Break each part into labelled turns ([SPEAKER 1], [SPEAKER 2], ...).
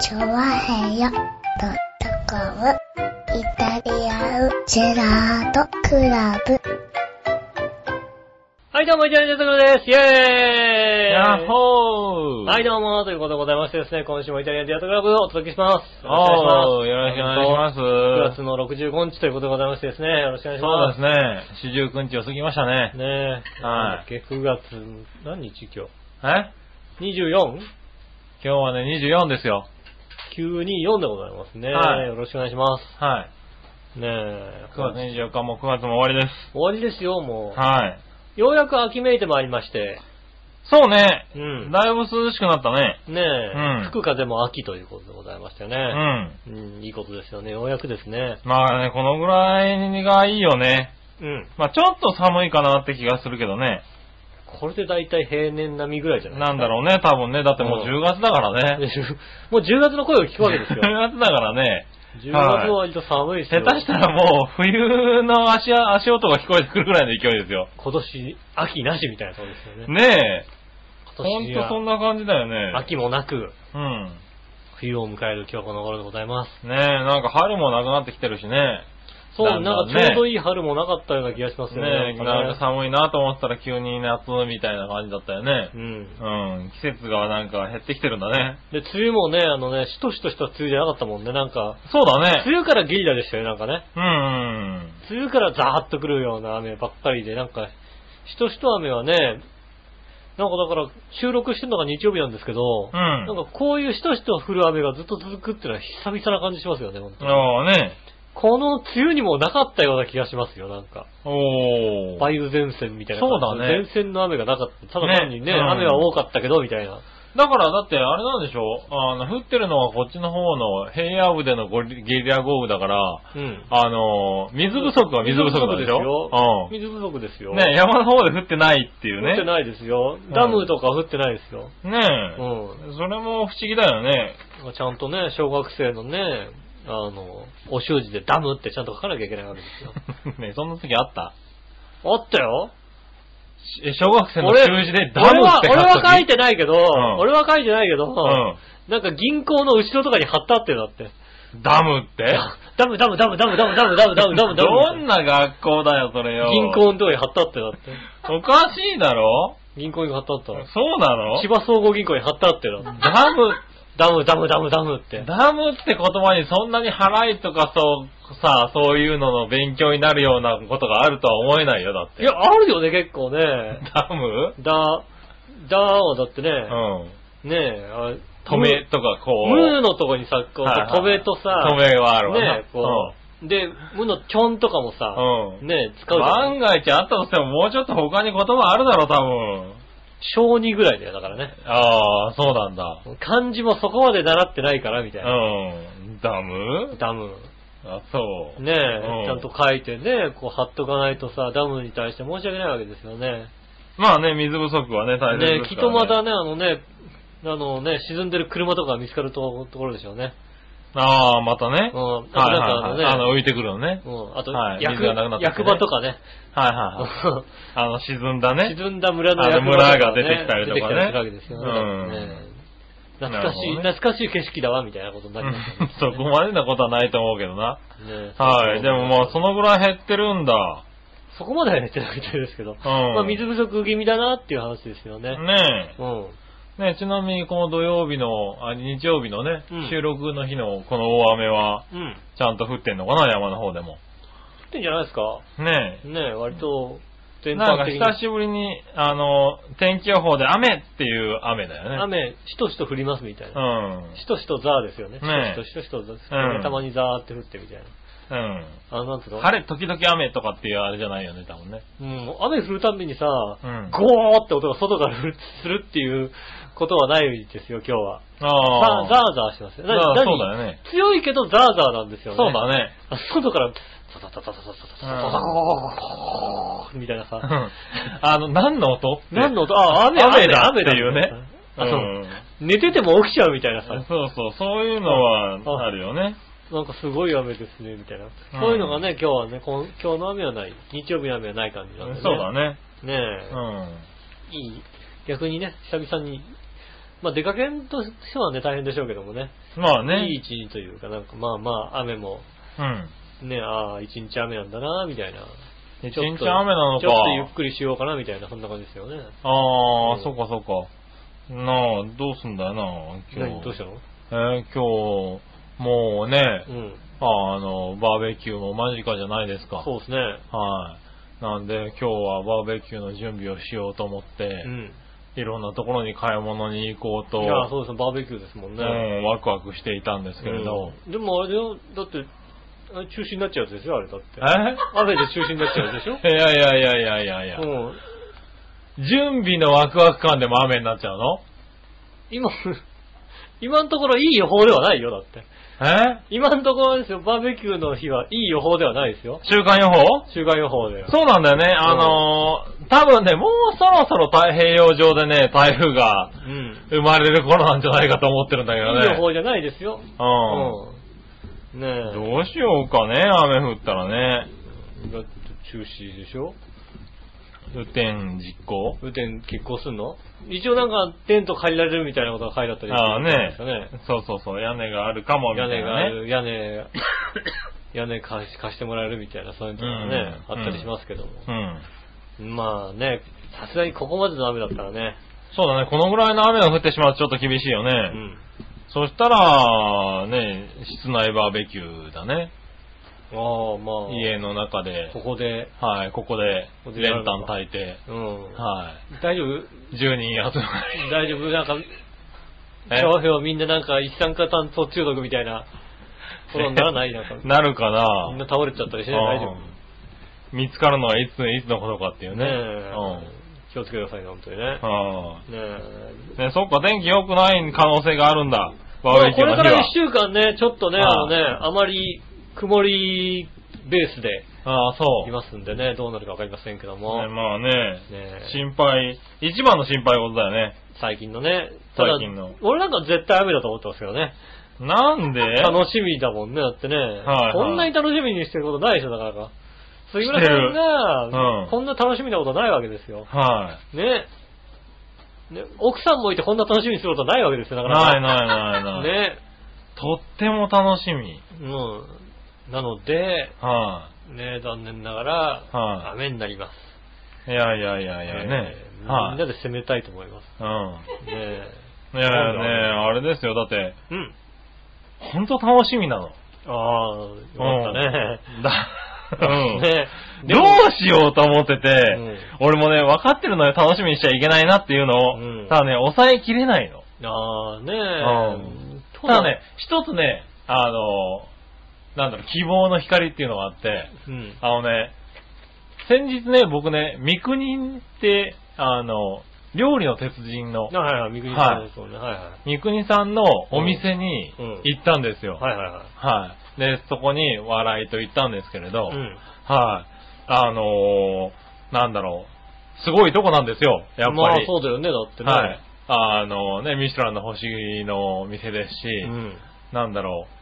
[SPEAKER 1] チョワヘヨドットコムイタリアンジェラートクラブ。
[SPEAKER 2] はい、どうも、イタリアンジェラートクラブです。イェーイ
[SPEAKER 3] ヤッホー
[SPEAKER 2] はい、
[SPEAKER 3] ど
[SPEAKER 2] どうも、ということでございましてですね、今週もイタリアンジェラートクラブをお届けします。
[SPEAKER 3] おー、よろしくお願いします。
[SPEAKER 2] 9月の65日ということでございましてですね、よろしくお願いし
[SPEAKER 3] そう
[SPEAKER 2] ま。
[SPEAKER 3] ですすね。四十九日を過ぎましたね。
[SPEAKER 2] ねえ。
[SPEAKER 3] はい
[SPEAKER 2] なんだっけ。9月、何日今
[SPEAKER 3] え
[SPEAKER 2] 日 ?24?
[SPEAKER 3] 今日はね、24ですよ。
[SPEAKER 2] 924でございますね。
[SPEAKER 3] はい
[SPEAKER 2] よろしくお願いしま
[SPEAKER 3] はい。
[SPEAKER 2] す。ねえ。
[SPEAKER 3] 9月24日も9月も終わりです。
[SPEAKER 2] 終わりですよ、もう。
[SPEAKER 3] はい。
[SPEAKER 2] ようやく秋めいてまいりまして。
[SPEAKER 3] そうね。
[SPEAKER 2] うん。
[SPEAKER 3] だいぶ涼しくなったね。
[SPEAKER 2] ねえ、
[SPEAKER 3] うん
[SPEAKER 2] 吹く風も秋ということでございましたよね。
[SPEAKER 3] うん。
[SPEAKER 2] うん、いいことですよね。ようやくですね。
[SPEAKER 3] まあね、このぐらいがいいよね。
[SPEAKER 2] うん。
[SPEAKER 3] まあちょっと寒いかなって気がするけどね。
[SPEAKER 2] これで大体平年並みぐらいじゃない
[SPEAKER 3] なんだろうね、多分ね。だってもう10月だからね。
[SPEAKER 2] でしょ もう10月の声を聞くわけです
[SPEAKER 3] 10
[SPEAKER 2] よ。
[SPEAKER 3] 月だからね。
[SPEAKER 2] 10月は割と寒いです
[SPEAKER 3] 下
[SPEAKER 2] よ。
[SPEAKER 3] 手したらもう冬の足あ、足音が聞こえてくるぐらいの勢いですよ。
[SPEAKER 2] 今年、秋なしみたいなそうですよね。
[SPEAKER 3] ねえ。
[SPEAKER 2] 今
[SPEAKER 3] ほん
[SPEAKER 2] 年
[SPEAKER 3] とそん
[SPEAKER 2] は
[SPEAKER 3] な感じだよね。
[SPEAKER 2] 秋もなく、
[SPEAKER 3] うん。
[SPEAKER 2] 冬を迎える今日この頃でございます。
[SPEAKER 3] ねえ、なんか春もなくなってきてるしね。
[SPEAKER 2] そう、
[SPEAKER 3] だんだ
[SPEAKER 2] なん
[SPEAKER 3] ん
[SPEAKER 2] か
[SPEAKER 3] ね
[SPEAKER 2] ちょうどいい春もなかったような気がしますよね。
[SPEAKER 3] ね
[SPEAKER 2] な
[SPEAKER 3] え、なんんか
[SPEAKER 2] かね
[SPEAKER 3] 寒いなと思ってたら急に夏みたいな感じだったよね
[SPEAKER 2] う。ん。
[SPEAKER 3] うん、季節がなんか減ってきてるんだね。
[SPEAKER 2] で、梅雨もね、あのね、しとしとした梅雨じゃなかったもんね。なんか、
[SPEAKER 3] そうだね。
[SPEAKER 2] 梅雨からゲリラでしたよね、なんかね。
[SPEAKER 3] うん、うん。
[SPEAKER 2] 梅雨からザーッと来るような雨ばっかりで、なんか、しとしと雨はね、なんかだから収録してるのが日曜日なんですけど、
[SPEAKER 3] うん
[SPEAKER 2] なんかこういうしとしと降る雨がずっと続くっていうのは久々な感じしますよね、本当に
[SPEAKER 3] ああね。
[SPEAKER 2] この梅雨にもなかったような気がしますよ、なんか。
[SPEAKER 3] おー。
[SPEAKER 2] 梅雨前線みたいな感じ。
[SPEAKER 3] そうだね
[SPEAKER 2] 前線の雨がなかった。ただ単にね、
[SPEAKER 3] ねうん
[SPEAKER 2] 雨は多かったけど、みたいな。
[SPEAKER 3] だからだってあれなんでしょあの、降ってるのはこっちの方の平野部でのゴリゲリラ豪雨だから、
[SPEAKER 2] うん。
[SPEAKER 3] あの、水不足は水不足なんでしょ
[SPEAKER 2] 水不足です
[SPEAKER 3] う
[SPEAKER 2] よ。
[SPEAKER 3] ん。ねえ、山の方で降ってないっていう
[SPEAKER 2] 降って
[SPEAKER 3] ね。
[SPEAKER 2] ないですよ。ダムとか降ってないですよ。
[SPEAKER 3] ねえ。
[SPEAKER 2] うん。
[SPEAKER 3] それも不思議だよ ね。
[SPEAKER 2] ちゃんとね、小学生のね、あの、お習字でダムってちゃんと書かなきゃいけないわけです よ。
[SPEAKER 3] ねそんな時あった
[SPEAKER 2] あったよ
[SPEAKER 3] しえ小学生の
[SPEAKER 2] 俺
[SPEAKER 3] 習字でダムって書
[SPEAKER 2] 俺は、俺
[SPEAKER 3] く
[SPEAKER 2] は書い
[SPEAKER 3] 時
[SPEAKER 2] てないけど、
[SPEAKER 3] ん
[SPEAKER 2] 俺は書いてないけど、
[SPEAKER 3] うん
[SPEAKER 2] なんか銀行の後ろとかに貼ったっていうのあって。
[SPEAKER 3] ダムって
[SPEAKER 2] ダムダムダムダムダムダムダムダムダムダム。
[SPEAKER 3] どんな学校だよ、それよ。
[SPEAKER 2] 銀行のとこに貼ったってのあって。
[SPEAKER 3] おかしいだろ
[SPEAKER 2] 銀行に貼ったあったわ。
[SPEAKER 3] そうなの
[SPEAKER 2] 千葉総合銀行に貼ったってのあって。
[SPEAKER 3] ダム、
[SPEAKER 2] ダムダムダムダムって。
[SPEAKER 3] ダムって言葉にそんなに払いとかそう、さ、そういうのの勉強になるようなことがあるとは思えないよ、だって。
[SPEAKER 2] いや、あるよね、結構ね。
[SPEAKER 3] ダム
[SPEAKER 2] だ、だはだってね、
[SPEAKER 3] うん。
[SPEAKER 2] ねえ、あ
[SPEAKER 3] 止めとかこう。
[SPEAKER 2] ムーのとこにさ、こう、
[SPEAKER 3] はいはい
[SPEAKER 2] 止めとさ、
[SPEAKER 3] 止めはあるわな。
[SPEAKER 2] ねえ、こう、で、ムーのちょんとかもさ、
[SPEAKER 3] うん
[SPEAKER 2] ねえ、使
[SPEAKER 3] うん
[SPEAKER 2] うじゃん
[SPEAKER 3] 万。が一あったとしてももうちょっと他に言葉あるだろ、多分。
[SPEAKER 2] 小2ぐらいだよ、だからね。
[SPEAKER 3] ああ、そうなんだ。
[SPEAKER 2] 漢字もそこまで習ってないから、みたいな。
[SPEAKER 3] うん。ダム
[SPEAKER 2] ダム。
[SPEAKER 3] あ、そう。
[SPEAKER 2] ねえ、
[SPEAKER 3] うん
[SPEAKER 2] ちゃんと書いてね、こう貼っとかないとさ、ダムに対して申し訳ないわけですよね。
[SPEAKER 3] まあね、水不足はね、大変ですから
[SPEAKER 2] ねえ、きっとまた。ね、あのね、あのね、沈んでる車とかが見つかるとところでしょうね。
[SPEAKER 3] ああ、またね。
[SPEAKER 2] うん
[SPEAKER 3] は。い
[SPEAKER 2] あと
[SPEAKER 3] はいはい。
[SPEAKER 2] な
[SPEAKER 3] あ
[SPEAKER 2] んかあの
[SPEAKER 3] の、
[SPEAKER 2] ね、
[SPEAKER 3] 浮いてくるのね。
[SPEAKER 2] うん。あと、
[SPEAKER 3] はい
[SPEAKER 2] 役
[SPEAKER 3] 水がなくなってきて
[SPEAKER 2] 役
[SPEAKER 3] ね
[SPEAKER 2] 場とかね。
[SPEAKER 3] はいはいはい。あの、沈んだね。
[SPEAKER 2] 沈んだ村の
[SPEAKER 3] あの
[SPEAKER 2] 役場とか
[SPEAKER 3] 村が
[SPEAKER 2] ね
[SPEAKER 3] 出てきたりと
[SPEAKER 2] 出てきた
[SPEAKER 3] かね
[SPEAKER 2] りするわけですよね。
[SPEAKER 3] うん
[SPEAKER 2] ね懐かしい、
[SPEAKER 3] なるほどね。
[SPEAKER 2] 懐かしい景色だわ、みたいなことになりますよね
[SPEAKER 3] そこまでなことはないと思うけどな。
[SPEAKER 2] ね
[SPEAKER 3] はい。でもまあ、そのぐらい減ってるんだ。
[SPEAKER 2] そこまでは言ってないみたいですけど、まあ、水不足気味だなっていう話ですよね。
[SPEAKER 3] ね
[SPEAKER 2] うん。
[SPEAKER 3] え。ねえちなみにこの土曜日の、あ日曜日のね
[SPEAKER 2] うん、
[SPEAKER 3] 収録の日のこの大雨は、
[SPEAKER 2] うん。
[SPEAKER 3] ちゃんと降ってんのかな、山の方でも。
[SPEAKER 2] 降ってんじゃないですか
[SPEAKER 3] ねえ。
[SPEAKER 2] ね割と、全
[SPEAKER 3] なん
[SPEAKER 2] 体
[SPEAKER 3] か
[SPEAKER 2] 的に。
[SPEAKER 3] 久しぶりに、あの、天気予報で雨っていう雨だよね。
[SPEAKER 2] 雨、しとしと降りますみたいな。
[SPEAKER 3] うん。
[SPEAKER 2] しとしとザーですよね。し
[SPEAKER 3] ね
[SPEAKER 2] としとしとしとザ
[SPEAKER 3] うん
[SPEAKER 2] たまにザーって降ってみたいな。
[SPEAKER 3] うん。
[SPEAKER 2] あの、なんつうの
[SPEAKER 3] 晴れ、時々雨とかっていうあれじゃないよね、多分ね。
[SPEAKER 2] うん、雨降るたんびにさ、
[SPEAKER 3] ん
[SPEAKER 2] ゴーって音が外から降るするっていうことはないですよ、今日は。ザー
[SPEAKER 3] ああ。
[SPEAKER 2] ザーザーしますよ。な
[SPEAKER 3] ザー
[SPEAKER 2] 何
[SPEAKER 3] そうだよね
[SPEAKER 2] 強いけどザーザーなんですよね。
[SPEAKER 3] そうだね。
[SPEAKER 2] あ外から、ザザザザザザザザザーみたいな
[SPEAKER 3] う
[SPEAKER 2] さ。
[SPEAKER 3] んあの、何の音
[SPEAKER 2] 何の
[SPEAKER 3] 音
[SPEAKER 2] 音あ、雨、
[SPEAKER 3] 雨だ
[SPEAKER 2] 雨
[SPEAKER 3] っていうね
[SPEAKER 2] あ
[SPEAKER 3] うん
[SPEAKER 2] そう寝てても起きちゃうみたいなさ。
[SPEAKER 3] そうそう、そういうのはあるよね。
[SPEAKER 2] なんかすごい雨ですね、みたいな。そういうのがね、今日はね、こん今日の雨はない。日曜日の雨はない感じ
[SPEAKER 3] そ
[SPEAKER 2] なんでね。
[SPEAKER 3] うだね。
[SPEAKER 2] ねえ
[SPEAKER 3] う。ん。
[SPEAKER 2] いい。逆にね、久々にまあ出かけんとしてはね、大変でしょうけどもね。
[SPEAKER 3] まあね。
[SPEAKER 2] いい一日というか、なんかまあまあ雨も、
[SPEAKER 3] うん。
[SPEAKER 2] ね、ああ、一日雨なんだな、みたいな。
[SPEAKER 3] 一
[SPEAKER 2] ちょっ
[SPEAKER 3] 日
[SPEAKER 2] と
[SPEAKER 3] 雨なの
[SPEAKER 2] ち
[SPEAKER 3] か。
[SPEAKER 2] ょっとゆっくりしようかな、みたいな、そんな感じですよね。
[SPEAKER 3] あ
[SPEAKER 2] う
[SPEAKER 3] あ、
[SPEAKER 2] ん
[SPEAKER 3] そうかそうか。なあ、どうすんだよな、今
[SPEAKER 2] 何
[SPEAKER 3] 日。
[SPEAKER 2] どうしたの
[SPEAKER 3] えー今日、もうね
[SPEAKER 2] う、ん。
[SPEAKER 3] あの、バーベキューも間近じゃないですか。
[SPEAKER 2] そうですね。
[SPEAKER 3] はい。なんで、今日はバーベキューの準備をしようと思って、
[SPEAKER 2] うん。
[SPEAKER 3] いろんなところに買い物に行こうと、
[SPEAKER 2] いや、そうですね、バーベキューですもん
[SPEAKER 3] う
[SPEAKER 2] ね。
[SPEAKER 3] ん、ワクワクしていたんですけれど、
[SPEAKER 2] うんでもあれだよ、だって、あれ中止になっちゃうやつでしょ、あれだ って。
[SPEAKER 3] え
[SPEAKER 2] 雨で中止になっちゃうやつでしょ
[SPEAKER 3] いやいやいやいやいやいや、
[SPEAKER 2] うん。
[SPEAKER 3] 準備のワクワク感でも雨になっちゃうの
[SPEAKER 2] 今、 今のところいい予報ではないよ、だって。
[SPEAKER 3] え
[SPEAKER 2] 今のところですよ、バーベキューの日はいい予報ではないですよ。
[SPEAKER 3] 週間予報
[SPEAKER 2] 週間予報で。
[SPEAKER 3] そうなんだよね。あのー多分ね、もうそろそろ太平洋上でね、台風が
[SPEAKER 2] うん。
[SPEAKER 3] 生まれる頃なんじゃないかと思ってるんだけど
[SPEAKER 2] いい予
[SPEAKER 3] ね。
[SPEAKER 2] 報じゃないですよ。う
[SPEAKER 3] う
[SPEAKER 2] ん。ねえ。
[SPEAKER 3] ん。どうしようかね、雨降ったらね。
[SPEAKER 2] だって中止でしょ
[SPEAKER 3] 雨天実行
[SPEAKER 2] 雨天結婚すんの一応なんかテント借りられるみたいなことが書いてあったり
[SPEAKER 3] ああね
[SPEAKER 2] するんですかね。
[SPEAKER 3] そうそうそう、屋根があるかもみた
[SPEAKER 2] 屋
[SPEAKER 3] い
[SPEAKER 2] 根が
[SPEAKER 3] な
[SPEAKER 2] あ
[SPEAKER 3] ね。
[SPEAKER 2] る、屋根、 屋根貸し貸してもらえるみたいな、そういうのがね、
[SPEAKER 3] うん
[SPEAKER 2] あったりしますけども。
[SPEAKER 3] うん。
[SPEAKER 2] まあね、さすがにここまでの雨だったらね、
[SPEAKER 3] そうだね、このぐらいの雨が降ってしまうとちょっと厳しいよね。
[SPEAKER 2] うん。
[SPEAKER 3] そしたら、ね、室内バーベキューだね。
[SPEAKER 2] ああ、まあ、
[SPEAKER 3] 家の中で
[SPEAKER 2] こ、こで、
[SPEAKER 3] はい、ここで、
[SPEAKER 2] ここでや
[SPEAKER 3] 練
[SPEAKER 2] るのか
[SPEAKER 3] 炭炊いて、
[SPEAKER 2] うん。
[SPEAKER 3] は
[SPEAKER 2] 大丈夫
[SPEAKER 3] い、10人 集まり。
[SPEAKER 2] 大丈夫なんか、
[SPEAKER 3] え
[SPEAKER 2] ひょうひょうみんななんか一酸化炭素中毒みたいなことにならない なんか、
[SPEAKER 3] なるかな
[SPEAKER 2] みんな倒れちゃったりしない大丈夫ね
[SPEAKER 3] うん見つかるのはいつ、いつのことかっていう
[SPEAKER 2] え、
[SPEAKER 3] ね。
[SPEAKER 2] 気をつけてくださいね、本当にね。
[SPEAKER 3] うん。うん
[SPEAKER 2] ねえ。
[SPEAKER 3] ね、そっか、天気良くない可能性があるんだ。バーベキュー
[SPEAKER 2] ま
[SPEAKER 3] の
[SPEAKER 2] あこれか
[SPEAKER 3] 日
[SPEAKER 2] ら
[SPEAKER 3] は
[SPEAKER 2] 一。週間ね、ちょっとね、
[SPEAKER 3] はい
[SPEAKER 2] あのね、あまり曇りベースで
[SPEAKER 3] ああ、そう。
[SPEAKER 2] い
[SPEAKER 3] ね
[SPEAKER 2] ますんでね、どうなるかわかりませんけども、
[SPEAKER 3] まあね
[SPEAKER 2] ね
[SPEAKER 3] 心配、一番の心配事だよね。
[SPEAKER 2] 最近のね、ただ
[SPEAKER 3] 最近の、
[SPEAKER 2] 俺なんか絶対雨だと思ってますけどね。
[SPEAKER 3] なんで
[SPEAKER 2] 楽しみだもんね、だってね、
[SPEAKER 3] はい
[SPEAKER 2] こんなに楽しみにしてることないでしょ、なかなか。杉村さん
[SPEAKER 3] して
[SPEAKER 2] が、
[SPEAKER 3] るうん
[SPEAKER 2] こんな楽しみなことないわけですよ。
[SPEAKER 3] は
[SPEAKER 2] ね。ね、奥さんもいてこんな楽しみにすることないわけですよ、
[SPEAKER 3] い。
[SPEAKER 2] なか
[SPEAKER 3] ない
[SPEAKER 2] な
[SPEAKER 3] ないない
[SPEAKER 2] か。
[SPEAKER 3] ない。
[SPEAKER 2] ね。
[SPEAKER 3] とっても楽しみ。
[SPEAKER 2] うん。なので、
[SPEAKER 3] は
[SPEAKER 2] ね、残念ながら、
[SPEAKER 3] はい
[SPEAKER 2] 雨になります。
[SPEAKER 3] い。いやいやいやいやね
[SPEAKER 2] え。ー
[SPEAKER 3] は
[SPEAKER 2] みん
[SPEAKER 3] い。
[SPEAKER 2] なで攻めたいと思います。
[SPEAKER 3] う
[SPEAKER 2] ねえ
[SPEAKER 3] ん。いやいやね、あれですよ。だって、
[SPEAKER 2] うん。
[SPEAKER 3] ほんと楽しみなの。
[SPEAKER 2] ああ、よかったね。
[SPEAKER 3] だ、うん。
[SPEAKER 2] ねえ
[SPEAKER 3] どうしようと思ってて、
[SPEAKER 2] ん
[SPEAKER 3] 俺もね、分かってるのよ、楽しみにしちゃいけないなっていうのを、
[SPEAKER 2] うん
[SPEAKER 3] ただね、抑えきれないの。
[SPEAKER 2] ああ、ねえ。
[SPEAKER 3] うんただね、一つね、あの、なんだろう、希望の光っていうのがあって、
[SPEAKER 2] うん。
[SPEAKER 3] あのね、先日ね、僕ね、三国って、あの、料理の鉄人の、
[SPEAKER 2] あはいはい、三國さんですもんね。はいは
[SPEAKER 3] 三国さんのお店に
[SPEAKER 2] うん
[SPEAKER 3] 行ったんですよ。
[SPEAKER 2] い。はいはいは
[SPEAKER 3] はい。で、そこに笑いと行ったんですけれど、
[SPEAKER 2] い。うん。
[SPEAKER 3] はい。あのーなんだろう。すごいとこなんですよ、やっぱり。
[SPEAKER 2] まあそうだよね、だってね。
[SPEAKER 3] はい。あのね、ミシュランの星のお店ですし、
[SPEAKER 2] うん。
[SPEAKER 3] なんだろう。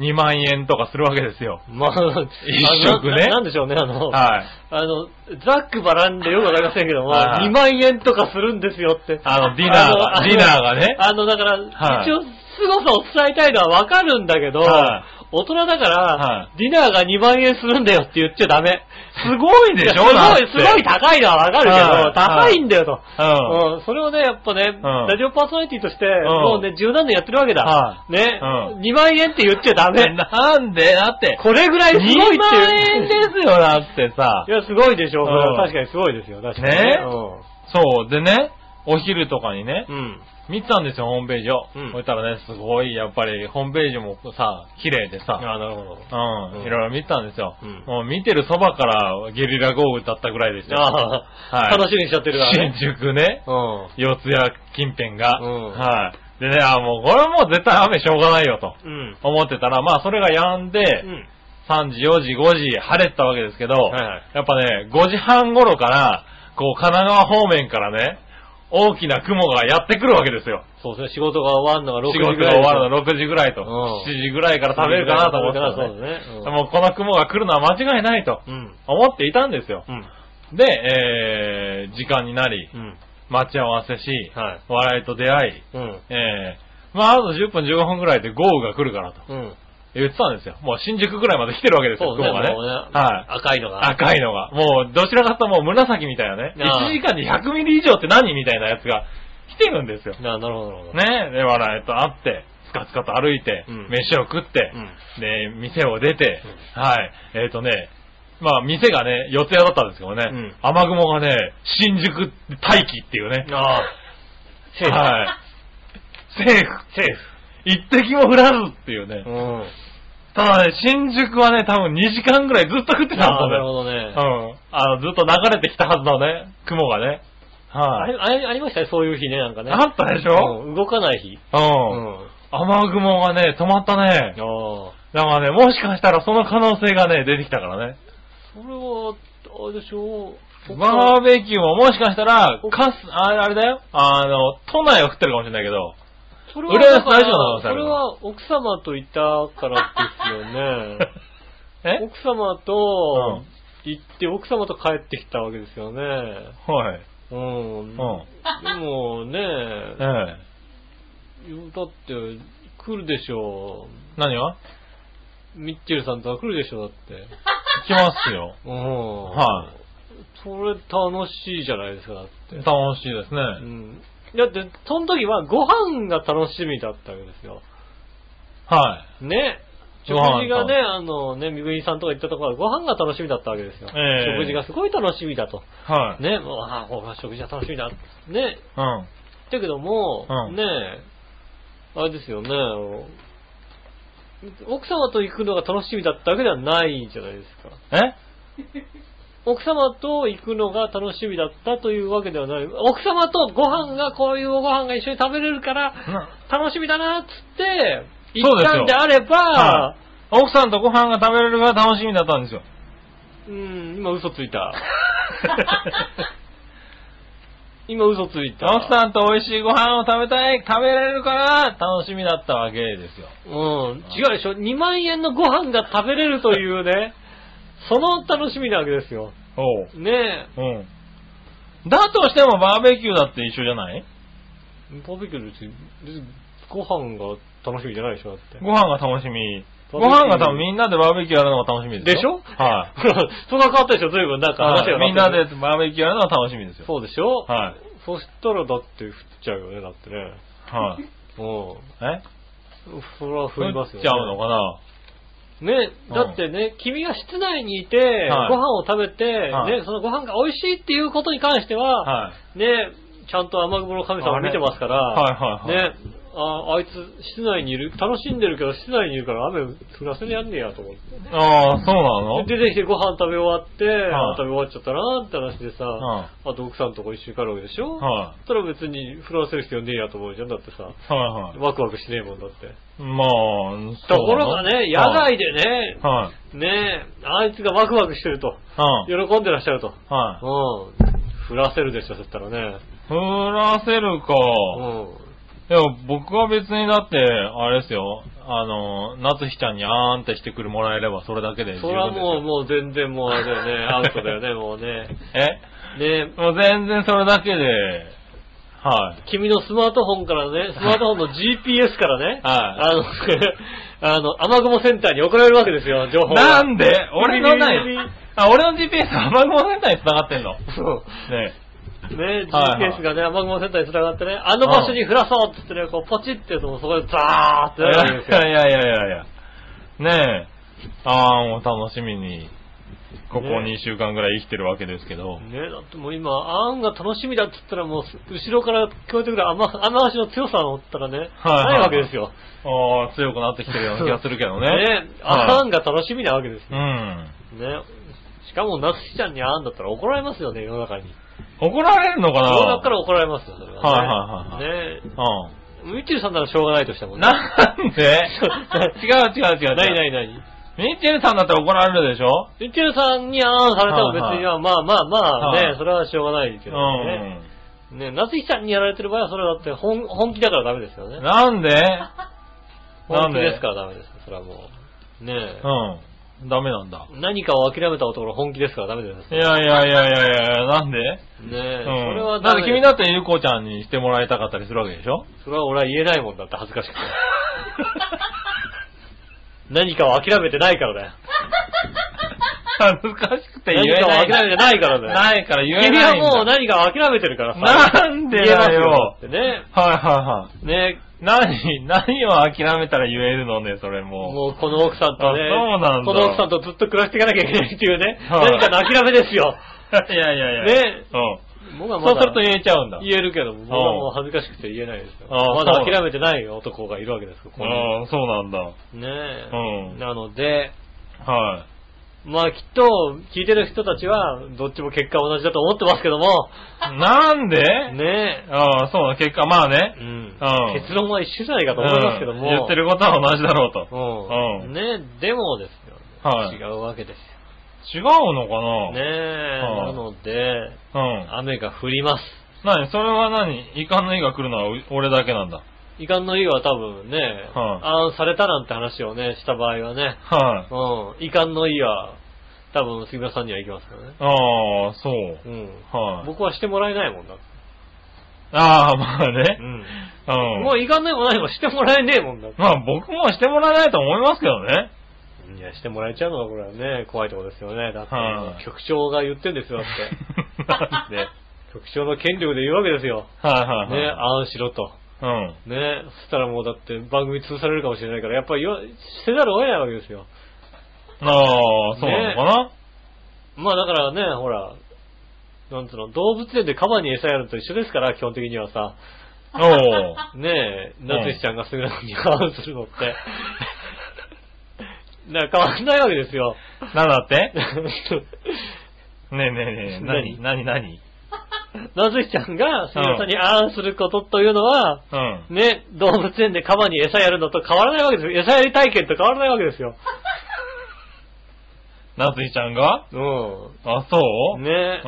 [SPEAKER 3] 2万円とかするわけですよ。
[SPEAKER 2] まあ、
[SPEAKER 3] 一食
[SPEAKER 2] あ
[SPEAKER 3] ね
[SPEAKER 2] のななんでしょうね、あの、
[SPEAKER 3] はい。
[SPEAKER 2] あの、ざっくばらんでよくわかりませんけども、
[SPEAKER 3] はい
[SPEAKER 2] 2万円とかするんですよって。
[SPEAKER 3] あの、ディナー
[SPEAKER 2] あ
[SPEAKER 3] が、
[SPEAKER 2] の
[SPEAKER 3] ディナーがね。
[SPEAKER 2] あの、だから、
[SPEAKER 3] はい
[SPEAKER 2] 一応、凄さを伝えたいのはわかるんだけど、
[SPEAKER 3] は
[SPEAKER 2] 大人だから、
[SPEAKER 3] は
[SPEAKER 2] ディナーが2万円するんだよって言っちゃダメ。
[SPEAKER 3] すごいでしょ
[SPEAKER 2] いやす
[SPEAKER 3] だっ
[SPEAKER 2] ご
[SPEAKER 3] て
[SPEAKER 2] い、すごい高いのはわかるけど、
[SPEAKER 3] はい
[SPEAKER 2] 高いんだよと。
[SPEAKER 3] うん。
[SPEAKER 2] うん、それをね、やっぱね、ラジオパーソナリティとして、もうね、十何年やってるわけだ。
[SPEAKER 3] は
[SPEAKER 2] ね、
[SPEAKER 3] うん
[SPEAKER 2] 2万円って言っちゃダメ。
[SPEAKER 3] なんでだって、
[SPEAKER 2] これぐらいすごいっていう。
[SPEAKER 3] 2万円ですよ、だってさ
[SPEAKER 2] い。や、すごいでしょ。それ
[SPEAKER 3] うん
[SPEAKER 2] は確かにすごいですよ。確かに
[SPEAKER 3] ねそう、でね、お昼とかにね
[SPEAKER 2] う、ん。
[SPEAKER 3] 見てたんですよ、ホームページを。
[SPEAKER 2] うん
[SPEAKER 3] そしたらね、すごい、やっぱり、ホームページもさ、綺麗でさ、
[SPEAKER 2] ああ、なるほど。
[SPEAKER 3] うん、
[SPEAKER 2] うん
[SPEAKER 3] いろいろ見てたんですよ。
[SPEAKER 2] うん
[SPEAKER 3] もう見てるそばからゲリラ豪雨だったぐらいでしたよ。
[SPEAKER 2] ああ、
[SPEAKER 3] はい
[SPEAKER 2] 楽しみにしちゃってるからね。
[SPEAKER 3] 新宿ね、
[SPEAKER 2] うん。
[SPEAKER 3] 四谷近辺が、
[SPEAKER 2] うん
[SPEAKER 3] はい。でね、あもうこれはもう絶対雨しょうがないよと
[SPEAKER 2] うん。
[SPEAKER 3] 思ってたら、まあそれが止んで、
[SPEAKER 2] うん。
[SPEAKER 3] 3時、4時、5時晴れてたわけですけど、
[SPEAKER 2] いはい
[SPEAKER 3] やっぱね、5時半頃から、こう神奈川方面からね、大きな雲がやってくるわけですよ。
[SPEAKER 2] そうですね、仕事が終わるのが6
[SPEAKER 3] 仕
[SPEAKER 2] 時
[SPEAKER 3] 事
[SPEAKER 2] ぐ
[SPEAKER 3] が
[SPEAKER 2] らい
[SPEAKER 3] 終
[SPEAKER 2] ですよ。
[SPEAKER 3] わるの6時ぐらいと、
[SPEAKER 2] うん
[SPEAKER 3] 7時ぐらいから食べるかなと思ってたらね
[SPEAKER 2] そうですね。
[SPEAKER 3] もうこの雲が来るのは間違いないと
[SPEAKER 2] うん。
[SPEAKER 3] 思っていたんですよ。
[SPEAKER 2] うん。
[SPEAKER 3] で、えー、時間になり、
[SPEAKER 2] うん。
[SPEAKER 3] 待ち合わせし、
[SPEAKER 2] はい。
[SPEAKER 3] 笑いと出会い、
[SPEAKER 2] うん。
[SPEAKER 3] ええまあ、あと10分15分ぐらいで豪雨が来るからと
[SPEAKER 2] うん。
[SPEAKER 3] 言ってたんですよ。もう新宿ぐらいまで来てるわけですよ、
[SPEAKER 2] そうね、
[SPEAKER 3] 雲
[SPEAKER 2] もう
[SPEAKER 3] が
[SPEAKER 2] ね
[SPEAKER 3] ね。。はい。
[SPEAKER 2] 赤いのが。
[SPEAKER 3] 赤いのが。もう、どちらかというともう紫みたいなね。
[SPEAKER 2] ああ
[SPEAKER 3] 1時間に100ミリ以上って何みたいなやつが来てるんですよ。ね
[SPEAKER 2] ななるほど、なるほど。。
[SPEAKER 3] で、笑いと会って、つかつかと歩いて、
[SPEAKER 2] うん
[SPEAKER 3] 飯を食って、
[SPEAKER 2] うん。
[SPEAKER 3] で、店を出て、はい。えっ、とね、まあ、店がね、四ツ谷だったんですけどね、
[SPEAKER 2] うん
[SPEAKER 3] 雨雲がね、新宿待機っていうね。
[SPEAKER 2] ああ。セーフ。
[SPEAKER 3] はい。セーフ。
[SPEAKER 2] セーフ。
[SPEAKER 3] 一滴も降らずっていうね
[SPEAKER 2] う。ん。
[SPEAKER 3] ただね、新宿はね、多分2時間ぐらいずっと降ってたんだ
[SPEAKER 2] ああ、なる
[SPEAKER 3] よ。
[SPEAKER 2] ほどね。
[SPEAKER 3] うん。あの、ずっと流れてきたはずのね、雲がね。
[SPEAKER 2] あ
[SPEAKER 3] はい、
[SPEAKER 2] れ、あれ、ありましたね、そういう日ね、なんかね。
[SPEAKER 3] あったでしょ
[SPEAKER 2] うん動かない日。
[SPEAKER 3] う。。
[SPEAKER 2] うん
[SPEAKER 3] 雨雲がね、止まったね。
[SPEAKER 2] ああ。
[SPEAKER 3] だからね、もしかしたらその可能性がね、出てきたからね。
[SPEAKER 2] それは、あれでしょう。
[SPEAKER 3] バ
[SPEAKER 2] あ
[SPEAKER 3] ーベキューももしかしたら、かす、あれあれだよ。あの、都内は降ってるかもしれないけど、
[SPEAKER 2] それ
[SPEAKER 3] 浦
[SPEAKER 2] だ
[SPEAKER 3] 安
[SPEAKER 2] から
[SPEAKER 3] 大丈夫なの
[SPEAKER 2] それは奥様といたからですよね。
[SPEAKER 3] え
[SPEAKER 2] 奥様と行って、奥様と帰ってきたわけですよね。
[SPEAKER 3] はい。
[SPEAKER 2] うん。
[SPEAKER 3] う
[SPEAKER 2] で
[SPEAKER 3] ん。
[SPEAKER 2] もね、
[SPEAKER 3] ええ。
[SPEAKER 2] だって来るでしょ
[SPEAKER 3] 何が
[SPEAKER 2] う。ミッチェルさんとは来るでしょう、だって。
[SPEAKER 3] 来ますよ。
[SPEAKER 2] うん。
[SPEAKER 3] はい
[SPEAKER 2] それ楽しいじゃないですか、だって。
[SPEAKER 3] 楽しいです
[SPEAKER 2] う
[SPEAKER 3] ね。
[SPEAKER 2] ん。だって、その時はご飯が楽しみだったわけですよ。
[SPEAKER 3] はい。
[SPEAKER 2] ね。
[SPEAKER 3] ご
[SPEAKER 2] 食
[SPEAKER 3] 飯
[SPEAKER 2] 事がね、あのね、みぐいさんとか行ったところはご飯が楽しみだったわけですよ。
[SPEAKER 3] ええ
[SPEAKER 2] 食事がすごい楽しみだと。
[SPEAKER 3] はい。
[SPEAKER 2] ね、もう、ああ、お食事は楽しみだ。ね。
[SPEAKER 3] うん。
[SPEAKER 2] だけども、
[SPEAKER 3] うん
[SPEAKER 2] ね、あれですよね、奥様と行くのが楽しみだったわけではないじゃないですか。
[SPEAKER 3] え
[SPEAKER 2] 奥様と行くのが楽しみだったというわけではない。奥様とご飯が、こういうご飯が一緒に食べれるから、
[SPEAKER 3] な
[SPEAKER 2] 楽しみだなっつって、
[SPEAKER 3] そ
[SPEAKER 2] 行
[SPEAKER 3] う
[SPEAKER 2] っ
[SPEAKER 3] ですよ
[SPEAKER 2] たんであれば、
[SPEAKER 3] は奥さんとご飯が食べれるが楽しみだったんですよ。
[SPEAKER 2] うん、今嘘つい た。今嘘ついた。
[SPEAKER 3] 奥さんと美味しいご飯を食べたい、食べられるから楽しみだったわけですよ。
[SPEAKER 2] うん、違うでしょ。2万円のご飯が食べれるというね、その楽しみなわけですよ。
[SPEAKER 3] おう。
[SPEAKER 2] ね
[SPEAKER 3] うん。だとしてもバーベキューだって一緒じゃない
[SPEAKER 2] え。バーベキュー別に、別にご飯が楽しみじゃないでしょ、だって。
[SPEAKER 3] ご飯が楽しみ。
[SPEAKER 2] バーベキュー
[SPEAKER 3] ご飯が多分みんなでバーベキューやるのが楽しみです
[SPEAKER 2] でし
[SPEAKER 3] よ。
[SPEAKER 2] ょ。
[SPEAKER 3] はい
[SPEAKER 2] そんな変わったでしょ、随分。なん
[SPEAKER 3] い。
[SPEAKER 2] か話が変
[SPEAKER 3] はいみん
[SPEAKER 2] わ
[SPEAKER 3] な
[SPEAKER 2] ったよ
[SPEAKER 3] でバーベキューやるのが楽しみですよ。
[SPEAKER 2] そうでしょ。
[SPEAKER 3] はい
[SPEAKER 2] そしたらだって振っちゃうよね、だってね。
[SPEAKER 3] はい。
[SPEAKER 2] う
[SPEAKER 3] え
[SPEAKER 2] ん。それは振りますよ、ね。
[SPEAKER 3] 食っちゃうのかな
[SPEAKER 2] ね、
[SPEAKER 3] うん
[SPEAKER 2] だってね、君が室内にいて、
[SPEAKER 3] はい
[SPEAKER 2] ご飯を食べて、
[SPEAKER 3] はい
[SPEAKER 2] ね、そのご飯が美味しいっていうことに関しては、
[SPEAKER 3] はい。
[SPEAKER 2] ね、ちゃんと雨雲の神様を見てますから、
[SPEAKER 3] はいはいはい。
[SPEAKER 2] ね、ああいつ室内にいる、楽しんでるけど室内にいるから雨降らせてやんねえやと思って。
[SPEAKER 3] ああ、そうなの
[SPEAKER 2] で出てきてご飯食べ終わって、
[SPEAKER 3] はい
[SPEAKER 2] あ食べ終わっちゃったなって話でさ、あ
[SPEAKER 3] は
[SPEAKER 2] と奥さんとこ一緒に帰るわけでしょ、
[SPEAKER 3] い。は
[SPEAKER 2] そしたら別に降らせる必要ねえやと思うじゃん、だってさ、
[SPEAKER 3] い。はいはい。
[SPEAKER 2] ワクワクしねえもんだって。
[SPEAKER 3] まあ、
[SPEAKER 2] ところがね、野外でね、
[SPEAKER 3] はい。
[SPEAKER 2] ねえ、あいつがワクワクしてると、
[SPEAKER 3] はい。
[SPEAKER 2] 喜んでらっしゃると。
[SPEAKER 3] はい。
[SPEAKER 2] うん。振らせるでしょ、そしたらね。
[SPEAKER 3] 降らせるか。
[SPEAKER 2] うん。
[SPEAKER 3] いや、僕は別にだって、あれですよ。あの、夏日ちゃんにあーんってしてくるもらえればそれだけで十
[SPEAKER 2] それは
[SPEAKER 3] 分ですよ。
[SPEAKER 2] もう、もう全然もうあれだよ ね、アウトだよね、もうね。ね
[SPEAKER 3] えもう全然それだけで、はい。
[SPEAKER 2] 君のスマートフォンから ね、スマートフォンの GPS からね、あの、あの、 雨雲センターに送られるわけですよ、情報
[SPEAKER 3] な
[SPEAKER 2] が。
[SPEAKER 3] んで俺のな
[SPEAKER 2] ビリビリビ
[SPEAKER 3] い
[SPEAKER 2] リ。
[SPEAKER 3] あ、俺の GPS 雨雲センターに繋がってんの。ね
[SPEAKER 2] そう
[SPEAKER 3] え。
[SPEAKER 2] ね、
[SPEAKER 3] はいはい
[SPEAKER 2] GPS がね、雨雲センターに繋がってね、あの場所に降らそうってってね、こう、ポチってやつもそこでザーって
[SPEAKER 3] い
[SPEAKER 2] な
[SPEAKER 3] や
[SPEAKER 2] るわけですよ。
[SPEAKER 3] いやいやいやいや。ねえ。ああ、もう楽しみに、ここ
[SPEAKER 2] ねえ
[SPEAKER 3] 2週間ぐらい生きてるわけですけど。
[SPEAKER 2] ねえ、だってもう今、あんが楽しみだっつったらもう、後ろから聞こえてくる雨、雨足の強さを持ったらね、
[SPEAKER 3] はい
[SPEAKER 2] ないわけですよ。
[SPEAKER 3] ああ、強くなってきてるような気がするけどね。
[SPEAKER 2] ねえ、あんが楽しみなわけです
[SPEAKER 3] う
[SPEAKER 2] よ。
[SPEAKER 3] ん。
[SPEAKER 2] ねしかも、夏希ちゃんにあんだったら怒られますよね、世の中に。
[SPEAKER 3] 怒られるのか
[SPEAKER 2] 世
[SPEAKER 3] な
[SPEAKER 2] の中から怒られますよ、それはね。
[SPEAKER 3] はい
[SPEAKER 2] ねえ、ミッチェルさんならしょうがないとしたも
[SPEAKER 3] うんん。
[SPEAKER 2] ね。
[SPEAKER 3] なんで違う違う違う違う。
[SPEAKER 2] ないないない。
[SPEAKER 3] ミッチェルさんだって怒られるでしょ
[SPEAKER 2] ミッチェルさんにあんされても別に、
[SPEAKER 3] は
[SPEAKER 2] まあまあまあね、
[SPEAKER 3] はい
[SPEAKER 2] それはしょうがないけ
[SPEAKER 3] う
[SPEAKER 2] どね。ね夏希ちゃんにやられてる場合は、それはだって本本気だからダメですよね
[SPEAKER 3] ん。。なんで
[SPEAKER 2] 本
[SPEAKER 3] なん
[SPEAKER 2] 気
[SPEAKER 3] で
[SPEAKER 2] ですからダメです。それはもう。ねえ
[SPEAKER 3] う。ん。ダメなんだ。
[SPEAKER 2] 何かを諦めた男は本気ですからダメです。ね
[SPEAKER 3] いやいやいやいやいや、なんで
[SPEAKER 2] え、
[SPEAKER 3] うん。
[SPEAKER 2] それはダ
[SPEAKER 3] だって
[SPEAKER 2] メ
[SPEAKER 3] 君だってゆうこちゃんにしてもらいたかったりするわけで しょ
[SPEAKER 2] それは俺は言えないもんだって恥ずかしくて。何かを諦めてないからだよ。
[SPEAKER 3] 恥ずかしくて言えな
[SPEAKER 2] 何
[SPEAKER 3] い。
[SPEAKER 2] かを諦めてないからだよ。
[SPEAKER 3] ないから言え
[SPEAKER 2] 君
[SPEAKER 3] な
[SPEAKER 2] はい
[SPEAKER 3] んだ。
[SPEAKER 2] もう何かを諦めてるからさ。
[SPEAKER 3] なんでだよ。
[SPEAKER 2] 言え
[SPEAKER 3] はいはいは
[SPEAKER 2] ますよだ
[SPEAKER 3] い。
[SPEAKER 2] ってね。ね
[SPEAKER 3] 何、何を諦めたら言えるのね、それも
[SPEAKER 2] もうこの奥さんとね、
[SPEAKER 3] あそうなんだ
[SPEAKER 2] この奥さんとずっと暮らしていかなきゃいけないっていうね、
[SPEAKER 3] はい
[SPEAKER 2] 何かの諦めですよ。
[SPEAKER 3] う。いやいやいや。
[SPEAKER 2] ね
[SPEAKER 3] うん。
[SPEAKER 2] 僕はま
[SPEAKER 3] そう
[SPEAKER 2] だ
[SPEAKER 3] すると言えちゃうんだ。
[SPEAKER 2] 言えるけど、僕はもう恥ずかしくて言えないですよ。
[SPEAKER 3] あ
[SPEAKER 2] まだ
[SPEAKER 3] そう
[SPEAKER 2] 諦めてない男がいるわけですよ、ここに
[SPEAKER 3] ああ、そうなんだ。
[SPEAKER 2] ねえ。
[SPEAKER 3] うん
[SPEAKER 2] なので、
[SPEAKER 3] はい。
[SPEAKER 2] まあきっと聞いてる人たちはどっちも結果同じだと思ってますけども、
[SPEAKER 3] なんで
[SPEAKER 2] ねえ。
[SPEAKER 3] ああ、そうだ、結果、まあね
[SPEAKER 2] う。ん
[SPEAKER 3] うん
[SPEAKER 2] 結論は一緒じゃないかと思いますけども。
[SPEAKER 3] うん言ってることは同じだろうと。
[SPEAKER 2] うん。
[SPEAKER 3] うん
[SPEAKER 2] ねえ、でもですよ、
[SPEAKER 3] はい
[SPEAKER 2] 違うわけです
[SPEAKER 3] 違うのか
[SPEAKER 2] よ。
[SPEAKER 3] な
[SPEAKER 2] ねえ、
[SPEAKER 3] うん
[SPEAKER 2] なので、
[SPEAKER 3] うん。
[SPEAKER 2] 雨が降ります。
[SPEAKER 3] 何それは何遺憾の意が来るのはう俺だけなんだ。
[SPEAKER 2] 遺憾の意は多分ね、
[SPEAKER 3] はい
[SPEAKER 2] ああされたなんて話をね、した場合はね、
[SPEAKER 3] はい。
[SPEAKER 2] うん、遺憾の意は多分杉村さんには行きますからね。
[SPEAKER 3] ああ、そう。
[SPEAKER 2] うん。
[SPEAKER 3] はい。
[SPEAKER 2] 僕はしてもらえないもんだって。
[SPEAKER 3] ああ、まあ
[SPEAKER 2] う
[SPEAKER 3] ね。
[SPEAKER 2] ん。
[SPEAKER 3] うん。
[SPEAKER 2] もう遺憾の意も何もしてもらえねえもんだって。
[SPEAKER 3] まあ僕もしてもらえないと思いますけどね。
[SPEAKER 2] いや、してもらえちゃうのがこれはね、怖いところですよね。だって、
[SPEAKER 3] はい
[SPEAKER 2] 局長が言ってんですよ、だって。
[SPEAKER 3] なんではい
[SPEAKER 2] 局長の権力で言うわけですよ。
[SPEAKER 3] はいはい。
[SPEAKER 2] ね、ああしろと。
[SPEAKER 3] うん。
[SPEAKER 2] ね、そしたらもうだって番組潰されるかもしれないから、やっぱり言わせざるを得ないわけですよ。
[SPEAKER 3] ああ、そうなのかな、
[SPEAKER 2] まあだからね、ほら、なんつうの、動物園でカバに餌やるのと一緒ですから、基本的にはさ。
[SPEAKER 3] おお。
[SPEAKER 2] ねえ、
[SPEAKER 3] ん
[SPEAKER 2] なつしちゃんが杉村君にカバンするのって。だから変わんないわけです よ。
[SPEAKER 3] なんだってねえねえねえ、
[SPEAKER 2] 何
[SPEAKER 3] 何何何
[SPEAKER 2] なつしちゃんが杉村さんにあーんすることというのは、
[SPEAKER 3] うん。
[SPEAKER 2] ね、動物園でカバに餌やるのと変わらないわけですよ。餌やり体験と変わらないわけですよ。
[SPEAKER 3] なついちゃんが
[SPEAKER 2] う
[SPEAKER 3] あ、そう、
[SPEAKER 2] ん。ね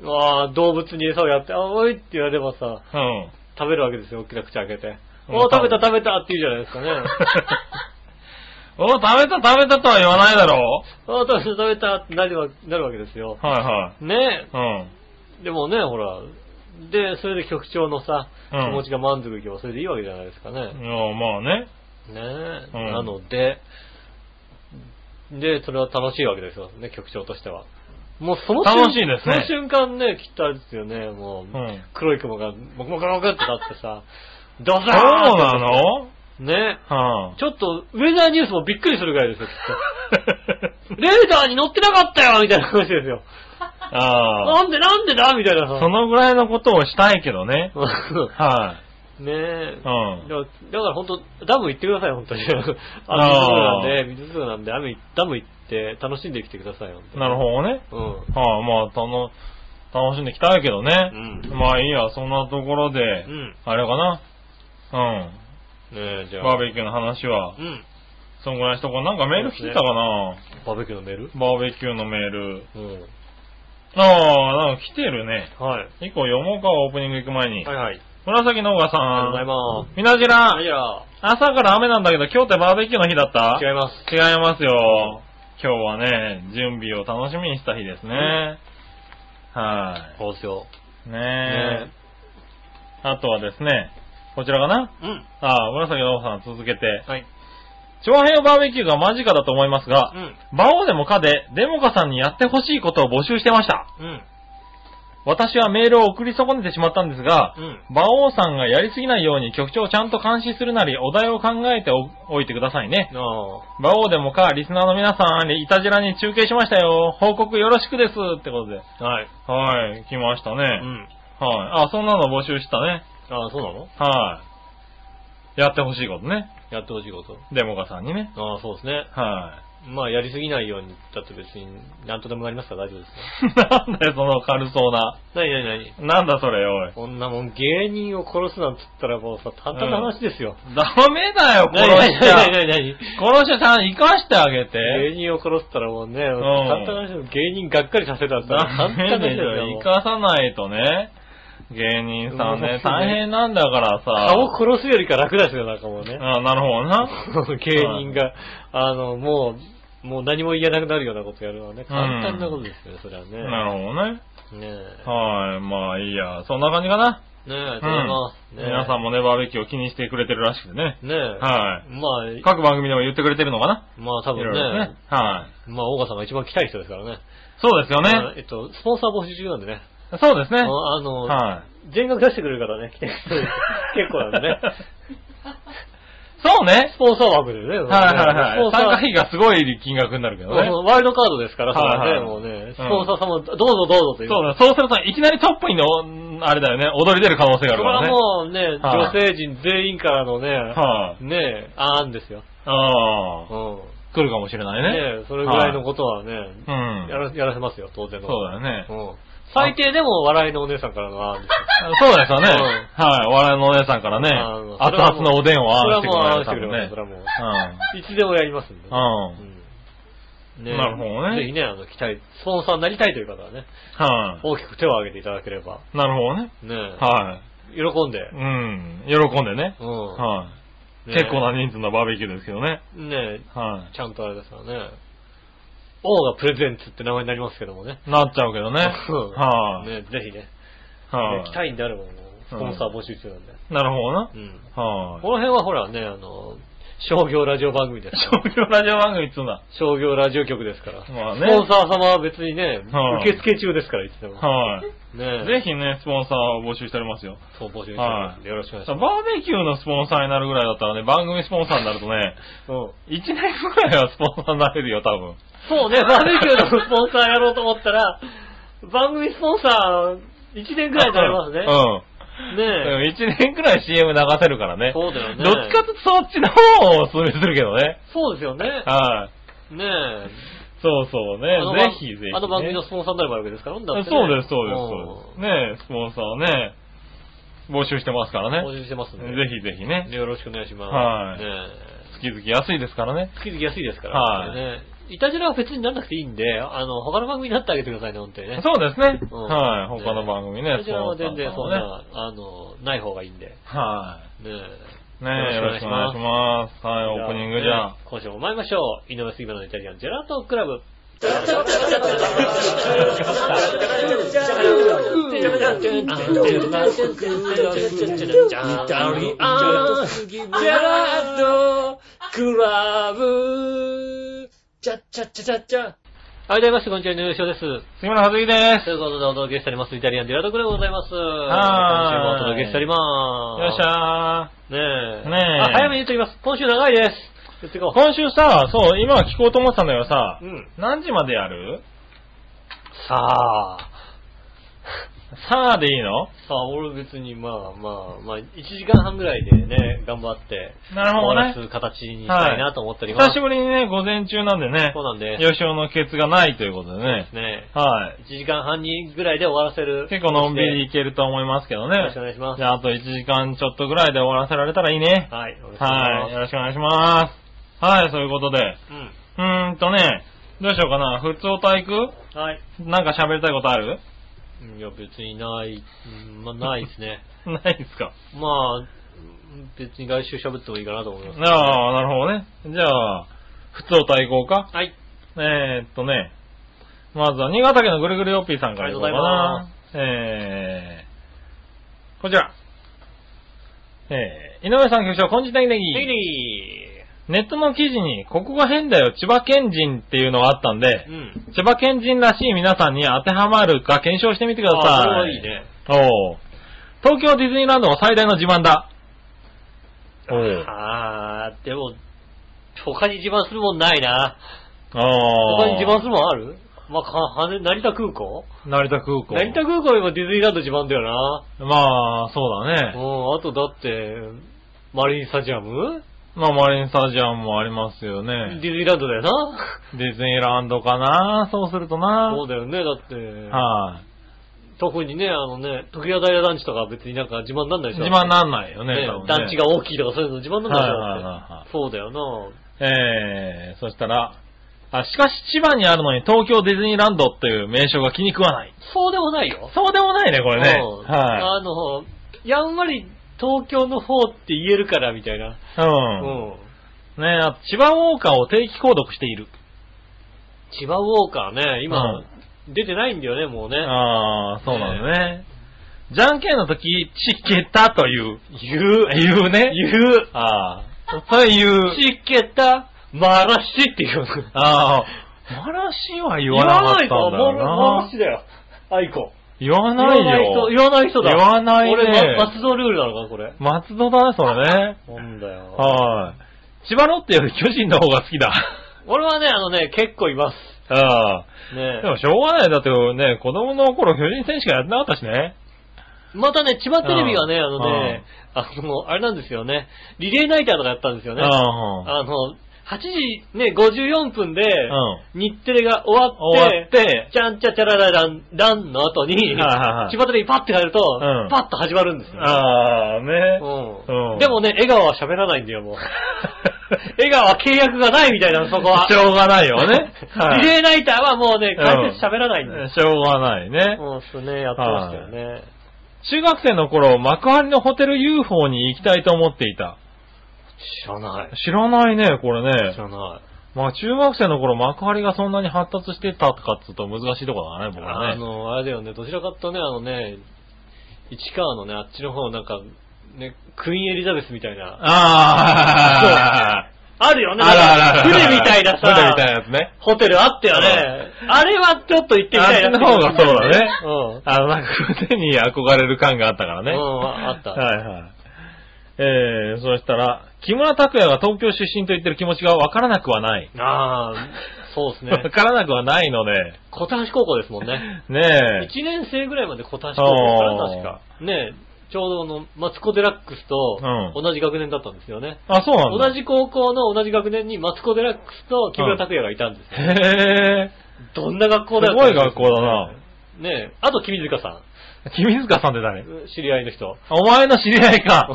[SPEAKER 3] うん。
[SPEAKER 2] ああ、動物に餌をやって、あ、おいって言われればさ、
[SPEAKER 3] うん。
[SPEAKER 2] 食べるわけですよ、大きな口開けて。
[SPEAKER 3] うん
[SPEAKER 2] おー食べた食べたって言うじゃないですかね。
[SPEAKER 3] お、食べた食べたとは言わないだろ
[SPEAKER 2] おー食べた食べたってなるわなるわけですよ。
[SPEAKER 3] はいは
[SPEAKER 2] ね
[SPEAKER 3] い。うん。
[SPEAKER 2] でもね、ほら、で、それで局長のさ、気
[SPEAKER 3] うん
[SPEAKER 2] 持ちが満足いけばそれでいいわけじゃないですかね。
[SPEAKER 3] いや、まあね。
[SPEAKER 2] ねえ、
[SPEAKER 3] うん
[SPEAKER 2] なので、で、それは楽しいわけですよね、局長としては。もうその瞬
[SPEAKER 3] 楽しいですね
[SPEAKER 2] その瞬間ね、きっとあれですよね、もう、
[SPEAKER 3] うん
[SPEAKER 2] 黒い雲が、もくもくもくってなって さ、ドザー
[SPEAKER 3] そう
[SPEAKER 2] ンって
[SPEAKER 3] なの
[SPEAKER 2] ね。
[SPEAKER 3] は
[SPEAKER 2] ちょっと、ウェザーニュースもびっくりするぐらいですよ、きっと。レ ーダーに乗ってなかったよみたいな話ですよ。
[SPEAKER 3] あ。 ああ。
[SPEAKER 2] なんでなんでだみたいなさ。
[SPEAKER 3] そのぐらいのことをしたいけどね。は
[SPEAKER 2] ねえ
[SPEAKER 3] い。。うん
[SPEAKER 2] だ。からだから本当、ダム行ってください、本当に。雨水
[SPEAKER 3] あー
[SPEAKER 2] なんで、水なんで、雨、ダム行って楽しんできてください、本当に
[SPEAKER 3] なるほどね。はあ、まあ、たの、楽しんできたいけどね。
[SPEAKER 2] うん
[SPEAKER 3] まあいいや、そんなところで、
[SPEAKER 2] うん。うん。
[SPEAKER 3] あれかな。うん。
[SPEAKER 2] ねえ、じゃあ。
[SPEAKER 3] バーベキューの話は、
[SPEAKER 2] うん。
[SPEAKER 3] そんぐらいにしとこう。なんかメール来てたかな、
[SPEAKER 2] バーベキューのメール
[SPEAKER 3] バーベキューのメール。
[SPEAKER 2] うん。
[SPEAKER 3] ああ、なんか来てるね。
[SPEAKER 2] はい。
[SPEAKER 3] 一個読もうか、オープニング行く前に。
[SPEAKER 2] はいはい。
[SPEAKER 3] 紫のおがさん。
[SPEAKER 2] ありがとうございます。
[SPEAKER 3] みなじら
[SPEAKER 2] あ、い、や、
[SPEAKER 3] 朝から雨なんだけど、今日ってバーベキューの日だった
[SPEAKER 2] 違います。
[SPEAKER 3] 違いますよ。今日はね、準備を楽しみにした日ですね。は
[SPEAKER 2] そうですよ。
[SPEAKER 3] い。
[SPEAKER 2] ね
[SPEAKER 3] ねえ。あとはですね、こちらかな
[SPEAKER 2] うん。
[SPEAKER 3] ああ、紫のおがさん続けて。
[SPEAKER 2] はい。
[SPEAKER 3] 長編バーベキューが間近だと思いますが
[SPEAKER 2] う、ん。
[SPEAKER 3] バオでもかで、デモカさんにやってほしいことを募集してました。
[SPEAKER 2] うん。
[SPEAKER 3] 私はメールを送り損ねてしまったんですが、
[SPEAKER 2] うん。
[SPEAKER 3] 馬王さんがやりすぎないように局長をちゃんと監視するなり、お題を考えておおいてくださいね。
[SPEAKER 2] あ
[SPEAKER 3] 馬王でもか、リスナーの皆さん、いたじらに中継しましたよ。報告よろしくです。ってことで。
[SPEAKER 2] あ。はい。
[SPEAKER 3] はい、来ましたね。
[SPEAKER 2] うん。
[SPEAKER 3] はい。あ、そんなの募集したね。
[SPEAKER 2] ああ、そうなの
[SPEAKER 3] はい。やってほしいことね。
[SPEAKER 2] やってほしいこと。
[SPEAKER 3] デモカさんにね。
[SPEAKER 2] ああ、そうですね。
[SPEAKER 3] は
[SPEAKER 2] まあ、やりすぎないように、だって別に、なんとでもなりますから大丈夫ですよ。
[SPEAKER 3] い。 なんだよ、その軽そうな。
[SPEAKER 2] なになになに
[SPEAKER 3] なんだそれ、おい。
[SPEAKER 2] こんなもん芸人を殺すなんつったらもうさ、簡単な話ですよ。
[SPEAKER 3] ダメだよ、
[SPEAKER 2] なに
[SPEAKER 3] 殺
[SPEAKER 2] な
[SPEAKER 3] し
[SPEAKER 2] に
[SPEAKER 3] ちゃ
[SPEAKER 2] な。になになに
[SPEAKER 3] 殺しちゃん生かしてあげて。
[SPEAKER 2] 芸人を殺したらもうね、
[SPEAKER 3] ん
[SPEAKER 2] 簡単な話です芸人がっかりさせたらさ、
[SPEAKER 3] ダ
[SPEAKER 2] 簡単な
[SPEAKER 3] メ
[SPEAKER 2] 話で
[SPEAKER 3] ですし
[SPEAKER 2] よ。も
[SPEAKER 3] ょ。
[SPEAKER 2] う
[SPEAKER 3] 生かさ ないとね。芸人さん
[SPEAKER 2] う
[SPEAKER 3] ね、
[SPEAKER 2] ん
[SPEAKER 3] 大変なんだからさ。
[SPEAKER 2] 顔殺すよりか楽ですよ、なんかもうね。
[SPEAKER 3] あなるほどな。
[SPEAKER 2] 芸人が、あの、ももう何も言えなくなるようなことやるのはね、簡単なことですよね、それはね。
[SPEAKER 3] なるほどね。
[SPEAKER 2] ねえ。
[SPEAKER 3] はい。まあいいや。そんな感じかな。
[SPEAKER 2] ねえ、ありがとうございます。ねえ
[SPEAKER 3] 皆さんもね、バーベキューを気にしてくれてるらしくてね。
[SPEAKER 2] ねえ。
[SPEAKER 3] は
[SPEAKER 2] ま
[SPEAKER 3] 各番組でも言ってくれてるのかな
[SPEAKER 2] あ、まあ多
[SPEAKER 3] い
[SPEAKER 2] 分
[SPEAKER 3] ろいろ
[SPEAKER 2] ね
[SPEAKER 3] ね。。はい。
[SPEAKER 2] まあ、大川さんが一番来たい人ですからね。
[SPEAKER 3] そうですよ
[SPEAKER 2] まあ
[SPEAKER 3] ね。
[SPEAKER 2] えっと、スポンサー募集中なんでね。
[SPEAKER 3] そうですね。
[SPEAKER 2] ああの、
[SPEAKER 3] はい。
[SPEAKER 2] 全額出してくれるからね、来て 結構なんでね。
[SPEAKER 3] そうね
[SPEAKER 2] ス。ポンサー枠でね。はい
[SPEAKER 3] はいはいはい。
[SPEAKER 2] スポンサー
[SPEAKER 3] 参加費がすごい金額になるけどね。
[SPEAKER 2] もうワイルドカードですから、それは
[SPEAKER 3] はいはい
[SPEAKER 2] ね、もうね、ス
[SPEAKER 3] うん
[SPEAKER 2] ポンサーさんも、どうぞどうぞという。
[SPEAKER 3] そうだ、そうするといきなりトップにの、あれだよね、踊り出る可能性が
[SPEAKER 2] それ
[SPEAKER 3] あるから
[SPEAKER 2] は
[SPEAKER 3] ね。
[SPEAKER 2] もうね、
[SPEAKER 3] はい
[SPEAKER 2] 女性陣全員からのね、
[SPEAKER 3] はい、
[SPEAKER 2] ねえ、あーんですよ。
[SPEAKER 3] あ
[SPEAKER 2] う
[SPEAKER 3] あ、
[SPEAKER 2] ん。
[SPEAKER 3] 来るかもしれないね。
[SPEAKER 2] ねえ、それぐらいのことはね、
[SPEAKER 3] うん
[SPEAKER 2] や。らやらせますよ、当然
[SPEAKER 3] そ
[SPEAKER 2] の。
[SPEAKER 3] うだよね。
[SPEAKER 2] うん。最低でも笑いのお姉さんからのあーんですよ。
[SPEAKER 3] そうですよね。
[SPEAKER 2] うん
[SPEAKER 3] はい。お笑いのお姉さんからね
[SPEAKER 2] あの、
[SPEAKER 3] 熱々のおでんをあ
[SPEAKER 2] それ
[SPEAKER 3] あ
[SPEAKER 2] は
[SPEAKER 3] して
[SPEAKER 2] も
[SPEAKER 3] く
[SPEAKER 2] うあーん
[SPEAKER 3] れ
[SPEAKER 2] してくれ
[SPEAKER 3] る
[SPEAKER 2] ます。そ
[SPEAKER 3] ね
[SPEAKER 2] れ。はもう。いつでもやりますんで
[SPEAKER 3] う。ん。うん。
[SPEAKER 2] うん。
[SPEAKER 3] なるほどね
[SPEAKER 2] ぜひね、あの、期待、スポンサーになりたいという方はね、
[SPEAKER 3] は
[SPEAKER 2] 大きく手を挙げていただければ、
[SPEAKER 3] い。なるほどね。
[SPEAKER 2] ねえ、
[SPEAKER 3] は
[SPEAKER 2] 喜んで
[SPEAKER 3] い。、うん。喜んでね。
[SPEAKER 2] うん。
[SPEAKER 3] はい。
[SPEAKER 2] ねえ
[SPEAKER 3] 結構な人数のバーベキューですけどね。
[SPEAKER 2] ね
[SPEAKER 3] は
[SPEAKER 2] え、ちゃんとあれですからね、王がプレゼンツって名前になりますけどもね。
[SPEAKER 3] い。なっちゃうけ どね。
[SPEAKER 2] うん
[SPEAKER 3] はい。
[SPEAKER 2] ねぜひね、
[SPEAKER 3] は
[SPEAKER 2] ね来たいんであればもう、スポンサー募集中なんで。
[SPEAKER 3] い。なるほどな。
[SPEAKER 2] うん。
[SPEAKER 3] は い。
[SPEAKER 2] この辺はほらね、あの、商業ラジオ番組ですから。
[SPEAKER 3] 商業ラジオ番組っつうんだ。
[SPEAKER 2] 商業ラジオ局ですから。
[SPEAKER 3] まあね
[SPEAKER 2] スポンサー様は別にね、
[SPEAKER 3] はい
[SPEAKER 2] 受付中ですから、いつでも。
[SPEAKER 3] はい。
[SPEAKER 2] ね
[SPEAKER 3] ぜひね、スポンサーを募集しておりますよ。
[SPEAKER 2] ひ、そう募集しておりますんで、よろしくお願いし
[SPEAKER 3] バ
[SPEAKER 2] ま
[SPEAKER 3] ーベキューのスポンサーになるぐらいだったらね、番組スポンサーになるとね、
[SPEAKER 2] す。うん。
[SPEAKER 3] 1年ぐらいはスポンサーになれるよ、多分。
[SPEAKER 2] そうね、バーベキューのスポンサーやろうと思ったら、番組スポンサー、1年くらいになりますね。ねえ。
[SPEAKER 3] うん。うん。1年くらい CM 流せるからね。
[SPEAKER 2] そうだよね
[SPEAKER 3] どっちかっていうとそっちの方をお勧めするけどね。
[SPEAKER 2] そうですよね。
[SPEAKER 3] はい。
[SPEAKER 2] ねえ。
[SPEAKER 3] そうそうね
[SPEAKER 2] あの。
[SPEAKER 3] ぜひぜひね。
[SPEAKER 2] あの番組のスポンサーになればいいわけですから、だ
[SPEAKER 3] そう
[SPEAKER 2] っ
[SPEAKER 3] で
[SPEAKER 2] て
[SPEAKER 3] す、
[SPEAKER 2] ね
[SPEAKER 3] そうです、そうです。ねえスポンサーをね、募集してますから
[SPEAKER 2] うん募
[SPEAKER 3] ね。
[SPEAKER 2] 集してますん
[SPEAKER 3] ぜ
[SPEAKER 2] で。
[SPEAKER 3] ひぜひね。
[SPEAKER 2] よろしくお願いします。
[SPEAKER 3] はい
[SPEAKER 2] ね
[SPEAKER 3] 月々安いですからね。
[SPEAKER 2] え。月々安いですから。
[SPEAKER 3] はい
[SPEAKER 2] ねえいたじらは別になんなくていいんで、あの、他の番組になってあげてくださいね、本当にね。
[SPEAKER 3] そうですね。
[SPEAKER 2] うん
[SPEAKER 3] はい。他の番組ね。
[SPEAKER 2] いたじらは全然そん
[SPEAKER 3] ね。
[SPEAKER 2] な、あの、ない方がいいんで。ね
[SPEAKER 3] は
[SPEAKER 2] え。
[SPEAKER 3] い。ねえよ
[SPEAKER 2] よ
[SPEAKER 3] ろ
[SPEAKER 2] ろし
[SPEAKER 3] しく
[SPEAKER 2] く
[SPEAKER 3] お
[SPEAKER 2] お
[SPEAKER 3] 願
[SPEAKER 2] 願
[SPEAKER 3] い
[SPEAKER 2] い
[SPEAKER 3] し
[SPEAKER 2] し
[SPEAKER 3] ます。はい、オープニングじゃあ
[SPEAKER 2] ね。今週も参りましょう。井上杉村のイタリアンジェラートクラブ。はい、どうもこんにちは、井上翔です。
[SPEAKER 3] 杉村和樹です。
[SPEAKER 2] ということでお届けしております、イタリアンジェラートクラブでございます。
[SPEAKER 3] はーい
[SPEAKER 2] 今週もお届けしております。
[SPEAKER 3] よっしゃ
[SPEAKER 2] ねえ。
[SPEAKER 3] ねえ
[SPEAKER 2] あ、早めに言っておきます。今週長いです。言っていこ
[SPEAKER 3] ー。今週さ、そう、今聞こうと思ってたんだけどさ
[SPEAKER 2] う。う、ん。
[SPEAKER 3] 何時までやる
[SPEAKER 2] さあ。
[SPEAKER 3] さあでいいの
[SPEAKER 2] さあ、俺別にまあまあまあ、1時間半ぐらいでね、頑張って、
[SPEAKER 3] なるほどね
[SPEAKER 2] 終わらす形にしたいなと思っております。
[SPEAKER 3] 久しぶりにね、午前中なんでね
[SPEAKER 2] そ、うなんです。
[SPEAKER 3] 吉尾のケツがないということでね。
[SPEAKER 2] ね
[SPEAKER 3] はい。
[SPEAKER 2] 1時間半にぐらいで終わらせる。
[SPEAKER 3] 結構のんびりいけると思いますけど
[SPEAKER 2] よろ
[SPEAKER 3] ね
[SPEAKER 2] しくお。願いしま
[SPEAKER 3] じ
[SPEAKER 2] す。
[SPEAKER 3] ゃあ、あと1時間ちょっとぐらいで終わらせられたらいいね。
[SPEAKER 2] はい、お願いし
[SPEAKER 3] はい。よ
[SPEAKER 2] ま
[SPEAKER 3] ろしくお願いします。はい、そういうことで。
[SPEAKER 2] す。うん。
[SPEAKER 3] うーんとね、どうしようかな。普通お体育
[SPEAKER 2] はい。
[SPEAKER 3] なんか喋りたいことある
[SPEAKER 2] いや、別にない、うんまあ、ないですね。
[SPEAKER 3] ないですか。
[SPEAKER 2] まあ、うん別に来週喋ってもいいかなと思います。
[SPEAKER 3] ああ、なるほどね。じゃあ、普通お体育行こうか。
[SPEAKER 2] はい。
[SPEAKER 3] えー、っとね、まずは新潟県のぐるぐるよっぴーさんから行こうか
[SPEAKER 2] あり
[SPEAKER 3] な。えー、こちら。えー、井上さん局長、こんにちは、ネギ
[SPEAKER 2] ネギ
[SPEAKER 3] ネ
[SPEAKER 2] ネ
[SPEAKER 3] ギ。ネットの記事に、ここが変だよ、千葉県人っていうのがあったんで
[SPEAKER 2] ギう、ん。
[SPEAKER 3] 千葉県人らしい皆さんに当てはまるか検証してみてください。
[SPEAKER 2] あそれはいいね。
[SPEAKER 3] おう東京ディズニーランドの最大の自慢だ。おう
[SPEAKER 2] あー、でも、他に自慢するもんないな。
[SPEAKER 3] あ
[SPEAKER 2] 他に
[SPEAKER 3] ー
[SPEAKER 2] 自慢するもんあるまあ、か、はね、成田空港
[SPEAKER 3] 成田空港。
[SPEAKER 2] 成田空港今ディズニーランド自慢だよな。
[SPEAKER 3] まあ、そうだ
[SPEAKER 2] うん、
[SPEAKER 3] ね。
[SPEAKER 2] あとだって、マリンスタジアム
[SPEAKER 3] まあ、マリンスタジアムもありますよ
[SPEAKER 2] ディ
[SPEAKER 3] ね
[SPEAKER 2] ズ。ニーランドだよな。
[SPEAKER 3] ディズニーランドかなそうするとな
[SPEAKER 2] そうだよね、だって、
[SPEAKER 3] はい、
[SPEAKER 2] 特にね、あのね、時矢平団地とか別になんか自慢なんないでしょ
[SPEAKER 3] 自慢なんないよね、
[SPEAKER 2] ね
[SPEAKER 3] 多分ね
[SPEAKER 2] 団地が大きいとかそういうの自慢なんないでしょ
[SPEAKER 3] はいはいはい
[SPEAKER 2] だ
[SPEAKER 3] は
[SPEAKER 2] っ
[SPEAKER 3] い
[SPEAKER 2] てそうだよな。
[SPEAKER 3] えー、そしたら、あ、しかし千葉にあるのに東京ディズニーランドっていう名称が気に食わない。
[SPEAKER 2] そうでもないよ。
[SPEAKER 3] そうでもないね、これね。
[SPEAKER 2] うん
[SPEAKER 3] は
[SPEAKER 2] あの、やんわり東京の方って言えるからみたいな。
[SPEAKER 3] い。
[SPEAKER 2] うん。
[SPEAKER 3] うん。ねあと千葉ウォーカーを定期購読している。
[SPEAKER 2] 千葉ウォーカーね、今、
[SPEAKER 3] うん
[SPEAKER 2] 出てないんだよね、もうね。
[SPEAKER 3] ああ、そうなんだね。じゃんけんの時、チケタという。言う、言うね。言う。ああ。それ言う。
[SPEAKER 2] チケタ、マラシっていうの。
[SPEAKER 3] ああ。マラシは
[SPEAKER 2] 言
[SPEAKER 3] 言わ
[SPEAKER 2] わ
[SPEAKER 3] なかっ
[SPEAKER 2] な
[SPEAKER 3] た
[SPEAKER 2] い
[SPEAKER 3] ん
[SPEAKER 2] か、
[SPEAKER 3] だ
[SPEAKER 2] も
[SPEAKER 3] ろう
[SPEAKER 2] うマラ
[SPEAKER 3] な
[SPEAKER 2] シ。だよ。アイコ。
[SPEAKER 3] 言わ
[SPEAKER 2] 言
[SPEAKER 3] な
[SPEAKER 2] わ
[SPEAKER 3] い
[SPEAKER 2] ない人、
[SPEAKER 3] よ。
[SPEAKER 2] 言わない人だ。
[SPEAKER 3] 言わないね
[SPEAKER 2] 俺、ま松戸ルールなのか、これ。
[SPEAKER 3] 松戸だね、それね。
[SPEAKER 2] なんだよ。
[SPEAKER 3] はい。千葉ロッテより巨人の方が好きだ。
[SPEAKER 2] 俺はね、あのね、結構います。
[SPEAKER 3] ああ。
[SPEAKER 2] ね
[SPEAKER 3] でもしょうがない。だってね、子供の頃巨人戦しかやってなかったしね。
[SPEAKER 2] またね、千葉テレビがね、
[SPEAKER 3] うん
[SPEAKER 2] あのね、あの、あれなんですよね、リレーナイターとかやったんですよね。
[SPEAKER 3] ああ。
[SPEAKER 2] あの、8時ね、54分で、
[SPEAKER 3] うん。
[SPEAKER 2] 日テレが終
[SPEAKER 3] 終
[SPEAKER 2] わ
[SPEAKER 3] わ
[SPEAKER 2] っ、
[SPEAKER 3] ってて、
[SPEAKER 2] ちゃんちゃちゃらららん、らんの後に、
[SPEAKER 3] はいはいはい
[SPEAKER 2] 千葉テレビパッて入ると、
[SPEAKER 3] うん
[SPEAKER 2] パッと始まるんですよ。
[SPEAKER 3] ああ、ね。
[SPEAKER 2] うん
[SPEAKER 3] うん
[SPEAKER 2] でもね、笑顔は喋らないんだ よ、もう。笑顔は契約がないみたいな、そこは。。
[SPEAKER 3] しょうがないよ ねはい
[SPEAKER 2] リレーナイターはもうね、解説喋らないんだよ。
[SPEAKER 3] しょうがないね。
[SPEAKER 2] もうすね、やってましたよね。
[SPEAKER 3] 中学生の頃、幕張のホテル UFO に行きたいと思っていた。
[SPEAKER 2] 知らない。
[SPEAKER 3] 知らないね、これね
[SPEAKER 2] 知。らない。
[SPEAKER 3] まあ中学生の頃、幕張がそんなに発達してたかっつうと難しいとこだね、僕は
[SPEAKER 2] あ
[SPEAKER 3] ね。
[SPEAKER 2] の、あれだよね、どちらかとね、あのね、市川のね、あっちの方、なんか、ね、クイーンエリザベスみたいな。
[SPEAKER 3] ああ、
[SPEAKER 2] あるよ
[SPEAKER 3] あ
[SPEAKER 2] ね。
[SPEAKER 3] らあらあら。
[SPEAKER 2] 船みたいなさ、
[SPEAKER 3] 船みたいなやつね。
[SPEAKER 2] ホテルあったよね。あれはちょっと行ってみたいな。
[SPEAKER 3] あっちの方がそうだね
[SPEAKER 2] うん。
[SPEAKER 3] あの、なんか船に憧れる感があったからね。
[SPEAKER 2] うんああった
[SPEAKER 3] はいはい。えー、そしたら、木村拓哉が東京出身と言ってる気持ちがわからなくはない。
[SPEAKER 2] ああ、そうです
[SPEAKER 3] わ
[SPEAKER 2] ね。
[SPEAKER 3] からなくはないので、
[SPEAKER 2] 小田橋高校ですもんね。
[SPEAKER 3] ねえ。
[SPEAKER 2] 1年生ぐらいまで小田橋高校から確か。ねちょうどあの、マツコデラックスと
[SPEAKER 3] う
[SPEAKER 2] 同じ学年だったんですよね。
[SPEAKER 3] あ、そうなんだ。
[SPEAKER 2] 同じ高校の同じ学年にマツコデラックスと木村拓哉がいたんですよ。
[SPEAKER 3] へえ。
[SPEAKER 2] どんな学校だよ
[SPEAKER 3] すごい学校だな。
[SPEAKER 2] ねえ、あと君塚さ
[SPEAKER 3] 君塚さんって誰
[SPEAKER 2] ん、知り合いの人。
[SPEAKER 3] あお前の知り合い か。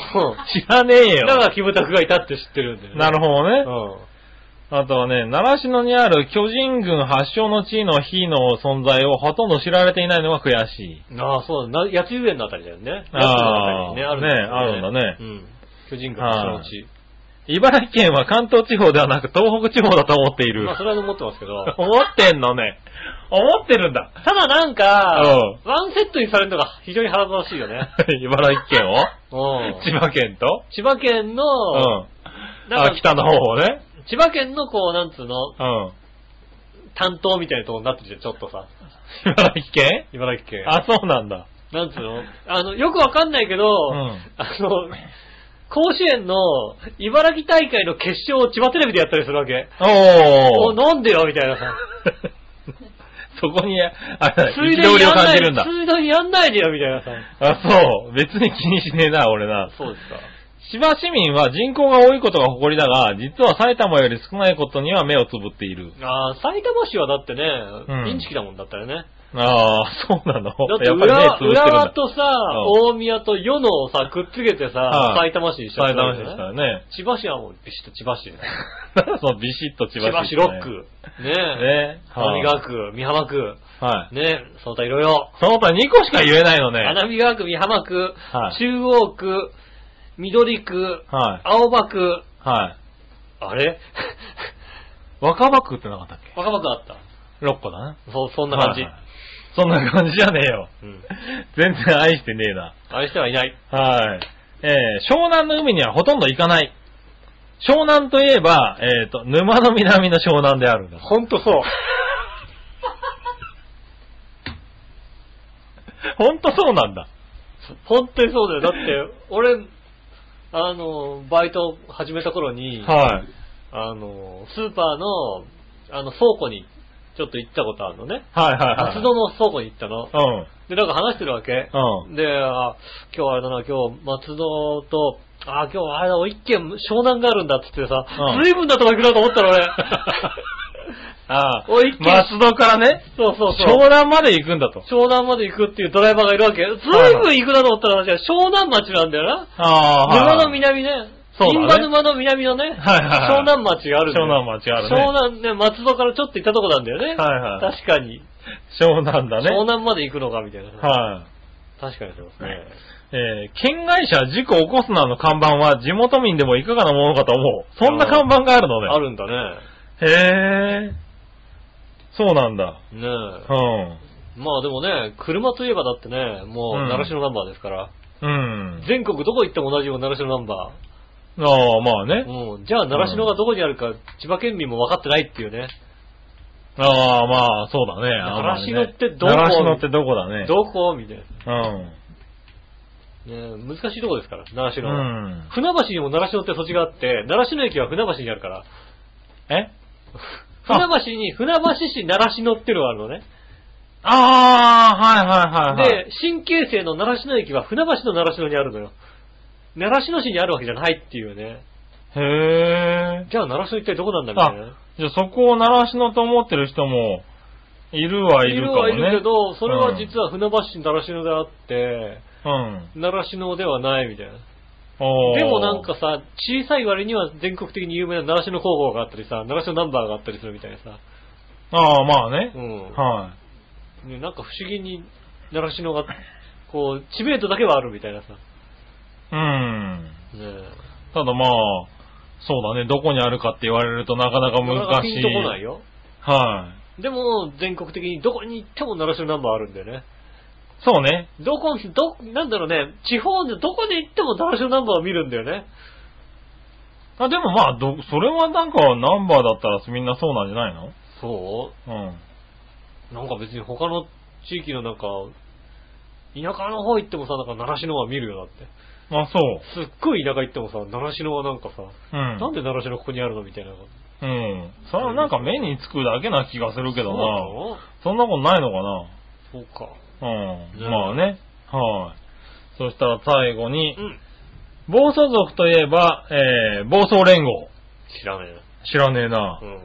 [SPEAKER 3] 知らねえ
[SPEAKER 2] だ
[SPEAKER 3] よ。
[SPEAKER 2] からキムタクがいたって知ってるんだよね。
[SPEAKER 3] なるほどね。
[SPEAKER 2] ほ
[SPEAKER 3] あとはね、奈良市野にある巨人軍発祥の地の日の存在をほとんど知られていないのが悔しい。
[SPEAKER 2] うん。ああ、そうだ。な八千園のあたりだよね。
[SPEAKER 3] ああ
[SPEAKER 2] 八千園のあたりにね、ある
[SPEAKER 3] ねあるんだね
[SPEAKER 2] うん。巨人軍のうち。
[SPEAKER 3] 茨城県は関東地方ではなく東北地方だと思っている。
[SPEAKER 2] まあ、。それは思ってますけど
[SPEAKER 3] 思ってんのね。思ってるんだ。
[SPEAKER 2] ただなんか、ワンセットにされるのが非常に腹立たしいよね。
[SPEAKER 3] 茨城県を
[SPEAKER 2] うん。
[SPEAKER 3] 千葉県と
[SPEAKER 2] 千葉県の、
[SPEAKER 3] うん。
[SPEAKER 2] なん
[SPEAKER 3] あ、
[SPEAKER 2] か
[SPEAKER 3] 北の方をね。
[SPEAKER 2] 千葉県のこう、なんつうの、
[SPEAKER 3] うん。
[SPEAKER 2] 担当みたいなとこになってるじゃん、ちょっとさ。
[SPEAKER 3] 茨城県
[SPEAKER 2] 茨城県。
[SPEAKER 3] あ、そうなんだ。
[SPEAKER 2] なんつうのあの、よくわかんないけど、
[SPEAKER 3] ん
[SPEAKER 2] あの、甲子園の茨城大会の決勝を千葉テレビでやったりするわけ。
[SPEAKER 3] お
[SPEAKER 2] お、
[SPEAKER 3] ー。
[SPEAKER 2] なんでよみたいなさ。
[SPEAKER 3] そこに、あれ、
[SPEAKER 2] 水
[SPEAKER 3] 憤りを
[SPEAKER 2] やん
[SPEAKER 3] 感
[SPEAKER 2] な
[SPEAKER 3] じ
[SPEAKER 2] い
[SPEAKER 3] るんだ。
[SPEAKER 2] 水道にやんないでよみたいなさ。
[SPEAKER 3] あ、そう。別に気にしねえな、俺な。
[SPEAKER 2] そうですか。
[SPEAKER 3] 千葉市民は人口が多いことが誇りだが、実は埼玉より少ないことには目をつぶっている。
[SPEAKER 2] ああ、埼玉市はだってね、
[SPEAKER 3] ん
[SPEAKER 2] インチキだもんだったよね。
[SPEAKER 3] ああ、そうなの。
[SPEAKER 2] だって
[SPEAKER 3] やっぱり
[SPEAKER 2] 浦
[SPEAKER 3] 目つぶってるん
[SPEAKER 2] 浦和
[SPEAKER 3] だ。
[SPEAKER 2] とさ、大宮と与野をさ、くっつけてさ
[SPEAKER 3] は、い
[SPEAKER 2] 埼玉市にしちゃっ
[SPEAKER 3] 埼
[SPEAKER 2] たわ
[SPEAKER 3] 玉
[SPEAKER 2] けね
[SPEAKER 3] 市ですからね。
[SPEAKER 2] 千葉市はもうビシッと千葉市。
[SPEAKER 3] そのビシッと千
[SPEAKER 2] 千
[SPEAKER 3] 葉
[SPEAKER 2] 葉
[SPEAKER 3] 市。
[SPEAKER 2] 市ロッ。ク。ねえ。
[SPEAKER 3] ね。
[SPEAKER 2] 神川区、美浜区。
[SPEAKER 3] はい。
[SPEAKER 2] ね、その他いろいろ。
[SPEAKER 3] その他2個しか言えないのね。
[SPEAKER 2] 花見川区、美浜区、
[SPEAKER 3] はい
[SPEAKER 2] 中央区、緑区、
[SPEAKER 3] はい。
[SPEAKER 2] 青葉区、
[SPEAKER 3] は
[SPEAKER 2] あれ
[SPEAKER 3] い。若葉区ってなかったっ
[SPEAKER 2] 若葉区あった。
[SPEAKER 3] け ?6 個だな。
[SPEAKER 2] そ、そんな感じ。
[SPEAKER 3] はいはいそんな感じじゃねえよ。
[SPEAKER 2] うん。
[SPEAKER 3] 全然愛してねえな。
[SPEAKER 2] 愛してはいない。
[SPEAKER 3] はい。えー、湘南の海にはほとんど行かない。湘南といえば、えっ、と、沼の南の湘南であるんだ。
[SPEAKER 2] ほんと そう。
[SPEAKER 3] ほんとそうなんだ。
[SPEAKER 2] 本当にそうだよ。だって、俺、あの、バイト始めた頃に、
[SPEAKER 3] はい。
[SPEAKER 2] あの、スーパーの、あの、倉庫に、ちょっと行ったことあるのね。
[SPEAKER 3] はいはいはい。
[SPEAKER 2] 厚戸の倉庫に行ったの。
[SPEAKER 3] うん。
[SPEAKER 2] で、なんか話してるわけ。
[SPEAKER 3] う
[SPEAKER 2] で、あ今日あれだな、今日松戸と、あ今日あれだ、一軒湘南があるんだって言ってさ、
[SPEAKER 3] うん
[SPEAKER 2] 随分なとこ行くなと思ったの 俺。
[SPEAKER 3] ああ。
[SPEAKER 2] おい一軒
[SPEAKER 3] 松戸からね、
[SPEAKER 2] そうそうそう。
[SPEAKER 3] 湘南まで行くんだと。
[SPEAKER 2] 湘南まで行くっていうドライバーがいるわけ。随分行くなと思ったら、湘南町なんだよな。
[SPEAKER 3] ああ、
[SPEAKER 2] 沼の
[SPEAKER 3] はい。
[SPEAKER 2] 南ね。
[SPEAKER 3] そうだ
[SPEAKER 2] 銀
[SPEAKER 3] ね
[SPEAKER 2] 馬沼の南のね、
[SPEAKER 3] はいはいはい
[SPEAKER 2] 湘南町があるんだよ
[SPEAKER 3] 湘南町あるね
[SPEAKER 2] 湘南ね、松戸からちょっと行ったとこなんだよね。
[SPEAKER 3] はいはい
[SPEAKER 2] 確かに。
[SPEAKER 3] 湘南だね。
[SPEAKER 2] 湘南まで行くのか、みたいな。
[SPEAKER 3] はい。
[SPEAKER 2] 確かにそうですね。
[SPEAKER 3] えー、県外車事故起こすなの看板は地元民でもいかがなものかと思う。そんな看板があるのね。
[SPEAKER 2] あるんだね。
[SPEAKER 3] へえ。そうなんだ。
[SPEAKER 2] ねえ。
[SPEAKER 3] うん。
[SPEAKER 2] まあでもね、車といえばだってね、もう、
[SPEAKER 3] うん
[SPEAKER 2] 習志野ナンバーですから、
[SPEAKER 3] うん。
[SPEAKER 2] 全国どこ行っても同じような習志野ナンバ
[SPEAKER 3] ああ、まあね。
[SPEAKER 2] ー。うん。じゃあ、習志野がどこにあるか、千葉県民も分かってないっていうね。
[SPEAKER 3] ああ、まあ、そうだね。
[SPEAKER 2] 習志野ってどこ
[SPEAKER 3] 習志野ってどこだね。
[SPEAKER 2] どこみたいな。ね
[SPEAKER 3] うん。
[SPEAKER 2] え難しいとこですから、習志
[SPEAKER 3] う
[SPEAKER 2] 野は。
[SPEAKER 3] ん。
[SPEAKER 2] 船橋にも習志野って土地があって、習志野駅は船橋にあるから、
[SPEAKER 3] え
[SPEAKER 2] 船橋に、船橋市習志野っていうのがあるのね。
[SPEAKER 3] ああ、はいはいはい、はい。
[SPEAKER 2] で、新京成の習志野駅は船橋の習志野にあるのよ。習志野市にあるわけじゃないっていうね。
[SPEAKER 3] へえ。
[SPEAKER 2] じゃあ習志野一体どこなんだみたいなね。
[SPEAKER 3] あ、じゃあそこを習志野と思ってる人も、いるはい
[SPEAKER 2] い
[SPEAKER 3] る
[SPEAKER 2] る
[SPEAKER 3] かも
[SPEAKER 2] は
[SPEAKER 3] ね。
[SPEAKER 2] いるけど、それは実は船橋市習志野であって、
[SPEAKER 3] うん。
[SPEAKER 2] 習志野ではないみたいな。
[SPEAKER 3] おー
[SPEAKER 2] でもなんか、さ、小さい割には全国的に有名な習志野高校があったりさ、習志野ナンバーがあったりするみたいなさ。
[SPEAKER 3] ああ、まあね
[SPEAKER 2] う。ん。
[SPEAKER 3] は
[SPEAKER 2] ねなんか不思議に習志野が、こう、知名度だけはあるみたいなさ。ね
[SPEAKER 3] い。うん。
[SPEAKER 2] え
[SPEAKER 3] ただまあ、そうだね、どこにあるかって言われるとなかなか
[SPEAKER 2] なかなか
[SPEAKER 3] 難しい。
[SPEAKER 2] ピンとこないよ。
[SPEAKER 3] はい。
[SPEAKER 2] でも、全国的にどこに行っても習志野ナンバーあるんだよね。
[SPEAKER 3] そうね。
[SPEAKER 2] どこ、ど、なんだろうね、地方でどこで行っても習志野ナンバーを見るんだよね。
[SPEAKER 3] あ、でもまあ、ど、それはなんかナンバーだったらみんなそうなんじゃないの
[SPEAKER 2] そう
[SPEAKER 3] うん。
[SPEAKER 2] なんか別に他の地域のなんか、田舎の方行ってもさ、なんか習志野は見るよだって。
[SPEAKER 3] あ、そう。
[SPEAKER 2] すっごい田舎行ってもさ、習志野はなんかさ、
[SPEAKER 3] うん。
[SPEAKER 2] なんで習志野ここにあるのみたいな。
[SPEAKER 3] うん。それはなんか目につくだけな気がするけどな。
[SPEAKER 2] そう
[SPEAKER 3] そんなことないのか
[SPEAKER 2] なのそうか。
[SPEAKER 3] なうん。
[SPEAKER 2] ね
[SPEAKER 3] まあね。はい。そしたら最後に
[SPEAKER 2] う、ん。
[SPEAKER 3] 暴走族といえば、えー、暴走連合。
[SPEAKER 2] 知らねえな。
[SPEAKER 3] 知らねえな
[SPEAKER 2] う。ん。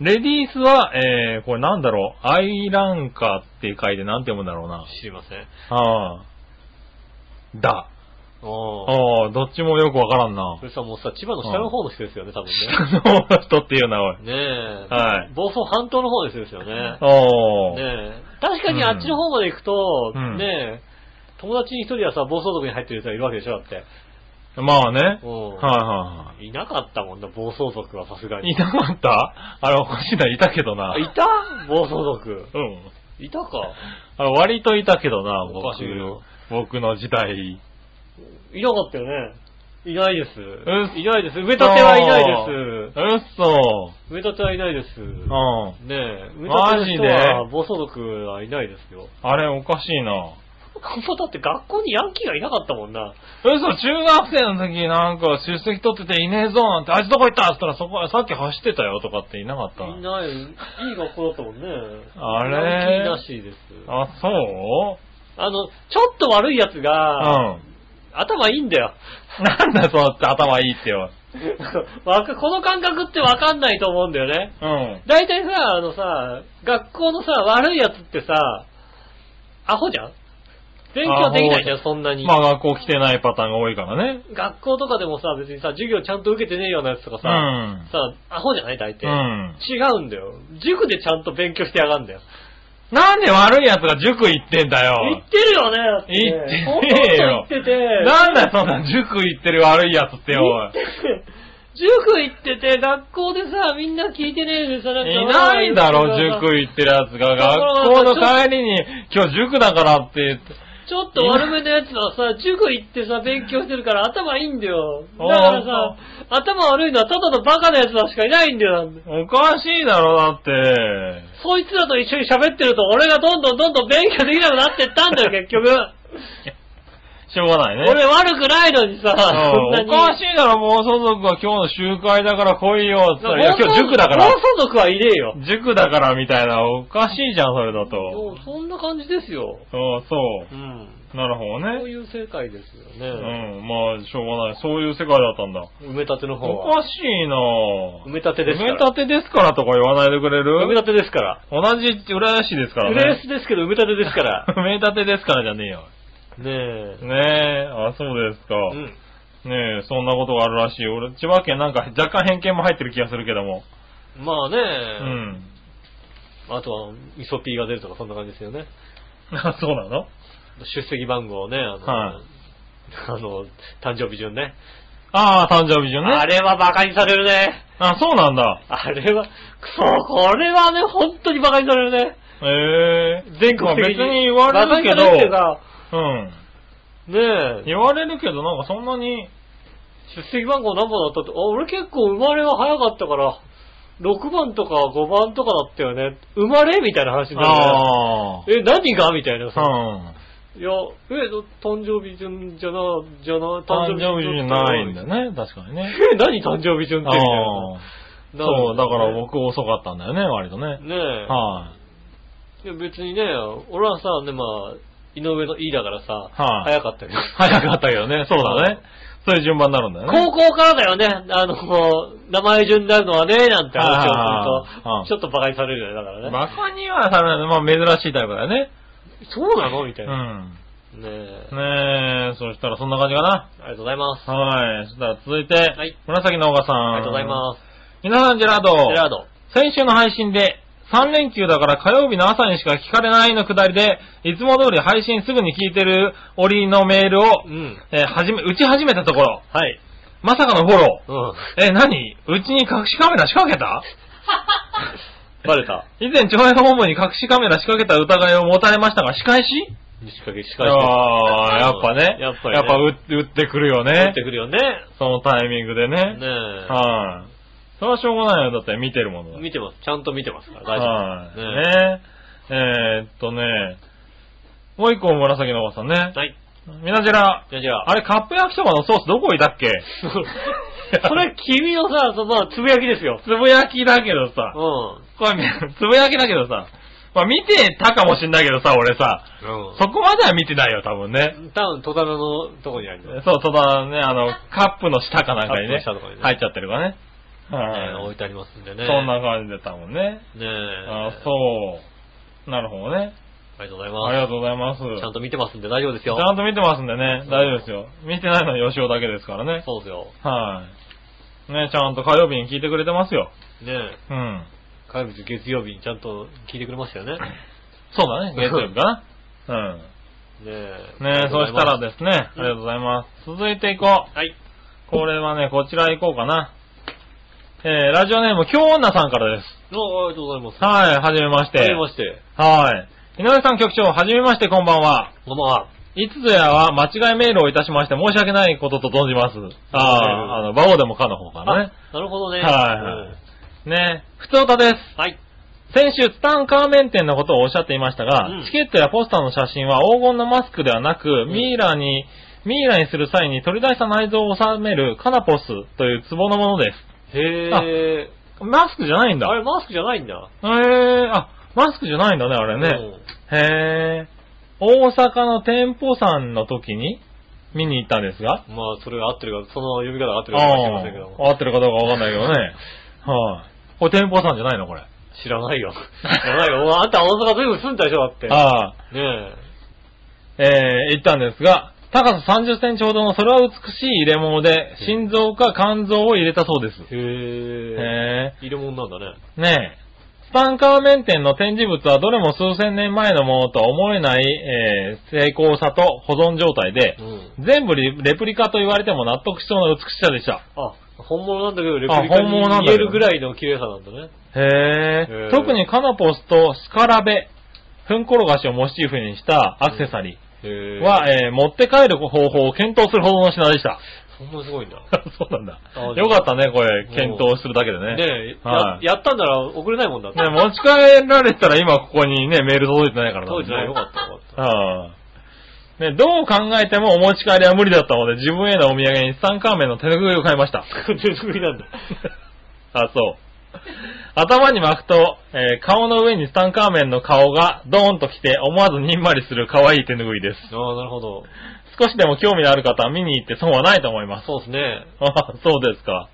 [SPEAKER 3] レディースは、えー、これなんだろう、アイランカって書いてなんて読むんだろうな。
[SPEAKER 2] 知りません。
[SPEAKER 3] ああ。だ。
[SPEAKER 2] ああ。
[SPEAKER 3] ああ、どっちもよくわからんな
[SPEAKER 2] そ。れさ、もうさ、千葉の下の方の人ですよね、多分ね。
[SPEAKER 3] 下の人っていうな、おい。
[SPEAKER 2] ねえ。
[SPEAKER 3] はい
[SPEAKER 2] 暴走半島の方ですよ ね。
[SPEAKER 3] おー。
[SPEAKER 2] ねえ。確かにあっちの方まで行くと、
[SPEAKER 3] うん
[SPEAKER 2] ねえ、友達に一人はさ、暴走族に入ってる人がいるわけでしょ、だって。
[SPEAKER 3] まあね。はい
[SPEAKER 2] うん。
[SPEAKER 3] はいはい
[SPEAKER 2] なかったもんな、暴走族はさすが
[SPEAKER 3] い。
[SPEAKER 2] に。
[SPEAKER 3] いなかったあれおかしいな、いたけどな
[SPEAKER 2] あ。いた暴走族。
[SPEAKER 3] うん。
[SPEAKER 2] いたか。
[SPEAKER 3] あ割といたけどな、
[SPEAKER 2] おかしいな
[SPEAKER 3] 僕。僕の時代。
[SPEAKER 2] いなかったよね。いないです。
[SPEAKER 3] ん
[SPEAKER 2] いないです。埋め立てはいないで
[SPEAKER 3] うっそ
[SPEAKER 2] す。埋め立てはいないです。
[SPEAKER 3] ー。うん。
[SPEAKER 2] ねえ、埋め立ての人は
[SPEAKER 3] マジで
[SPEAKER 2] 暴走族はいないですよ。
[SPEAKER 3] あれおかしいな。
[SPEAKER 2] ここだって学校にヤンキーがいなかったもんな。
[SPEAKER 3] 嘘、中学生の時なんか出席取ってていねえぞなんて、あいつどこ行ったっつったらそこ、さっき走ってたよとかっていなかった。
[SPEAKER 2] いない、いい学校だったもんね。
[SPEAKER 3] あれ
[SPEAKER 2] ヤンキーらしいです。あ
[SPEAKER 3] あ、そう
[SPEAKER 2] の、ちょっと悪い奴
[SPEAKER 3] う
[SPEAKER 2] が、
[SPEAKER 3] ん。
[SPEAKER 2] 頭いいんだよ。
[SPEAKER 3] なんだよそうって頭いいってよ。
[SPEAKER 2] わかこの感覚ってわかんないと思うんだよね。
[SPEAKER 3] うん。
[SPEAKER 2] 大体さ、あのさ、学校のさ、悪いやつってさ、アホじゃん勉強できないじゃ
[SPEAKER 3] ア
[SPEAKER 2] ん、そんなに。
[SPEAKER 3] まあ学校来てないパターンが多いからね。
[SPEAKER 2] 学校とかでもさ、別にさ、授業ちゃんと受けてねえようなやつとか
[SPEAKER 3] う
[SPEAKER 2] さ、
[SPEAKER 3] ん。
[SPEAKER 2] さ、アホじゃない大
[SPEAKER 3] う
[SPEAKER 2] 体、
[SPEAKER 3] ん。
[SPEAKER 2] 違うんだよ。塾でちゃんと勉強してやがんだよ。
[SPEAKER 3] なんで悪い奴が塾行ってんだ
[SPEAKER 2] 言
[SPEAKER 3] よ
[SPEAKER 2] っ。てるよねだって
[SPEAKER 3] 行ってねえよ
[SPEAKER 2] ほとんど行ってて。
[SPEAKER 3] なんだよそんな塾行ってる悪い奴ってよ。おい
[SPEAKER 2] 塾行ってて、学校でさ、みんな聞いてねえでさ、なんか。
[SPEAKER 3] いないだろ、
[SPEAKER 2] 行
[SPEAKER 3] 塾行ってる奴が。
[SPEAKER 2] だ
[SPEAKER 3] 学校
[SPEAKER 2] から
[SPEAKER 3] の帰りに、今日塾だからって言って。
[SPEAKER 2] ちょっと悪めのやつはさ、塾行ってさ、勉強してるから頭いいんだよ。だ
[SPEAKER 3] おう
[SPEAKER 2] からさ、頭悪いのはただのバカなやつらしかいないんだよ。
[SPEAKER 3] おかしいだろ、だって。
[SPEAKER 2] そいつらと一緒に喋ってると、俺がどんどんどんどん勉強できなくなってった んだよ、結局。
[SPEAKER 3] しょうがないね。
[SPEAKER 2] 俺悪くないのにさ、そんな
[SPEAKER 3] うん
[SPEAKER 2] に。
[SPEAKER 3] おかしいだろ、妄想族は今日の集会だから来いよ、つったら。いや、
[SPEAKER 2] 放送
[SPEAKER 3] 今日塾だから
[SPEAKER 2] 放。送族はいねえよ。
[SPEAKER 3] 塾だからみたいな、おかしいじゃん、それだと。
[SPEAKER 2] そんな感じですよ。
[SPEAKER 3] そうそ
[SPEAKER 2] うん。
[SPEAKER 3] う。なるほど
[SPEAKER 2] そう
[SPEAKER 3] ね。
[SPEAKER 2] いう世界ですよ
[SPEAKER 3] う
[SPEAKER 2] ね。
[SPEAKER 3] ん、まあ、しょうがない。そういう世界だったんだ。
[SPEAKER 2] 埋め立ての方
[SPEAKER 3] お
[SPEAKER 2] は。
[SPEAKER 3] かしいな
[SPEAKER 2] 埋
[SPEAKER 3] ぁ。
[SPEAKER 2] め立てです
[SPEAKER 3] 埋
[SPEAKER 2] か
[SPEAKER 3] め
[SPEAKER 2] ら。
[SPEAKER 3] 立てですからとか言わないでくれ
[SPEAKER 2] 埋め
[SPEAKER 3] る
[SPEAKER 2] 立てですから。
[SPEAKER 3] 同じ浦安市ですから
[SPEAKER 2] フレー
[SPEAKER 3] ね。
[SPEAKER 2] スですけど埋め立てですから。
[SPEAKER 3] 埋め立てですからじゃねえよ。
[SPEAKER 2] ねえ。
[SPEAKER 3] ねえ、あ、そうですか。
[SPEAKER 2] うん。
[SPEAKER 3] ねえ、そんなことがあるらしい。俺、千葉県なんか若干偏見も入ってる気がするけども。
[SPEAKER 2] まあね、
[SPEAKER 3] うん。
[SPEAKER 2] あとは、イソピーが出るとかそんな感じですよね。
[SPEAKER 3] あ、そうなの
[SPEAKER 2] 出席番号ね、あの、
[SPEAKER 3] はい
[SPEAKER 2] あの、誕生日順ね。
[SPEAKER 3] ああ、誕生日順ね。
[SPEAKER 2] あれは馬鹿にされるね。
[SPEAKER 3] あ、そうなんだ。
[SPEAKER 2] あれは、そう、これはね、本当に馬鹿にされるね。
[SPEAKER 3] ええ
[SPEAKER 2] 全国的に。
[SPEAKER 3] まあ別に言われるけ
[SPEAKER 2] 馬鹿にされて
[SPEAKER 3] ど、
[SPEAKER 2] さ
[SPEAKER 3] うん。
[SPEAKER 2] ねえ、
[SPEAKER 3] 言われるけど、なんかそんなに、
[SPEAKER 2] 出席番号何番だったって、あ、俺結構生まれは早かったから、6番とか5番とかだったよね。生まれみたいな話にな
[SPEAKER 3] ああ
[SPEAKER 2] るね。え、何がみたいなさ。
[SPEAKER 3] うん。
[SPEAKER 2] いや、え、誕生日順じゃな、じゃな、
[SPEAKER 3] 誕生日じゃないんだ
[SPEAKER 2] よ。
[SPEAKER 3] よね、確かに ね。
[SPEAKER 2] え、何誕生日順ってみたい
[SPEAKER 3] あ
[SPEAKER 2] な
[SPEAKER 3] あ。そう、だから。僕遅かったんだよね、割とね。
[SPEAKER 2] ねえ。
[SPEAKER 3] はい
[SPEAKER 2] や別にね、俺はさ、ね、まあ、井上の E だからさ、
[SPEAKER 3] はい
[SPEAKER 2] 早かったけど。
[SPEAKER 3] い。早かったけどね、そうだね。そういう順番になるんだよね。
[SPEAKER 2] 高校からだよね、あの、もう名前順になるのはね、なんて話をする
[SPEAKER 3] あ
[SPEAKER 2] と、
[SPEAKER 3] あ
[SPEAKER 2] ちょっと馬鹿にされるよね、だからね。
[SPEAKER 3] バカにはされない。まあ珍しいタイプだよね。
[SPEAKER 2] そうなのみた
[SPEAKER 3] う
[SPEAKER 2] いな。ね
[SPEAKER 3] ん。
[SPEAKER 2] え、
[SPEAKER 3] ねえ、そしたらそんな感じかな。
[SPEAKER 2] ありがとうございます。
[SPEAKER 3] はい。そしたら続いて、
[SPEAKER 2] はい
[SPEAKER 3] 紫のオガさん。
[SPEAKER 2] ありがとうございます。
[SPEAKER 3] 皆さん、ジェラード。
[SPEAKER 2] ジェラード。
[SPEAKER 3] 先週の配信で、3連休だから火曜日の朝にしか聞かれないのくだりで、いつも通り配信すぐに聞いてる折のメールを
[SPEAKER 2] う、ん。
[SPEAKER 3] えー始め、打ち始めたところ、
[SPEAKER 2] はい。
[SPEAKER 3] まさかのフォロー。
[SPEAKER 2] うん。
[SPEAKER 3] えー、何うちに隠しカメラ仕掛けた
[SPEAKER 2] バレた。
[SPEAKER 3] 以前、長編本部に隠しカメラ仕掛けた疑いを持たれましたが、仕返し
[SPEAKER 2] 仕掛け、仕
[SPEAKER 3] あ
[SPEAKER 2] 掛け。
[SPEAKER 3] あー、やっぱね。
[SPEAKER 2] やっぱりね
[SPEAKER 3] やっぱ打って打ってくるよ
[SPEAKER 2] 打っ
[SPEAKER 3] ね
[SPEAKER 2] て。くるよね。
[SPEAKER 3] そのタイミングでね。
[SPEAKER 2] ねえ。
[SPEAKER 3] はい。それはしょうがないよ。だって見てるものだ。
[SPEAKER 2] 見てます。ちゃんと見てますから、大
[SPEAKER 3] は
[SPEAKER 2] 丈夫
[SPEAKER 3] い。
[SPEAKER 2] です。ね
[SPEAKER 3] ねえーっとね、もう一個紫のおばさんね
[SPEAKER 2] え。。はい。
[SPEAKER 3] みなじら、
[SPEAKER 2] じゃあじゃあ。
[SPEAKER 3] あれカップ焼きそばのソースどこ置いた っけ
[SPEAKER 2] それ君のさ、そのつぶやきです よ。
[SPEAKER 3] つぶやきだけど
[SPEAKER 2] う
[SPEAKER 3] さ、
[SPEAKER 2] ん。
[SPEAKER 3] これ、つぶやきだけどさ、まあ見てたかもしんないけどさ、俺さ、
[SPEAKER 2] うん。
[SPEAKER 3] そこまでは見てないよ、多分ね。
[SPEAKER 2] 多分、戸棚のとこにあるよ。
[SPEAKER 3] そう、ただね、あの、カップの下かなんかにね、
[SPEAKER 2] カップの下とかにね
[SPEAKER 3] 入っちゃってるからね。
[SPEAKER 2] ね
[SPEAKER 3] はい
[SPEAKER 2] 置いてありますんでね。
[SPEAKER 3] そんな感じだったもんね。
[SPEAKER 2] ねえ。
[SPEAKER 3] あ
[SPEAKER 2] う。
[SPEAKER 3] そう。なるほどね。
[SPEAKER 2] ありがとうござい
[SPEAKER 3] あ
[SPEAKER 2] ま
[SPEAKER 3] り
[SPEAKER 2] す。
[SPEAKER 3] がとうございます。
[SPEAKER 2] ちゃんと見てますんで大丈夫ですよ
[SPEAKER 3] ち。ゃんと見てますんでね、大丈夫ですよ。見てないのは吉尾だけですからね。
[SPEAKER 2] そうですよ。
[SPEAKER 3] はい。ね、ちゃんと火曜日に聞いてくれてますよ。
[SPEAKER 2] ねえ。
[SPEAKER 3] うん。
[SPEAKER 2] 火曜日と月曜日にちゃんと聞いてくれましたよね。ね
[SPEAKER 3] そうだね、月曜日かな。
[SPEAKER 2] え
[SPEAKER 3] う。ん。ねそしたらですね、ありがとうございます。続いていこう。
[SPEAKER 2] はい。
[SPEAKER 3] これはね、こちら行こうかな。えー、ラジオネーム、京女さんからです。
[SPEAKER 2] どうありがとうございます。
[SPEAKER 3] はい、はじめまして。
[SPEAKER 2] はじめまして。
[SPEAKER 3] はい。井上さん局長、はじめまして、こんばんは。
[SPEAKER 2] こんばんは。
[SPEAKER 3] いつぞやは間違いメールをいたしまして申し訳ないことと存じます。ああ、あの、馬王でもかの方からね。
[SPEAKER 2] あなるほどね。
[SPEAKER 3] はいはいねえ、ふつおたです。
[SPEAKER 2] うんはい。
[SPEAKER 3] 先週、ツタンカーメン店のことをおっしゃっていましたが、
[SPEAKER 2] うん
[SPEAKER 3] チケットやポスターの写真は黄金のマスクではなく、
[SPEAKER 2] ん
[SPEAKER 3] ミイラに、ミイラにする際に取り出した内臓を収めるカナポスという壺のもので
[SPEAKER 2] へえ。
[SPEAKER 3] す。マスクじゃないんだ。
[SPEAKER 2] あ
[SPEAKER 3] へ
[SPEAKER 2] れ、マスクじゃないんだ。
[SPEAKER 3] え、あ、マスクじゃないんだね、あれね。へえ、大阪の店舗さんの時に見に行ったんですが、
[SPEAKER 2] うん。まあ、それが合ってるか、その呼び方が合ってるかもしれ
[SPEAKER 3] あ
[SPEAKER 2] ま
[SPEAKER 3] あ
[SPEAKER 2] せんけども。
[SPEAKER 3] 合ってるかどうかわかんないけどね。はい、これ店舗さんじゃないのこれ。
[SPEAKER 2] 知らないよ。知らないよ。あんた大阪全部住んだでしょ、だって。
[SPEAKER 3] ああ、
[SPEAKER 2] ね
[SPEAKER 3] えー、行ったんですが、高さ30センチほどのそれは美しい入れ物で、
[SPEAKER 2] うん
[SPEAKER 3] 心臓か肝臓を入れたそうです。
[SPEAKER 2] え。へえ。
[SPEAKER 3] へ
[SPEAKER 2] 入れ物なんだね。
[SPEAKER 3] ー、ねえ。ツタンカーメン店の展示物はどれも数千年前のものとは思えない、えー、精巧さと保存状態で
[SPEAKER 2] う、ん。
[SPEAKER 3] 全部リレプリカと言われても納得しそうな美しさでした。
[SPEAKER 2] あ、本物なんだけど、レプリカ
[SPEAKER 3] あ本物なん
[SPEAKER 2] に見
[SPEAKER 3] だけ
[SPEAKER 2] え
[SPEAKER 3] ど
[SPEAKER 2] るぐらいの綺麗さなんだね。
[SPEAKER 3] へ
[SPEAKER 2] へ
[SPEAKER 3] え
[SPEAKER 2] ー。
[SPEAKER 3] 特にカナポスとスカラベ、ふんころがしをモチーフにしたアクセサリ
[SPEAKER 2] へ
[SPEAKER 3] ー
[SPEAKER 2] え。
[SPEAKER 3] は、えー持って帰る方法を検討するほどの品で した。
[SPEAKER 2] そんなすごいん だ。
[SPEAKER 3] そうなんだ
[SPEAKER 2] あ。
[SPEAKER 3] よかったね、これ、検討するだけでね。
[SPEAKER 2] ねえ、や
[SPEAKER 3] は、い
[SPEAKER 2] やったんなら送れないもんだって。
[SPEAKER 3] ね持ち帰られたら今ここにね、メール届いてないから
[SPEAKER 2] 当時はよか
[SPEAKER 3] っ
[SPEAKER 2] ったよかった。
[SPEAKER 3] た。ああね、どう考えてもお持ち帰りは無理だったので、自分へのお土産にツタンカーメンの手拭いを買いました。
[SPEAKER 2] 手作りなんだ。
[SPEAKER 3] あ、そう。頭に巻くと、えー顔の上にツタンカーメンの顔がドーンと来て思わずにんまりする可愛い手拭いです。
[SPEAKER 2] ああ、なるほど。
[SPEAKER 3] 少しでも興味のある方は見に行って損はないと思います。
[SPEAKER 2] そうですね。
[SPEAKER 3] あそうですか。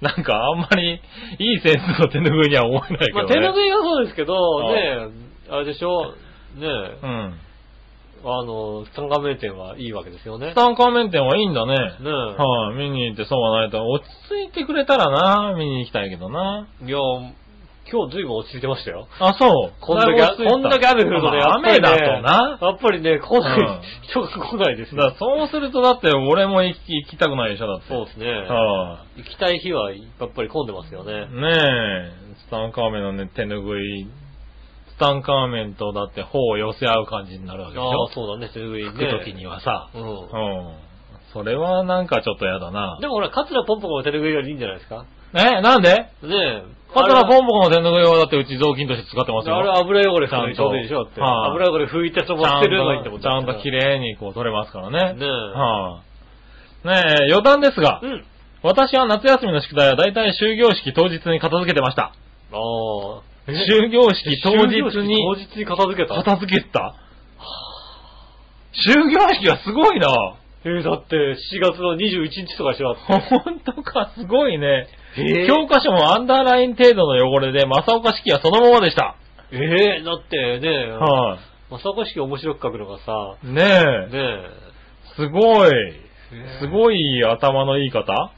[SPEAKER 3] なんかあんまりいいセンスの手拭いには思えないけ
[SPEAKER 2] まあ、
[SPEAKER 3] どね。
[SPEAKER 2] 手ぬぐいはそうですけど、
[SPEAKER 3] ああ
[SPEAKER 2] ねえ、あれでしょ、ねえ
[SPEAKER 3] う、ん。
[SPEAKER 2] あの、三画名店はいいわけですよね
[SPEAKER 3] ツ。タンカーメン店はいいんだね。
[SPEAKER 2] ねえ。
[SPEAKER 3] はい、見に行って損はないと。落ち着いてくれたらな、見に行きたいけどな。
[SPEAKER 2] いや、今日随分落ち着いてましたよ。
[SPEAKER 3] あ、そう。
[SPEAKER 2] こんだけ、こんだけ雨降るとね、
[SPEAKER 3] まあ
[SPEAKER 2] やっぱりね
[SPEAKER 3] 雨だとな。
[SPEAKER 2] やっぱりね、来ない、
[SPEAKER 3] うん
[SPEAKER 2] 人が来ないです
[SPEAKER 3] だから
[SPEAKER 2] ね。
[SPEAKER 3] そうするとだって俺も行き行きたくないでしょ、だって。
[SPEAKER 2] そうですね。
[SPEAKER 3] は
[SPEAKER 2] 行きたい日は、やっぱり混んでますよね
[SPEAKER 3] い。。ねえ、ツタンカーメンのね、手拭い、ツタンカーメンとだって頬を寄せ合う感じになるわけでし
[SPEAKER 2] ああ
[SPEAKER 3] ょ、。
[SPEAKER 2] そうだね、手拭いね。
[SPEAKER 3] 拭く時にはさ。
[SPEAKER 2] う。
[SPEAKER 3] うんん。それはなんかちょっとやだな。
[SPEAKER 2] でもほら、カツラポンポコの手拭いよりいいんじゃないですか
[SPEAKER 3] え、なんで
[SPEAKER 2] ねえ。
[SPEAKER 3] カトラポ
[SPEAKER 2] ン
[SPEAKER 3] ンポコの手拭いはだってうち雑巾として使ってますよ。
[SPEAKER 2] あれ油汚れさん
[SPEAKER 3] ちゃんと
[SPEAKER 2] でしょだって。
[SPEAKER 3] はい
[SPEAKER 2] 油汚れ拭いてその
[SPEAKER 3] ちゃ
[SPEAKER 2] まま捨
[SPEAKER 3] ん
[SPEAKER 2] てればいいんだも
[SPEAKER 3] と、
[SPEAKER 2] ん
[SPEAKER 3] ちゃんと綺麗にこう取れますからね。
[SPEAKER 2] ねえ
[SPEAKER 3] はい、ねえ、余談ですが、
[SPEAKER 2] うん。
[SPEAKER 3] 私は夏休みの宿題は大体終業式当日に片付けてました。
[SPEAKER 2] ああ。
[SPEAKER 3] 終業式当日に
[SPEAKER 2] 当日に片付けた。
[SPEAKER 3] 片付けた。終業式はすごいな。
[SPEAKER 2] えーだって、7月の21日とかしろって。
[SPEAKER 3] 本当か、すごいね
[SPEAKER 2] へえ。
[SPEAKER 3] 教科書もアンダーライン程度の汚れで、正岡式はそのままでした。
[SPEAKER 2] ええだってね、
[SPEAKER 3] は
[SPEAKER 2] まさこ式面白く書くのがさ、
[SPEAKER 3] い、
[SPEAKER 2] ね
[SPEAKER 3] ねえ、
[SPEAKER 2] え。
[SPEAKER 3] すごい。す
[SPEAKER 2] い。
[SPEAKER 3] ごい頭のいい方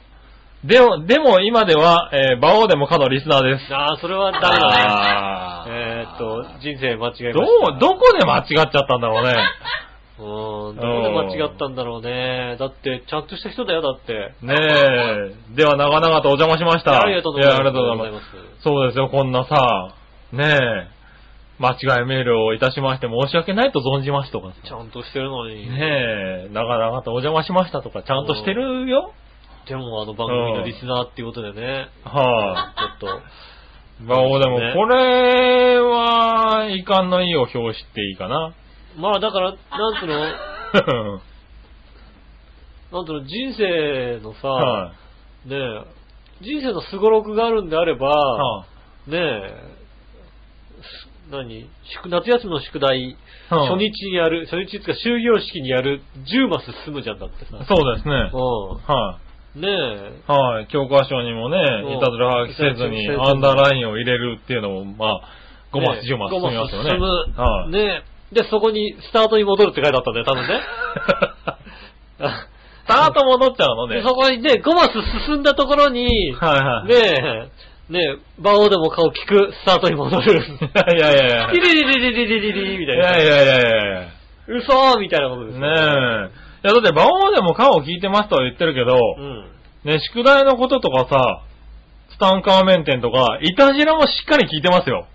[SPEAKER 3] でも、でも今では、えー、馬王でもかのリスナーです。
[SPEAKER 2] ああ、それはダメだね。
[SPEAKER 3] あー
[SPEAKER 2] えーっと、人生間違え
[SPEAKER 3] ど
[SPEAKER 2] ました。
[SPEAKER 3] う、どこで間違っちゃったんだろ うね。
[SPEAKER 2] うーん、どこで間違ったんだろうね。だって、ちゃんとした人だよ、だって。
[SPEAKER 3] ねえ。では、長々とお邪魔しました。
[SPEAKER 2] ありがとうござい
[SPEAKER 3] や
[SPEAKER 2] ます。
[SPEAKER 3] ありがとうございます。そうですよ、こんなさ、ねえ、間違いメールをいたしまして申し訳ないと存じますとかさ
[SPEAKER 2] ちゃんとしてるのに。
[SPEAKER 3] ねえ、長々とお邪魔しましたとか、ちゃんとしてるよ。
[SPEAKER 2] でも、あの番組のリスナーっていうことでね。
[SPEAKER 3] はい、
[SPEAKER 2] ちょっ
[SPEAKER 3] まあ、でも、
[SPEAKER 2] ね
[SPEAKER 3] これは、遺憾の意を表していいかな。
[SPEAKER 2] と。まあ、だから、なんつうの、なんつうの、人生のさ、
[SPEAKER 3] はい、
[SPEAKER 2] ねえ、人生のすごろくがあるんであれば、
[SPEAKER 3] は
[SPEAKER 2] ねえ、す何宿夏休みの宿題、
[SPEAKER 3] いはい
[SPEAKER 2] 初日にやる、初日つか終業式にやる10マス進むじゃんだってさ。
[SPEAKER 3] そうですね。は
[SPEAKER 2] う
[SPEAKER 3] い、
[SPEAKER 2] ん。ねえ、
[SPEAKER 3] はい、教科書にも
[SPEAKER 2] うん
[SPEAKER 3] ね、いたずらはがきせ
[SPEAKER 2] せ
[SPEAKER 3] ず
[SPEAKER 2] ず
[SPEAKER 3] に、
[SPEAKER 2] に
[SPEAKER 3] アンダーラインを入れるっていうのも、まあ、5マス、10マス進みますよね。
[SPEAKER 2] 5マス進む。
[SPEAKER 3] はい、
[SPEAKER 2] ねえ。で、そこに、スタートに戻るって書いてあったんだよ、多分ね。あ
[SPEAKER 3] スタート戻っちゃうのね。
[SPEAKER 2] で、そこにね、5マス進んだところに、
[SPEAKER 3] はいはい。
[SPEAKER 2] ねえ、ねえ、馬王でも顔聞く、スタートに戻る。
[SPEAKER 3] いやいやいや。
[SPEAKER 2] リ
[SPEAKER 3] い
[SPEAKER 2] リリリリリリリリみたいな。
[SPEAKER 3] やいやいやいやいや。
[SPEAKER 2] 嘘みたいなことです
[SPEAKER 3] ねえ。いや、だって、馬王でも顔を聞いてますとは言ってるけ
[SPEAKER 2] う
[SPEAKER 3] ど、
[SPEAKER 2] ん。
[SPEAKER 3] ね、宿題のこととかさ、ツタンカーメン店とか、いたじらもしっかり聞いてます よ。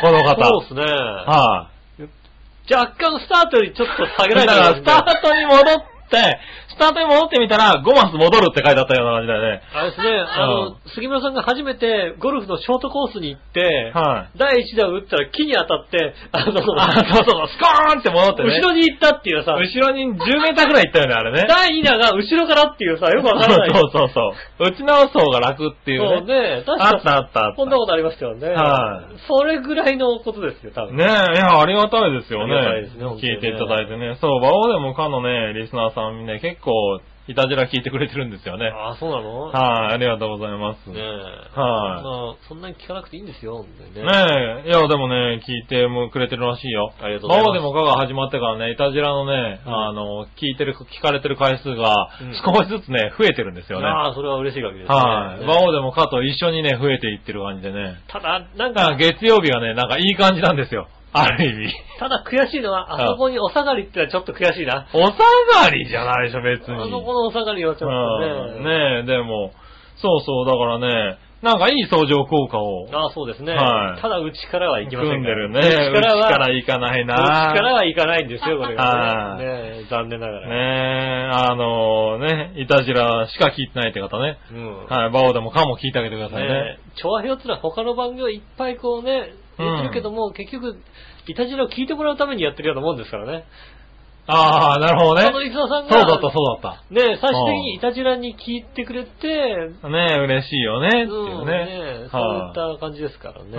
[SPEAKER 3] この方。
[SPEAKER 2] そうですね。
[SPEAKER 3] はい、
[SPEAKER 2] 若干スタートよりちょっと下げら
[SPEAKER 3] だ
[SPEAKER 2] れ
[SPEAKER 3] か
[SPEAKER 2] た
[SPEAKER 3] ら、スタートに戻って、スタートに戻ってみたら、5マス戻るって書いてあったような感じだよね。
[SPEAKER 2] あれですね、あの、杉村さんが初めてゴルフのショートコースに行って、
[SPEAKER 3] はい、
[SPEAKER 2] 第1弾打ったら木に当たって、あの、
[SPEAKER 3] あ、そうそう、スコーンって戻ってね。
[SPEAKER 2] 後ろに行ったっていうさ、
[SPEAKER 3] 後ろに10メーターくらい行ったよね、あれね。
[SPEAKER 2] 第2弾が後ろからっていうさ、よくわからない。
[SPEAKER 3] そうそうそう。打ち直す方が楽っていう
[SPEAKER 2] そう
[SPEAKER 3] ね。
[SPEAKER 2] ね、確
[SPEAKER 3] あっ
[SPEAKER 2] か
[SPEAKER 3] たあったあった。
[SPEAKER 2] こんなことありましたよね。
[SPEAKER 3] はい
[SPEAKER 2] それぐらいのことですよ、多分。
[SPEAKER 3] ねえ、いや、ありがたいですよね。
[SPEAKER 2] ありがたいですね本当にね
[SPEAKER 3] 聞いていただいてね。そう、馬王でもかのね、リスナーさんね、結構、いたじら聞いてくれてるんですよね。はい、
[SPEAKER 2] ああ、そうなの
[SPEAKER 3] ありがとうございます。
[SPEAKER 2] ねえ。
[SPEAKER 3] ね
[SPEAKER 2] まあそんなに聞かなくていいんですよ、本当にね。
[SPEAKER 3] え、いや、でもね、聞いてもくれてるらしいよ。
[SPEAKER 2] ありがとうござい
[SPEAKER 3] 馬
[SPEAKER 2] ます。
[SPEAKER 3] 王でもかが始まってからね、いたじらのね、
[SPEAKER 2] うん
[SPEAKER 3] あの、聞いてる、聞かれてる回数が
[SPEAKER 2] うん、
[SPEAKER 3] 少しずつね、増えてるんですよね。
[SPEAKER 2] ああ、それは嬉しいわけですね。
[SPEAKER 3] はい、
[SPEAKER 2] ね
[SPEAKER 3] 馬王でもかと一緒にね、増えていってる感じでね。
[SPEAKER 2] ただ、なん
[SPEAKER 3] だか
[SPEAKER 2] か、
[SPEAKER 3] ら月曜日はね、なんかいい感じなんですよ。ある意味。
[SPEAKER 2] ただ悔しいのは、あそこにお下がりってのはちょっと悔しいな。
[SPEAKER 3] お下がりじゃないでしょ、別
[SPEAKER 2] あ
[SPEAKER 3] に。
[SPEAKER 2] そこのお下がりはちょっと
[SPEAKER 3] うん
[SPEAKER 2] ね。
[SPEAKER 3] ねえ、でも、そうそう、だからね、なんかいい相乗効果を、
[SPEAKER 2] ああ、そうですね。
[SPEAKER 3] はい
[SPEAKER 2] ただ、うちからはいきません
[SPEAKER 3] 組んでるね。
[SPEAKER 2] う
[SPEAKER 3] う
[SPEAKER 2] ち
[SPEAKER 3] ち
[SPEAKER 2] か
[SPEAKER 3] からら
[SPEAKER 2] は、う
[SPEAKER 3] いかない
[SPEAKER 2] ちから
[SPEAKER 3] な。
[SPEAKER 2] はいかないんですよ、これがね。
[SPEAKER 3] は
[SPEAKER 2] ねえ残念ながら。
[SPEAKER 3] ねえ、あのね、いたじらしか聞いてないって方ね。
[SPEAKER 2] うん。
[SPEAKER 3] はい、バオでもカも聞いてあげてください
[SPEAKER 2] ねえ、
[SPEAKER 3] ね。
[SPEAKER 2] 調和表ってのは他の番組をいっぱいこうね、
[SPEAKER 3] うん
[SPEAKER 2] やってるけども、結局、いたじらを聞いてもらうためにやってるようなもんですからね。
[SPEAKER 3] ああ、なるほどね
[SPEAKER 2] あ。の、伊沢さん
[SPEAKER 3] そう
[SPEAKER 2] が、
[SPEAKER 3] だった、そうだっ
[SPEAKER 2] ねえ、最終的にいたじらに聞いてくれて、
[SPEAKER 3] た。ねえ、嬉しいよね、ってい
[SPEAKER 2] そう
[SPEAKER 3] う
[SPEAKER 2] ね
[SPEAKER 3] ね。。
[SPEAKER 2] そういっ
[SPEAKER 3] は
[SPEAKER 2] た感じですから
[SPEAKER 3] う
[SPEAKER 2] ね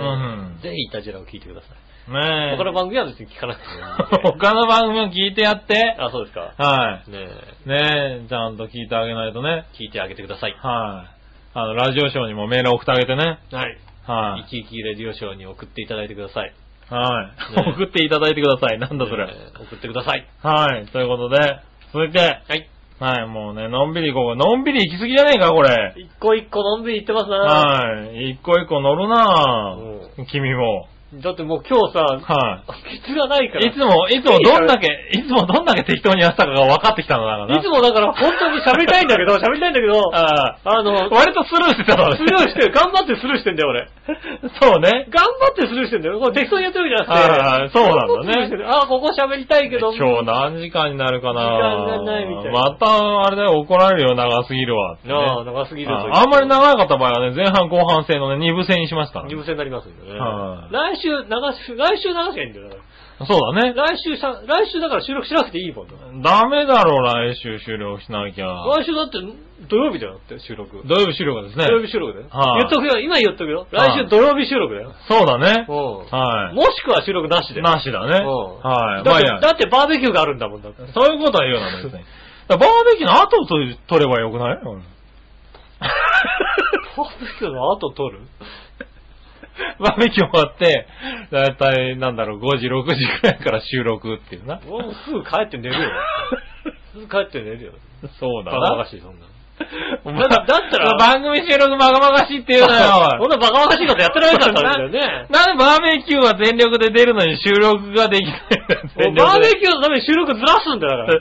[SPEAKER 3] ん。
[SPEAKER 2] ぜひいたじらを聞いてください。
[SPEAKER 3] い。ねえ。
[SPEAKER 2] 他の番組は別に聞かなくてもいいんで。
[SPEAKER 3] 他の番組を聞いてやって。
[SPEAKER 2] あ、そうですか。
[SPEAKER 3] は
[SPEAKER 2] ねえ、
[SPEAKER 3] い。ねえ、ちゃんと聞いてあげないとね。
[SPEAKER 2] 聞いてあげてください。
[SPEAKER 3] はい。あの、ラジオショーにもメール送ってあげてね。
[SPEAKER 2] はい。
[SPEAKER 3] はい
[SPEAKER 2] きいきレディオショーに送っていただいてください。
[SPEAKER 3] い。はい。
[SPEAKER 2] ね
[SPEAKER 3] 送っていただいてください。なんだそれ。
[SPEAKER 2] ねえ送ってください。
[SPEAKER 3] はい。ということで、続いて、
[SPEAKER 2] はい。
[SPEAKER 3] はい、もうね、のんびりここ、のんびり行き過ぎじゃねえか、これ。
[SPEAKER 2] 一個一個のんびり行ってますな
[SPEAKER 3] はい。一個一個乗るなぁ。君も。
[SPEAKER 2] だってもう今日さ、
[SPEAKER 3] は
[SPEAKER 2] ケツがないか
[SPEAKER 3] い。
[SPEAKER 2] ら。
[SPEAKER 3] いつも、いつもどんだけ、いつもどんだけ適当にやってたかが分かってきたのだからな。
[SPEAKER 2] いつもだから本当に喋りたいんだけ ど、喋りたいんだけど、
[SPEAKER 3] ああ
[SPEAKER 2] あの、
[SPEAKER 3] 割とスルーしてたのね。
[SPEAKER 2] スルーしてる、頑張ってスルーしてんだよ、 俺。
[SPEAKER 3] そうね。
[SPEAKER 2] 頑張ってスルーしてんだよ。これ適当にやってるんじゃ
[SPEAKER 3] はいは
[SPEAKER 2] ないくて。
[SPEAKER 3] そうなんだね
[SPEAKER 2] 頑張ってスルーしてるあー、ここ喋りたいけど。
[SPEAKER 3] 今日何時間になるかな
[SPEAKER 2] 時間がないみたい
[SPEAKER 3] また、あれだよ、怒られるよ、長すぎるわってね、
[SPEAKER 2] なあ、長すぎるという
[SPEAKER 3] ああんまり長かった場合はね、前半後半制のね、二部制にしました。
[SPEAKER 2] 二部制になりますんでね。
[SPEAKER 3] はい
[SPEAKER 2] 来週流し、来週流せばいいんだよ。だか
[SPEAKER 3] そうだね。
[SPEAKER 2] ら来週さ、来週だから収録しなくていいもんだ。
[SPEAKER 3] ダメだろ、来週終了しなきゃ。
[SPEAKER 2] 来週だって土曜日だよだって収録。
[SPEAKER 3] 土曜日終了ですね
[SPEAKER 2] 土。曜日収録だよ。
[SPEAKER 3] はい
[SPEAKER 2] 言っとくよ、今言っとくよ。
[SPEAKER 3] はい
[SPEAKER 2] 来週土曜日収録だよ。
[SPEAKER 3] そうだね。
[SPEAKER 2] うん
[SPEAKER 3] はい。
[SPEAKER 2] もしくは収録なしで。
[SPEAKER 3] なしだね。
[SPEAKER 2] うん
[SPEAKER 3] はい。ま
[SPEAKER 2] だっ
[SPEAKER 3] あい
[SPEAKER 2] て
[SPEAKER 3] いや
[SPEAKER 2] だってバーベキューがあるんだもんだって。
[SPEAKER 3] そういうことは言うな、別に。 だからバーベキューの後と取ればよくな いうん
[SPEAKER 2] バーベキューの後撮る
[SPEAKER 3] バーベキュー終わって、だいたいなんだろう、5時、6時くらいから収録っていうな。
[SPEAKER 2] もうすぐ帰って寝るよ。すぐ帰って寝るよ。
[SPEAKER 3] そう
[SPEAKER 2] バ
[SPEAKER 3] だ
[SPEAKER 2] カ
[SPEAKER 3] な
[SPEAKER 2] バカ。しい、そんな。
[SPEAKER 3] お
[SPEAKER 2] だ
[SPEAKER 3] 前
[SPEAKER 2] だったら
[SPEAKER 3] 番組収録まがまがしいって言うなよ。
[SPEAKER 2] そんなバカバカしいことやってられなかったんだよね。
[SPEAKER 3] なんでバーベキューは全力で出るのに収録ができない
[SPEAKER 2] もうバーベ
[SPEAKER 3] キ
[SPEAKER 2] キューのために収録ずらすんだよだから。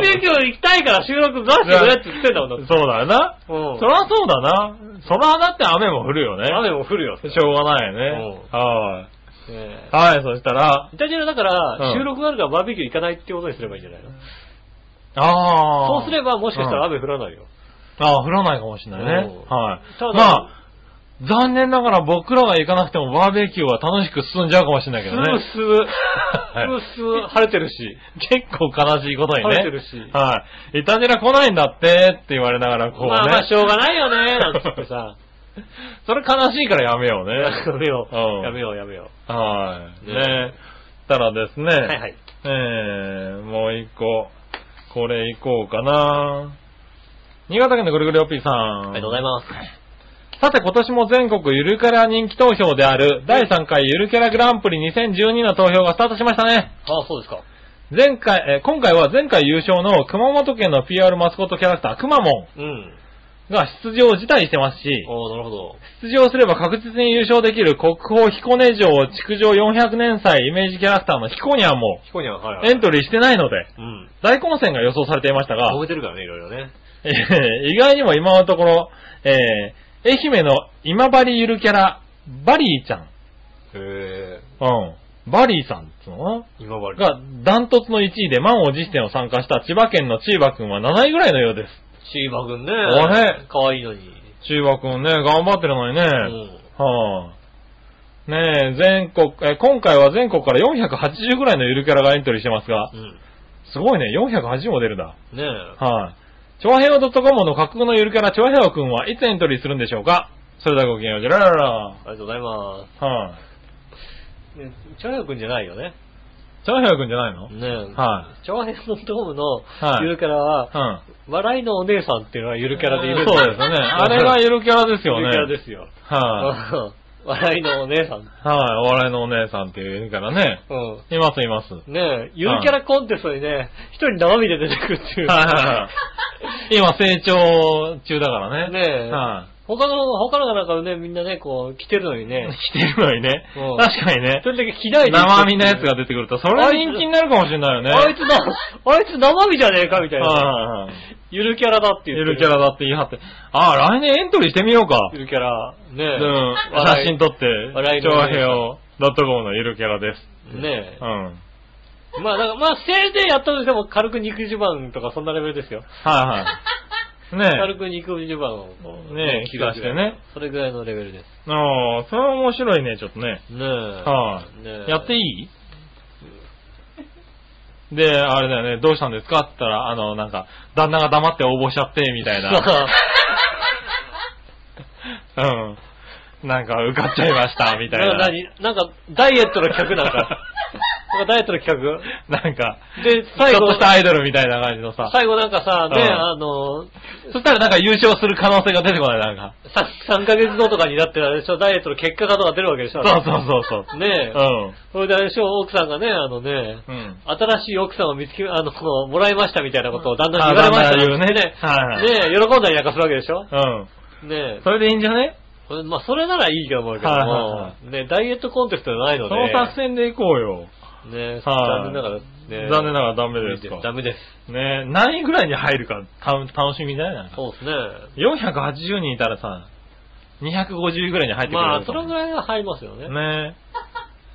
[SPEAKER 2] バー
[SPEAKER 3] そう
[SPEAKER 2] ベキュー行きたいから収録ずらしてくれって言ってんだもんだって。
[SPEAKER 3] そうだよな。
[SPEAKER 2] うん
[SPEAKER 3] そらそうだな。そらだって雨も降るよね。
[SPEAKER 2] 雨も降るよ。
[SPEAKER 3] しょうがないよね。はい。
[SPEAKER 2] ええ
[SPEAKER 3] はい、そしたら、
[SPEAKER 2] イタジェラだか
[SPEAKER 3] う
[SPEAKER 2] ら、
[SPEAKER 3] ん
[SPEAKER 2] 収録があるからバーベキュー行かないってことにすればいいんじゃないの
[SPEAKER 3] あ
[SPEAKER 2] そ
[SPEAKER 3] あ。
[SPEAKER 2] うすればもしかしたら雨降らないよ。
[SPEAKER 3] ああ、降らないかもしれない
[SPEAKER 2] う
[SPEAKER 3] ね。
[SPEAKER 2] ん
[SPEAKER 3] はい。
[SPEAKER 2] ただ
[SPEAKER 3] まあ、残念ながら僕らが行かなくてもバーベキューは楽しく進んじゃうかもしれないけ
[SPEAKER 2] ス
[SPEAKER 3] ど
[SPEAKER 2] ー
[SPEAKER 3] ね。
[SPEAKER 2] スー、
[SPEAKER 3] はい
[SPEAKER 2] スースー晴れてるし。
[SPEAKER 3] 結構悲しいことにね。
[SPEAKER 2] 晴れてるし
[SPEAKER 3] はい。イタジラ来ないんだってって言われながらこうね。
[SPEAKER 2] まあまあしょうがないよね、なんつってさ。
[SPEAKER 3] それ悲しいからやめようね。
[SPEAKER 2] やめよう
[SPEAKER 3] うん。
[SPEAKER 2] やめよう、やめよ
[SPEAKER 3] はい。
[SPEAKER 2] ね
[SPEAKER 3] ねたらですね。
[SPEAKER 2] う。はいはい。
[SPEAKER 3] えー、もう一個。これ行こうかな。新潟県のぐるぐるおっぴーさん。
[SPEAKER 2] ありがとうございます。
[SPEAKER 3] さて今年も全国ゆるキャラ人気投票である第3回ゆるキャラグランプリ2012の投票がスタートしましたね。
[SPEAKER 2] ああ、そうですか。
[SPEAKER 3] 前回、えー今回は前回優勝の熊本県の PR マスコットキャラクターくまモ
[SPEAKER 2] うん。
[SPEAKER 3] ンが出場辞退してますし、
[SPEAKER 2] おーなるほど。
[SPEAKER 3] 出場すれば確実に優勝できる国宝彦根城築城400年祭イメージキャラクターのヒコニャンも
[SPEAKER 2] ヒコニャン、はいはい。
[SPEAKER 3] エントリーしてないので、
[SPEAKER 2] うん。
[SPEAKER 3] 大混戦が予想されていましたが
[SPEAKER 2] 揉、めてるからね、いろいろね。
[SPEAKER 3] えー意外にも今のところ、えー愛媛の今治ゆるキャラ、バリーちゃん、
[SPEAKER 2] へ
[SPEAKER 3] うん。バリーさんっつうの
[SPEAKER 2] え。今治。
[SPEAKER 3] が、ダントツの1位で満を持してを参加した千葉県のチーバくんは7位ぐらいのようです。
[SPEAKER 2] シーバくんね。
[SPEAKER 3] あれ
[SPEAKER 2] かわいいのに。
[SPEAKER 3] チーバくんね、頑張ってるのにね。
[SPEAKER 2] うん。
[SPEAKER 3] はあねえ、全国、え、今回は全国から480ぐらいのゆるキャラがエントリーしてますが
[SPEAKER 2] う、ん。
[SPEAKER 3] すごいね、480も出るんだ。
[SPEAKER 2] ねえ。
[SPEAKER 3] はい、長平和 .com の架空のゆるキャラ、長平和くんはいつエントリーするんでしょうかそれではごきげんよう、じゃらららら。
[SPEAKER 2] ありがとうございま
[SPEAKER 3] はい、
[SPEAKER 2] す。ね、チャラくんじゃないよね。
[SPEAKER 3] 長平和くんじゃないの
[SPEAKER 2] ねえ。。
[SPEAKER 3] はい
[SPEAKER 2] チャワヘソンドームの
[SPEAKER 3] はい
[SPEAKER 2] ゆるキャラは、
[SPEAKER 3] うん。
[SPEAKER 2] 笑いのお姉さんっていうのはゆるキャラでいるん
[SPEAKER 3] そう
[SPEAKER 2] だ
[SPEAKER 3] ですね。あれがゆるキャラですよ
[SPEAKER 2] ゆ
[SPEAKER 3] ね。
[SPEAKER 2] るキャラですよ。
[SPEAKER 3] はい、
[SPEAKER 2] うん笑いのお姉さん。う
[SPEAKER 3] はい、お笑いのお姉さんっていうからね。
[SPEAKER 2] ん。
[SPEAKER 3] います、います。
[SPEAKER 2] ねえ、ゆるキャラコンテストにね、一人生身で出てくるっていう。
[SPEAKER 3] はい。今、成長中だからね。
[SPEAKER 2] ねえ
[SPEAKER 3] は
[SPEAKER 2] 他の、他のなんかね、みんなね、こう、着てるのに
[SPEAKER 3] い、
[SPEAKER 2] ね、
[SPEAKER 3] 来てるのにね
[SPEAKER 2] うん。
[SPEAKER 3] 確かに
[SPEAKER 2] 一。
[SPEAKER 3] ね
[SPEAKER 2] 人だけ着ないで。
[SPEAKER 3] 生身のやつが出てくると、それは人気になるかもしれないよね。
[SPEAKER 2] あいつな、あいつ生身じゃねえかみたいな。
[SPEAKER 3] はいはいはい
[SPEAKER 2] ゆるキャラだって言って。
[SPEAKER 3] ゆるキャ。ラだって言い張って。ああ、来年エントリーしてみようか。
[SPEAKER 2] ゆるキャラ。ね
[SPEAKER 3] う
[SPEAKER 2] え。
[SPEAKER 3] ん。
[SPEAKER 2] 笑
[SPEAKER 3] 写
[SPEAKER 2] い
[SPEAKER 3] 真撮って、
[SPEAKER 2] 笑いのお
[SPEAKER 3] 長
[SPEAKER 2] 姉さん
[SPEAKER 3] 平を、ドットコムのゆるキャラです。
[SPEAKER 2] ね
[SPEAKER 3] うん。はい
[SPEAKER 2] え。まあ、なんか、まあ、せいぜいやったとしても軽く肉襦袢とかそんなレベルですよ。
[SPEAKER 3] はい。ねえ。
[SPEAKER 2] 軽く肉襦袢をこう
[SPEAKER 3] ねえ
[SPEAKER 2] 着るぐらい
[SPEAKER 3] 着さしてね。
[SPEAKER 2] それぐらいのレベルです。
[SPEAKER 3] ああ、それは面白いね、ちょっとね。
[SPEAKER 2] ねえ。
[SPEAKER 3] はい、
[SPEAKER 2] ね
[SPEAKER 3] やって
[SPEAKER 2] い
[SPEAKER 3] いいで、あれだよね、どうしたんですかって言ったら、あの、なんか、旦那が黙って応募しちゃって、みたいな。 うん。なんか、受かっちゃいました、みたいな。
[SPEAKER 2] な何なんか、ダイエットの客なんか。なんかダイエットの企画
[SPEAKER 3] なんか、
[SPEAKER 2] で、
[SPEAKER 3] ち
[SPEAKER 2] 最
[SPEAKER 3] ょっと
[SPEAKER 2] 後
[SPEAKER 3] し、たアイドルみたいな感じのさ。
[SPEAKER 2] 最後なんかさ、ね、
[SPEAKER 3] うん
[SPEAKER 2] あの、
[SPEAKER 3] そしたらなんか優勝する可能性が出てこない、なんか。
[SPEAKER 2] さ3ヶ月後とかになってあれでしょ、ダイエットの結果がとか出るわけでし
[SPEAKER 3] そ
[SPEAKER 2] ょ。
[SPEAKER 3] うそうそうそう。
[SPEAKER 2] ねえ
[SPEAKER 3] うん。
[SPEAKER 2] それであれでしょ、奥さんがね、あのね、
[SPEAKER 3] うん。
[SPEAKER 2] 新しい奥さんを見つけ、あの、こうもらいましたみたいなことを旦那に
[SPEAKER 3] あ
[SPEAKER 2] 言われました
[SPEAKER 3] 旦那言うね
[SPEAKER 2] ね
[SPEAKER 3] はいはい
[SPEAKER 2] ねえ喜んだりなんかするわけでしょ
[SPEAKER 3] うん。
[SPEAKER 2] ねえ
[SPEAKER 3] それでいいんじゃね
[SPEAKER 2] これ。まあ、それならいいと思うけど
[SPEAKER 3] はいはい
[SPEAKER 2] も
[SPEAKER 3] は、
[SPEAKER 2] ね、ダイエットコンテストじゃないの
[SPEAKER 3] そ
[SPEAKER 2] で、
[SPEAKER 3] の作戦でいこうよ。
[SPEAKER 2] ね、
[SPEAKER 3] は
[SPEAKER 2] 残
[SPEAKER 3] い
[SPEAKER 2] 念ながら、ね、
[SPEAKER 3] 残念ながらダメですか
[SPEAKER 2] ダメです。
[SPEAKER 3] ねえ、何位ぐらいに入るか、た楽しみじゃないなんか。
[SPEAKER 2] そうですね。
[SPEAKER 3] 480人いたらさ、250位ぐらいに入ってく
[SPEAKER 2] ま
[SPEAKER 3] るのかな。
[SPEAKER 2] あ、それぐらいは入りますよね。
[SPEAKER 3] ね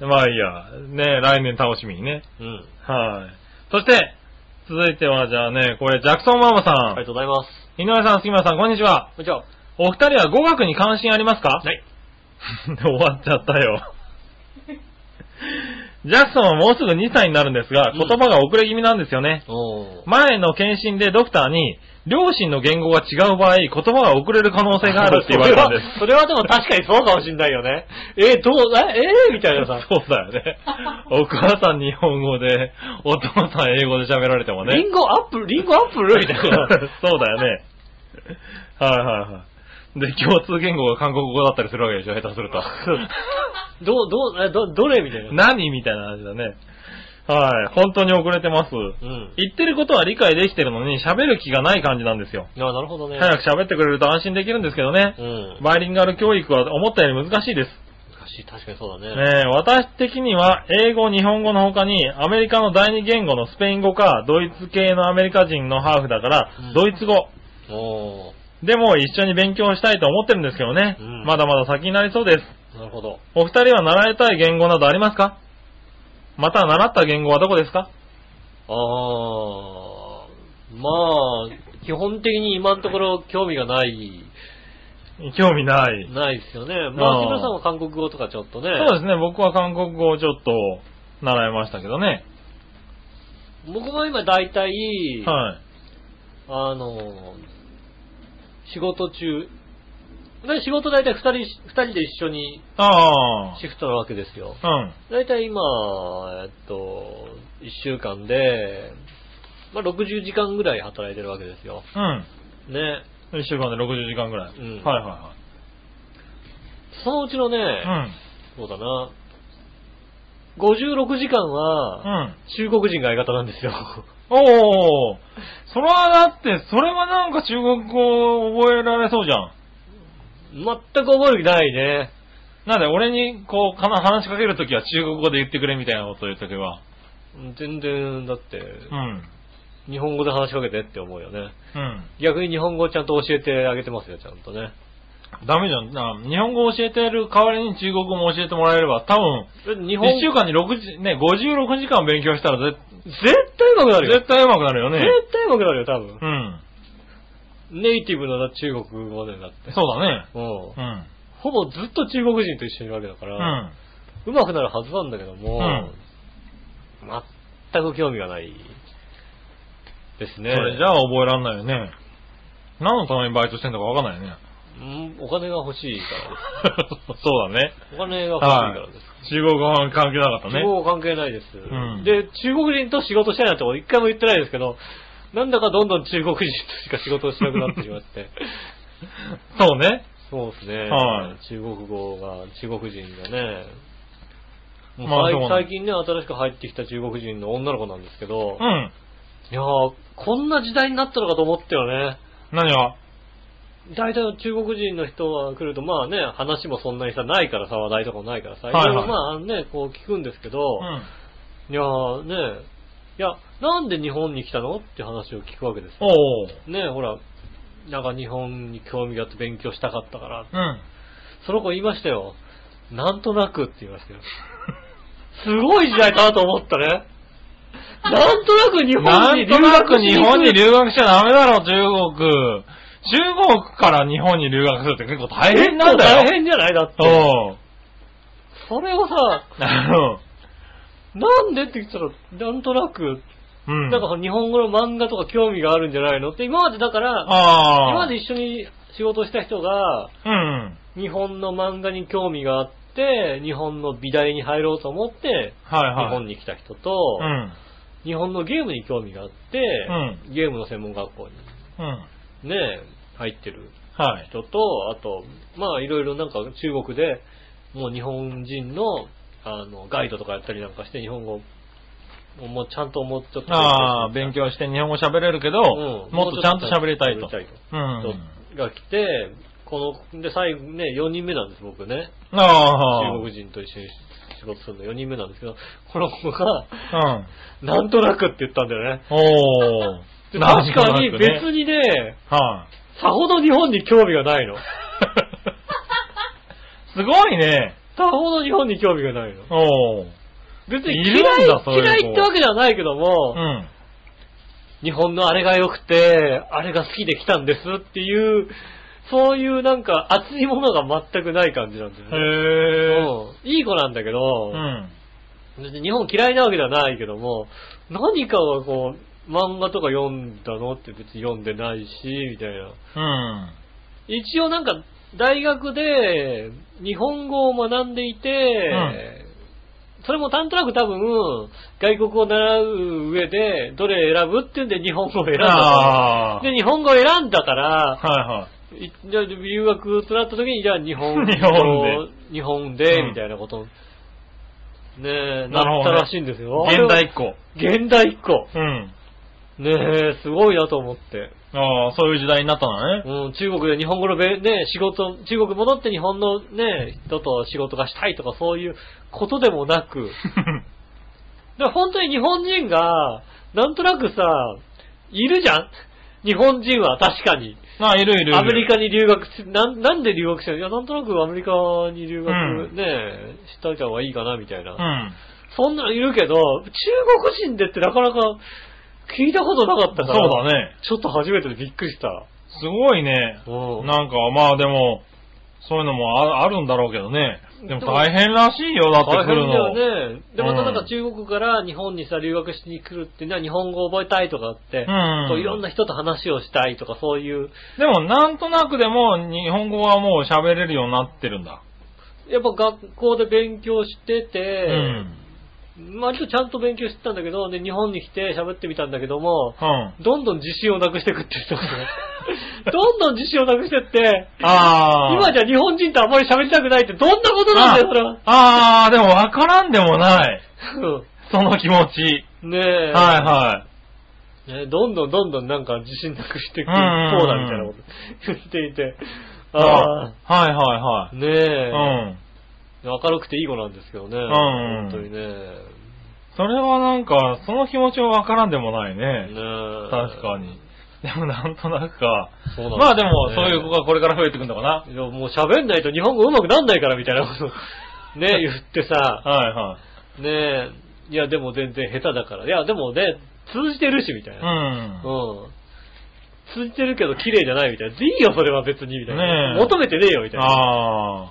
[SPEAKER 3] え。まあいいや。ねえ、来年楽しみにね。
[SPEAKER 2] うん。
[SPEAKER 3] はい。そして、続いてはじゃあね、これ、ジャクソンママさ
[SPEAKER 2] あ
[SPEAKER 3] ん。
[SPEAKER 2] りがとうございます。
[SPEAKER 3] 井上さん、杉村さん、こんにちは。
[SPEAKER 2] こんにちは。
[SPEAKER 3] お二人は語学に関心ありますか
[SPEAKER 2] はい。
[SPEAKER 3] 終わっちゃったよ。ジャクソンはもうすぐ2歳になるんですが、
[SPEAKER 2] うん
[SPEAKER 3] 言葉が遅れ気味なんですよね。
[SPEAKER 2] おー。
[SPEAKER 3] 前の検診でドクターに、両親の言語が違う場合、言葉が遅れる可能性があるって言われたんです。
[SPEAKER 2] それはそれはで も確かにそうかもしんないよね。え、どう、え、えーみたいなさ。
[SPEAKER 3] そうだよね。お母さん日本語で、お父さん英語で喋られてもね。
[SPEAKER 2] リンゴアップル、リンゴアップルみたい な。
[SPEAKER 3] そうだよね。はいはいはい。で、共通言語が韓国語だったりするわけでしょ、下手 すると。
[SPEAKER 2] どう、どう、え、ど、どれみたいな。
[SPEAKER 3] 何みたいな話だね。はい。本当に遅れてます。
[SPEAKER 2] うん。
[SPEAKER 3] 言ってることは理解できてるのに喋る気がない感じなんですよ。
[SPEAKER 2] あ、なるほどね。
[SPEAKER 3] 早く喋ってくれると安心できるんですけどね
[SPEAKER 2] う。ん。
[SPEAKER 3] バイリンガル教育は思ったより難しいです。
[SPEAKER 2] 難しい、確かにそうだね。
[SPEAKER 3] ねえ、私的には英語、日本語の他にアメリカの第二言語のスペイン語かドイツ系のアメリカ人のハーフだから、
[SPEAKER 2] うん
[SPEAKER 3] ドイツ語
[SPEAKER 2] お
[SPEAKER 3] でも一緒に勉強したいと思ってるんですけどね、
[SPEAKER 2] うん
[SPEAKER 3] まだまだ先になりそうです。
[SPEAKER 2] ーなるほど。
[SPEAKER 3] お二人は習いたい言語などありますかまた習った言語はどこですか
[SPEAKER 2] あー、まあ、基本的に今のところ興味がない、
[SPEAKER 3] 興味ない。
[SPEAKER 2] ないですよね。まあ、
[SPEAKER 3] あ
[SPEAKER 2] 木
[SPEAKER 3] ー
[SPEAKER 2] 村さんは韓国語とかちょっとね。
[SPEAKER 3] そうですね、僕は韓国語をちょっと習いましたけどね。
[SPEAKER 2] 僕も今大体、
[SPEAKER 3] はい。
[SPEAKER 2] あの、仕事中、で仕事大体二人し、二人で一緒に
[SPEAKER 3] あ
[SPEAKER 2] シフトなわけですよ。
[SPEAKER 3] あ。うん。
[SPEAKER 2] 大体今、えっと、一週間で、まあ、60時間ぐらい働いてるわけですよ。
[SPEAKER 3] うん。
[SPEAKER 2] ね。
[SPEAKER 3] 一週間で60時間ぐらい。
[SPEAKER 2] うん
[SPEAKER 3] はいは
[SPEAKER 2] そのうちのね、
[SPEAKER 3] いはい。
[SPEAKER 2] そうだな、56時間
[SPEAKER 3] う
[SPEAKER 2] は、
[SPEAKER 3] ん。うん。
[SPEAKER 2] 中国人が相方なんですよ。
[SPEAKER 3] おー、それはだって、それはなんか中国語を覚えられそうじゃん。
[SPEAKER 2] 全く覚える気ないね。
[SPEAKER 3] なんで俺にこう、かな話しかけるときは中国語で言ってくれみたいなことを言うときは。
[SPEAKER 2] 全然、だって、
[SPEAKER 3] うん。
[SPEAKER 2] 日本語で話しかけてって思うよね。
[SPEAKER 3] うん。
[SPEAKER 2] 逆に日本語をちゃんと教えてあげてますよ、ちゃんとね。
[SPEAKER 3] ダメじゃん。な日本語を教えてる代わりに中国語も教えてもらえれば、多分、
[SPEAKER 2] 日本
[SPEAKER 3] 1週間に6時、ね、56時間勉強したら絶
[SPEAKER 2] 絶対上手くなるよ。
[SPEAKER 3] 絶対上手くなるよね。
[SPEAKER 2] 絶対上手くなるよ、多分。
[SPEAKER 3] うん。
[SPEAKER 2] ネイティブの中国語でだって。
[SPEAKER 3] そうだね。
[SPEAKER 2] うん
[SPEAKER 3] うん。
[SPEAKER 2] ほぼずっと中国人と一緒にいるわけだか
[SPEAKER 3] う
[SPEAKER 2] ら、
[SPEAKER 3] ん。
[SPEAKER 2] 上手くなるはずなんだけども、全く興味がないですね。
[SPEAKER 3] それじゃあ覚えらんないよね。何のためにバイトしてんだかわかんない よね。
[SPEAKER 2] うんお金が欲しいか
[SPEAKER 3] そうだね。
[SPEAKER 2] らです。お金が欲しいからです。
[SPEAKER 3] 中国語は関係なかった
[SPEAKER 2] 中
[SPEAKER 3] ね。
[SPEAKER 2] 国語関係ないです、
[SPEAKER 3] ん
[SPEAKER 2] で、中国人と仕事したいなんてこと一回も言ってないですけど、なんだかどんどん中国人としか仕事をしなくなってしまって。
[SPEAKER 3] そうね。
[SPEAKER 2] そうですね。
[SPEAKER 3] はい
[SPEAKER 2] 中国語が、中国人がね、もう
[SPEAKER 3] まあ
[SPEAKER 2] 最
[SPEAKER 3] そうなん
[SPEAKER 2] 最近ね、新しく入ってきた中国人の女の子なんですけど、
[SPEAKER 3] う
[SPEAKER 2] い
[SPEAKER 3] ん。
[SPEAKER 2] やー、こんな時代になったのかと思ったよね。
[SPEAKER 3] 何が
[SPEAKER 2] 大体の中国人の人が来ると、まあね、話もそんなにさ、ないからさ、話題とかもないからさ、
[SPEAKER 3] はいはい
[SPEAKER 2] ろろまああのね、こう聞くんですけど、
[SPEAKER 3] うん。
[SPEAKER 2] いやーね、いや、なんで日本に来たのって話を聞くわけですよ。
[SPEAKER 3] おー。
[SPEAKER 2] ねほら、なんか日本に興味があって勉強したかったから、
[SPEAKER 3] うん。
[SPEAKER 2] その子言いましたよ。なんとなくって言いま したよ。すごい時代かなと思ったね。なんとなく日
[SPEAKER 3] な
[SPEAKER 2] 本に
[SPEAKER 3] ん
[SPEAKER 2] 留
[SPEAKER 3] となく
[SPEAKER 2] 学し
[SPEAKER 3] 日
[SPEAKER 2] に行く
[SPEAKER 3] 本に留学しちゃダメだろ、中国。中国から日本に留学するって結構大変なんだよ。
[SPEAKER 2] 大変じゃないだって。
[SPEAKER 3] おう
[SPEAKER 2] それをさ、
[SPEAKER 3] あの
[SPEAKER 2] なんでって言ったら、なんとなく、
[SPEAKER 3] うん。
[SPEAKER 2] なんかその日本語の漫画とか興味があるんじゃないのって、今までだから、
[SPEAKER 3] ああ。
[SPEAKER 2] 今まで一緒に仕事した人が、
[SPEAKER 3] うん。
[SPEAKER 2] 日本の漫画に興味があっって、日本の美大に入ろうと思って、
[SPEAKER 3] はい
[SPEAKER 2] 日
[SPEAKER 3] はい。
[SPEAKER 2] 本に来た人と、
[SPEAKER 3] うん。
[SPEAKER 2] 日本のゲームに興味があって、ゲームの専門学校
[SPEAKER 3] うん。
[SPEAKER 2] にね、入ってる
[SPEAKER 3] はい。
[SPEAKER 2] 人と、あと、まあいろいろなんか中国で、もう日本人の、あの、ガイドとかやったりなんかして、日本語をもうちゃんともうちょっと
[SPEAKER 3] ああ、勉
[SPEAKER 2] 強して
[SPEAKER 3] 強して日本語喋れるけど、
[SPEAKER 2] うん
[SPEAKER 3] もっとちゃんと喋りたい
[SPEAKER 2] も
[SPEAKER 3] と
[SPEAKER 2] うちょっ。と喋
[SPEAKER 3] う
[SPEAKER 2] りた
[SPEAKER 3] ん。
[SPEAKER 2] いと。が来て、この、で、最後ね、4人目なんです、僕ね。
[SPEAKER 3] ああ。
[SPEAKER 2] 中国人と一緒に仕事するの4人目なんですけど、この子 が、
[SPEAKER 3] うん。
[SPEAKER 2] なんとなくって言ったんだよ ね。
[SPEAKER 3] おー。
[SPEAKER 2] で
[SPEAKER 3] なん
[SPEAKER 2] 確
[SPEAKER 3] と
[SPEAKER 2] か
[SPEAKER 3] な
[SPEAKER 2] に
[SPEAKER 3] くね
[SPEAKER 2] 別にね、
[SPEAKER 3] はい。
[SPEAKER 2] さほど日本に興味が ないの。
[SPEAKER 3] すごいね。
[SPEAKER 2] さほど日本に興味がないの。
[SPEAKER 3] おー。
[SPEAKER 2] 別に
[SPEAKER 3] い
[SPEAKER 2] 嫌
[SPEAKER 3] る
[SPEAKER 2] い
[SPEAKER 3] んだそういう子
[SPEAKER 2] 嫌いってわけではないけども、
[SPEAKER 3] うん。
[SPEAKER 2] 日本のあれが良くて、あれが好きで来たんですっていう、そういうなんか熱いものが全くない感じなんだよね。
[SPEAKER 3] へー。
[SPEAKER 2] うんいい子なんだけ
[SPEAKER 3] う
[SPEAKER 2] ど、
[SPEAKER 3] ん。
[SPEAKER 2] 別に日本嫌いなわけではないけども、何かはこう、漫画とか読んだのって別に読んでないし、みたいな。
[SPEAKER 3] うん。
[SPEAKER 2] 一応なんか、大学で日本語を学んでいて、それもなんとなく多分、外国を習う上で、どれ選ぶっていうんで日本語を選んだから
[SPEAKER 3] あ。ー
[SPEAKER 2] で、日本語を選んだから、
[SPEAKER 3] はいはい。
[SPEAKER 2] いじゃあ留学となった時に、じゃあ日本
[SPEAKER 3] 日本
[SPEAKER 2] で、日本で、
[SPEAKER 3] うん
[SPEAKER 2] みたいなこと、ねえ、な
[SPEAKER 3] なる
[SPEAKER 2] っ
[SPEAKER 3] ほ
[SPEAKER 2] た
[SPEAKER 3] どね
[SPEAKER 2] らしいんですよ。
[SPEAKER 3] 現代っ子。
[SPEAKER 2] 現代っ子。
[SPEAKER 3] うん。
[SPEAKER 2] ねえ、すごいなと思って。
[SPEAKER 3] ああ、そういう時代になったんだ ね。
[SPEAKER 2] うん、中国で日本語のべ、ね、仕事、中国戻って日本のね、人と仕事がしたいとかそういうことでもなく、で本当に日本人が、なんとなくさ、いるじゃん日本人は確かに。
[SPEAKER 3] ああ、いるいるいる。
[SPEAKER 2] アメリカに留学し、なん、なんで留学してるいや、なんとなくアメリカに留学
[SPEAKER 3] うん
[SPEAKER 2] ね、した方がいいかな、みたいな。
[SPEAKER 3] うん。
[SPEAKER 2] そんなのいるけど、中国人でってなかなか聞いたことなかった
[SPEAKER 3] そう
[SPEAKER 2] から。
[SPEAKER 3] だね。
[SPEAKER 2] ちょっと初めてでびっくりした。
[SPEAKER 3] すごいね。
[SPEAKER 2] うん。
[SPEAKER 3] なんか、まあでも、そういうのもああるんだろうけどね。でも大変らしいよ、だって
[SPEAKER 2] 大
[SPEAKER 3] 来る
[SPEAKER 2] 変だ
[SPEAKER 3] の。
[SPEAKER 2] よね。で、
[SPEAKER 3] うん
[SPEAKER 2] またなんか中国から日本にさ、留学しに来るっていうのは日本語を覚えたいとかあって、
[SPEAKER 3] うん
[SPEAKER 2] そういろんな人と話をしたいとかそういう、
[SPEAKER 3] でも、なんとなくでも、日本語はもう喋れるようになってるんだ。
[SPEAKER 2] やっぱ学校で勉強して
[SPEAKER 3] う
[SPEAKER 2] て、
[SPEAKER 3] ん。
[SPEAKER 2] 割とちゃんと勉強してたんだけど、で、日本に来て喋ってみたんだけども、
[SPEAKER 3] うん。
[SPEAKER 2] どんどん自信をなくしてくってる人がね どんどん自信をなくしてって、
[SPEAKER 3] ああ。
[SPEAKER 2] 今じゃ日本人とあんまり喋りたくないってどんなことなんだよ、それは。
[SPEAKER 3] ああー、でもわからんでもない。その気持ち。
[SPEAKER 2] うんねえ。
[SPEAKER 3] はいはい。
[SPEAKER 2] ね、どんどんどんどんなんか自信なくしていく
[SPEAKER 3] うんうんうん
[SPEAKER 2] そうだみたいなこと言っていて、あ
[SPEAKER 3] あ
[SPEAKER 2] あ、
[SPEAKER 3] ーはいはいはい。
[SPEAKER 2] ね
[SPEAKER 3] う
[SPEAKER 2] え、
[SPEAKER 3] ん。
[SPEAKER 2] 明るくていい子なんですけどね、
[SPEAKER 3] んうん
[SPEAKER 2] 本当にね。ね
[SPEAKER 3] それはなんか、その気持ちはわからんでもないね。
[SPEAKER 2] え
[SPEAKER 3] 確かに。。でもなんとなくか。
[SPEAKER 2] そうなんすよね
[SPEAKER 3] まあでも、そういう子がこれから増えてくんだかな。
[SPEAKER 2] いやもう喋んないと日本語上手くなんないからみたいなこと ね、言ってさ、
[SPEAKER 3] はいは
[SPEAKER 2] ねえ、いやでも全然下手だから、いやでもね、通じてるしみたい
[SPEAKER 3] い。
[SPEAKER 2] な。
[SPEAKER 3] う
[SPEAKER 2] うん通じてるけど綺麗じゃないみたいな。いいよ、それは別に、みたいな。
[SPEAKER 3] ねえ
[SPEAKER 2] 求めてねえよ、みた
[SPEAKER 3] ん。
[SPEAKER 2] いな。
[SPEAKER 3] あ
[SPEAKER 2] ね
[SPEAKER 3] あ。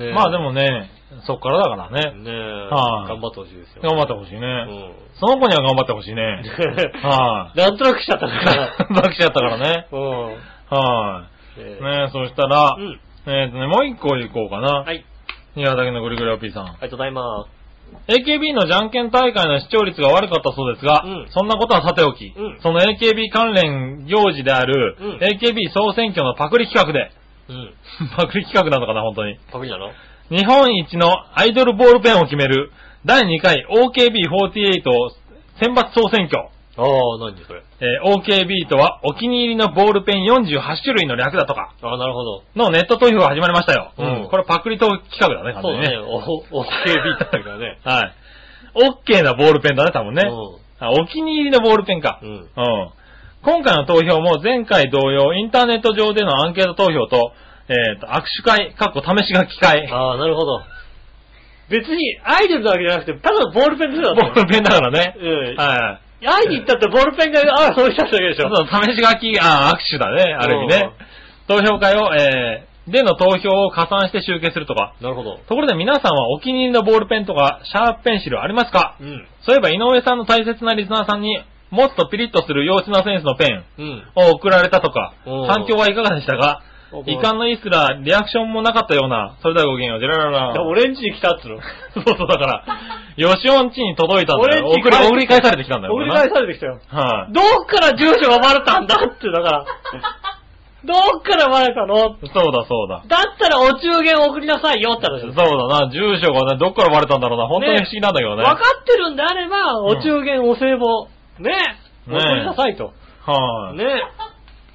[SPEAKER 2] え
[SPEAKER 3] まあでもね、そっからだからね。
[SPEAKER 2] ねえ、
[SPEAKER 3] はい
[SPEAKER 2] 頑張ってほしいですよ。
[SPEAKER 3] 頑張ってほしいね。その子には頑張ってほしいね。
[SPEAKER 2] うん。
[SPEAKER 3] はい。
[SPEAKER 2] なんとなくしちゃったから。
[SPEAKER 3] だ来ちゃったからね。
[SPEAKER 2] うん。
[SPEAKER 3] は
[SPEAKER 2] ね
[SPEAKER 3] い。ねそしたら
[SPEAKER 2] う、ん。
[SPEAKER 3] えっとね、もう一個行こうかな。
[SPEAKER 2] はい。
[SPEAKER 3] 新潟県のぐりぐりおっぴーさん
[SPEAKER 2] あ。りがとうございます。
[SPEAKER 3] AKB のじゃんけん大会の視聴率が悪かったそうですが、
[SPEAKER 2] うん
[SPEAKER 3] そんなことはさておき、
[SPEAKER 2] うん
[SPEAKER 3] その AKB 関連行事である、
[SPEAKER 2] うん
[SPEAKER 3] AKB 総選挙のパクリ企画で、
[SPEAKER 2] うん。
[SPEAKER 3] パクリ企画なのかな、本当に。
[SPEAKER 2] パクリなの
[SPEAKER 3] 日本一のアイドルボールペンを決める、第2回 OKB48 選抜総選挙。
[SPEAKER 2] ああ、何それ。
[SPEAKER 3] えー OKB とはお気に入りのボールペン48種類の略だとか、
[SPEAKER 2] ああ、なるほど。
[SPEAKER 3] のネット投票が始まりましたよ。
[SPEAKER 2] うん
[SPEAKER 3] これパクリと企画だね、完
[SPEAKER 2] そう
[SPEAKER 3] 全
[SPEAKER 2] だ
[SPEAKER 3] に
[SPEAKER 2] ね。
[SPEAKER 3] ね。
[SPEAKER 2] お、お、KB って言うからね。
[SPEAKER 3] はい。OK なボールペンだね、多分ね。あ、お気に入りのボールペンか。
[SPEAKER 2] う
[SPEAKER 3] うんん。。今回の投票も前回同様、インターネット上でのアンケート投票と、えっ、と、握手会、かっこ試し書き
[SPEAKER 2] うん。
[SPEAKER 3] 会、
[SPEAKER 2] ああ、なるほど。別に、アイドルなわけじゃなくて、ただのボールペンでだっ
[SPEAKER 3] ボ
[SPEAKER 2] たの
[SPEAKER 3] ールペンだからね。
[SPEAKER 2] うん。
[SPEAKER 3] はい。
[SPEAKER 2] 会いに行ったってボールペンが、ああ、置いてあっただけでし
[SPEAKER 3] そ
[SPEAKER 2] ょ。
[SPEAKER 3] う、試し書き、あ、握手だね、ある意味ね。投票会を、えー、での投票を加算して集計するとか。
[SPEAKER 2] なるほど。
[SPEAKER 3] ところで皆さんはお気に入りのボールペンとか、シャープペンシルありますか
[SPEAKER 2] うん。
[SPEAKER 3] そういえば井上さんの大切なリスナーさんに、もっとピリッとする幼稚なセンスのペン、
[SPEAKER 2] うん。
[SPEAKER 3] を送られたとか、
[SPEAKER 2] うん
[SPEAKER 3] 反響はいかがでしたか
[SPEAKER 2] 僕
[SPEAKER 3] 遺憾のいいすらリアクションもなかったような、それではごきげんよう、ジェラララ
[SPEAKER 2] だから俺ん家に来たっつうの。
[SPEAKER 3] そうそう、だから、吉尾んちに届いたんだよ。
[SPEAKER 2] 俺んち
[SPEAKER 3] 送り
[SPEAKER 2] 帰って、
[SPEAKER 3] 送り返されてきたんだよ、
[SPEAKER 2] 俺に
[SPEAKER 3] これ
[SPEAKER 2] 返
[SPEAKER 3] な
[SPEAKER 2] されてきたよ。
[SPEAKER 3] はい、
[SPEAKER 2] どっから住所がバレたんだって、だ から。どっからバレたの
[SPEAKER 3] そうだ、そうだ。
[SPEAKER 2] だったらお中元送りなさいよって話
[SPEAKER 3] そ
[SPEAKER 2] で
[SPEAKER 3] う
[SPEAKER 2] す。
[SPEAKER 3] だな、住所がね、どっからバレたんだろうな、本当に不思議なんだけど
[SPEAKER 2] 分
[SPEAKER 3] ね。
[SPEAKER 2] かってるんであれば、お中元、お歳暮、ね、
[SPEAKER 3] ね
[SPEAKER 2] 送りなさいと。
[SPEAKER 3] はい、ね
[SPEAKER 2] ね。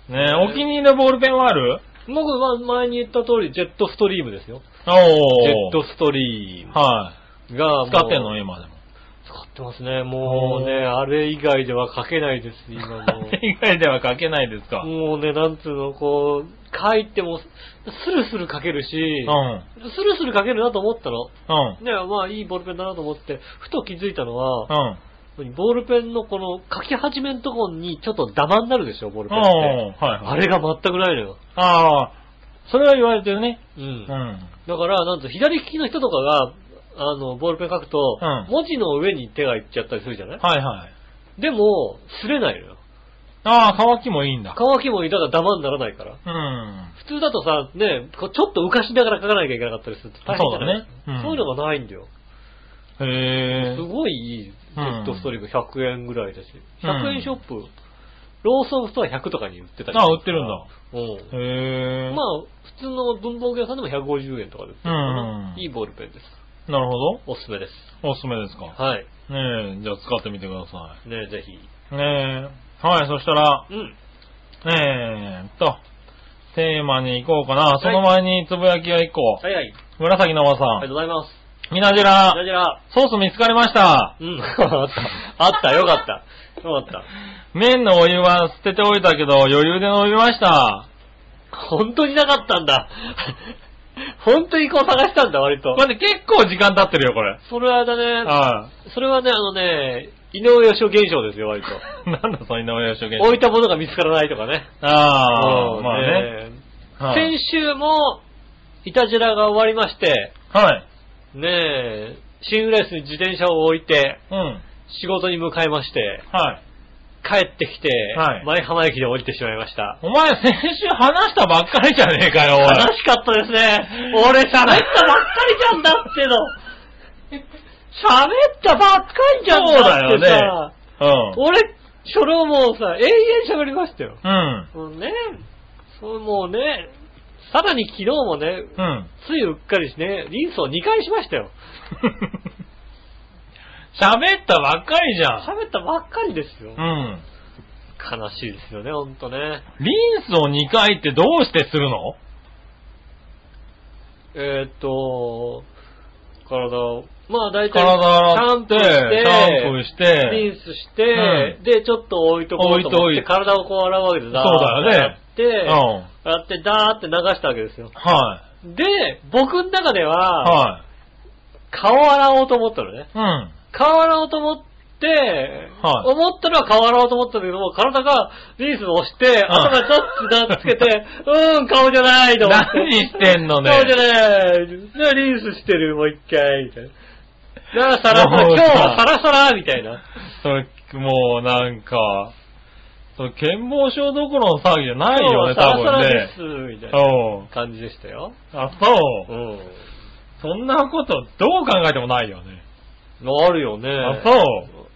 [SPEAKER 3] お気に入りのボールペンはある
[SPEAKER 2] 僕は前に言った通り、ジェットストリームですよ。
[SPEAKER 3] お
[SPEAKER 2] ジ
[SPEAKER 3] ー。
[SPEAKER 2] ェットストリーム
[SPEAKER 3] は
[SPEAKER 2] がも
[SPEAKER 3] い。
[SPEAKER 2] う。
[SPEAKER 3] 使ってんの今でも。
[SPEAKER 2] 使ってますね。もうね、あれ以外では書けないです、今も
[SPEAKER 3] あ れ以外では書けないですか。
[SPEAKER 2] う。
[SPEAKER 3] うん。
[SPEAKER 2] もうね、なんつうの、こう、書いても、スルスル書けるし、
[SPEAKER 3] うん。
[SPEAKER 2] スルスル書けるなと思ったの。
[SPEAKER 3] うん。
[SPEAKER 2] ね、まあいいボールペンだなと思って、ふと気づいたのは、
[SPEAKER 3] うん。
[SPEAKER 2] ボールペンのこの書き始めのところにちょっとダマになるでしょ、ボール
[SPEAKER 3] う
[SPEAKER 2] ペ
[SPEAKER 3] ん。
[SPEAKER 2] ンって。
[SPEAKER 3] はい。
[SPEAKER 2] あれが全くないのよ。
[SPEAKER 3] ああ、それは言われてるね。
[SPEAKER 2] う。
[SPEAKER 3] うんん。
[SPEAKER 2] だから、なんと左利きの人とかが、あの、ボールペン書くと、
[SPEAKER 3] うん
[SPEAKER 2] 文字の上に手がいっちゃったりするじゃない
[SPEAKER 3] はいはい。
[SPEAKER 2] でも、擦れないのよ。
[SPEAKER 3] ああ、乾きもいいんだ。
[SPEAKER 2] 乾きもいだからダマにならないから。
[SPEAKER 3] うん。
[SPEAKER 2] 普通だとさ、ね、こうちょっと浮かしながら書かなきゃいけなかったりすると大変じゃない
[SPEAKER 3] そうだねうん
[SPEAKER 2] そういうのがないんだよ。
[SPEAKER 3] へえ
[SPEAKER 2] す。ごいいい、ジェットストリーム100円ぐらいだし。
[SPEAKER 3] うん
[SPEAKER 2] 100円ショップ、ローソンストア100とかに売ってたり
[SPEAKER 3] ああ、売ってるんだ。
[SPEAKER 2] う
[SPEAKER 3] へえ。
[SPEAKER 2] ん。まあ、普通の文房具屋さんでも150円とかで売ってる
[SPEAKER 3] うん
[SPEAKER 2] いいボールペンです。
[SPEAKER 3] なるほど。
[SPEAKER 2] おすすめです。
[SPEAKER 3] おすすめですか。
[SPEAKER 2] はい。
[SPEAKER 3] ねえ、じゃあ使ってみてくださ
[SPEAKER 2] ね、ぜひ。
[SPEAKER 3] い。ねえ。はい、そしたら、
[SPEAKER 2] うん。
[SPEAKER 3] えーっと、テーマに行こうかな。その前につぶやきが1個。
[SPEAKER 2] はいはい。
[SPEAKER 3] 紫の
[SPEAKER 2] あ
[SPEAKER 3] 和
[SPEAKER 2] りが
[SPEAKER 3] さ
[SPEAKER 2] とうございます。
[SPEAKER 3] ん。みなじ
[SPEAKER 2] じ
[SPEAKER 3] ら
[SPEAKER 2] ゃ、じゃ
[SPEAKER 3] ソース見つかりました。
[SPEAKER 2] うん。 あった。あった。よかった。よかっ
[SPEAKER 3] 麺のお湯は捨てておいたけど、余裕で飲みました。
[SPEAKER 2] た。本当になかったんだ。本当にこう探したんだ、割と
[SPEAKER 3] こ。れね結構時間経ってるよ、これ。
[SPEAKER 2] それはだね、
[SPEAKER 3] は
[SPEAKER 2] それはね、あのね、井上義雄現象ですよ、割と。
[SPEAKER 3] い。なんだ、そんなお湯を一生懸命
[SPEAKER 2] 置いたものが見つからないとかね。
[SPEAKER 3] あ
[SPEAKER 2] う
[SPEAKER 3] あ、
[SPEAKER 2] ん
[SPEAKER 3] まあね。
[SPEAKER 2] ね
[SPEAKER 3] はい。
[SPEAKER 2] 先週も、いたじらが終わりまして、
[SPEAKER 3] はい。
[SPEAKER 2] ねえ、新浦安に自転車を置いて、
[SPEAKER 3] うん。
[SPEAKER 2] 仕事に向かいまして、
[SPEAKER 3] はい。
[SPEAKER 2] 帰ってきて、
[SPEAKER 3] はい
[SPEAKER 2] 前浜駅で降りてしまいました。
[SPEAKER 3] お前、先週話したばっかりじゃねえかよ、おい。
[SPEAKER 2] 悲しかったですね。俺喋ったばっかりじゃんだっての。喋ったばっかりじゃんだって
[SPEAKER 3] そうだ
[SPEAKER 2] さ
[SPEAKER 3] よ。う
[SPEAKER 2] 俺、それをもうさ、永遠喋りましたよ。
[SPEAKER 3] ん。うん。
[SPEAKER 2] もうね、そうもうね、さらに昨日もね、
[SPEAKER 3] うん。
[SPEAKER 2] ついうっかりしね、リンスを2回しましたよ。
[SPEAKER 3] 喋ったばっかりじゃ
[SPEAKER 2] 喋ったばっかりですよ。
[SPEAKER 3] ん。うん。
[SPEAKER 2] 悲しいですよね、ほんとね。
[SPEAKER 3] リンスを2回ってどうしてするの
[SPEAKER 2] えーっと、体を、まあ大体、
[SPEAKER 3] 体洗って、シャンプー
[SPEAKER 2] し
[SPEAKER 3] して、
[SPEAKER 2] て、リンスして、
[SPEAKER 3] う
[SPEAKER 2] で、ちょっと置いとこうと思っ
[SPEAKER 3] 置い
[SPEAKER 2] て、
[SPEAKER 3] といて
[SPEAKER 2] 体をこう洗うわけです
[SPEAKER 3] そうだよねう
[SPEAKER 2] 洗って、
[SPEAKER 3] ん。
[SPEAKER 2] 洗って、ダーって流したわけですよ。
[SPEAKER 3] は
[SPEAKER 2] で、僕の中で
[SPEAKER 3] い。
[SPEAKER 2] は、
[SPEAKER 3] は
[SPEAKER 2] 顔洗おうと思ったのね。
[SPEAKER 3] い。うん。
[SPEAKER 2] 顔洗おうと思って、
[SPEAKER 3] はい
[SPEAKER 2] 思ったのは顔洗おうと思ったんだけども、体がリースを押して、
[SPEAKER 3] ん
[SPEAKER 2] 頭がちょっとつけて、 うーん、顔じゃないと思って。
[SPEAKER 3] 何してんのね
[SPEAKER 2] 顔じゃない。でリースしてる、もう一回、みたいな。だから、さらさら、今
[SPEAKER 3] もう
[SPEAKER 2] 日
[SPEAKER 3] さ
[SPEAKER 2] はさらさら、みたいな。
[SPEAKER 3] それ、もうなんか、それ、健忘症どころの騒ぎじゃないよ
[SPEAKER 2] 今日は
[SPEAKER 3] ね、多
[SPEAKER 2] さらさ
[SPEAKER 3] 分
[SPEAKER 2] らで
[SPEAKER 3] ね
[SPEAKER 2] す、。みたいな
[SPEAKER 3] うん。
[SPEAKER 2] 感じでしたよ。
[SPEAKER 3] あ、そうう。
[SPEAKER 2] ん。
[SPEAKER 3] そんなことどう考えてもないよね。
[SPEAKER 2] あるよね。
[SPEAKER 3] あ、そう。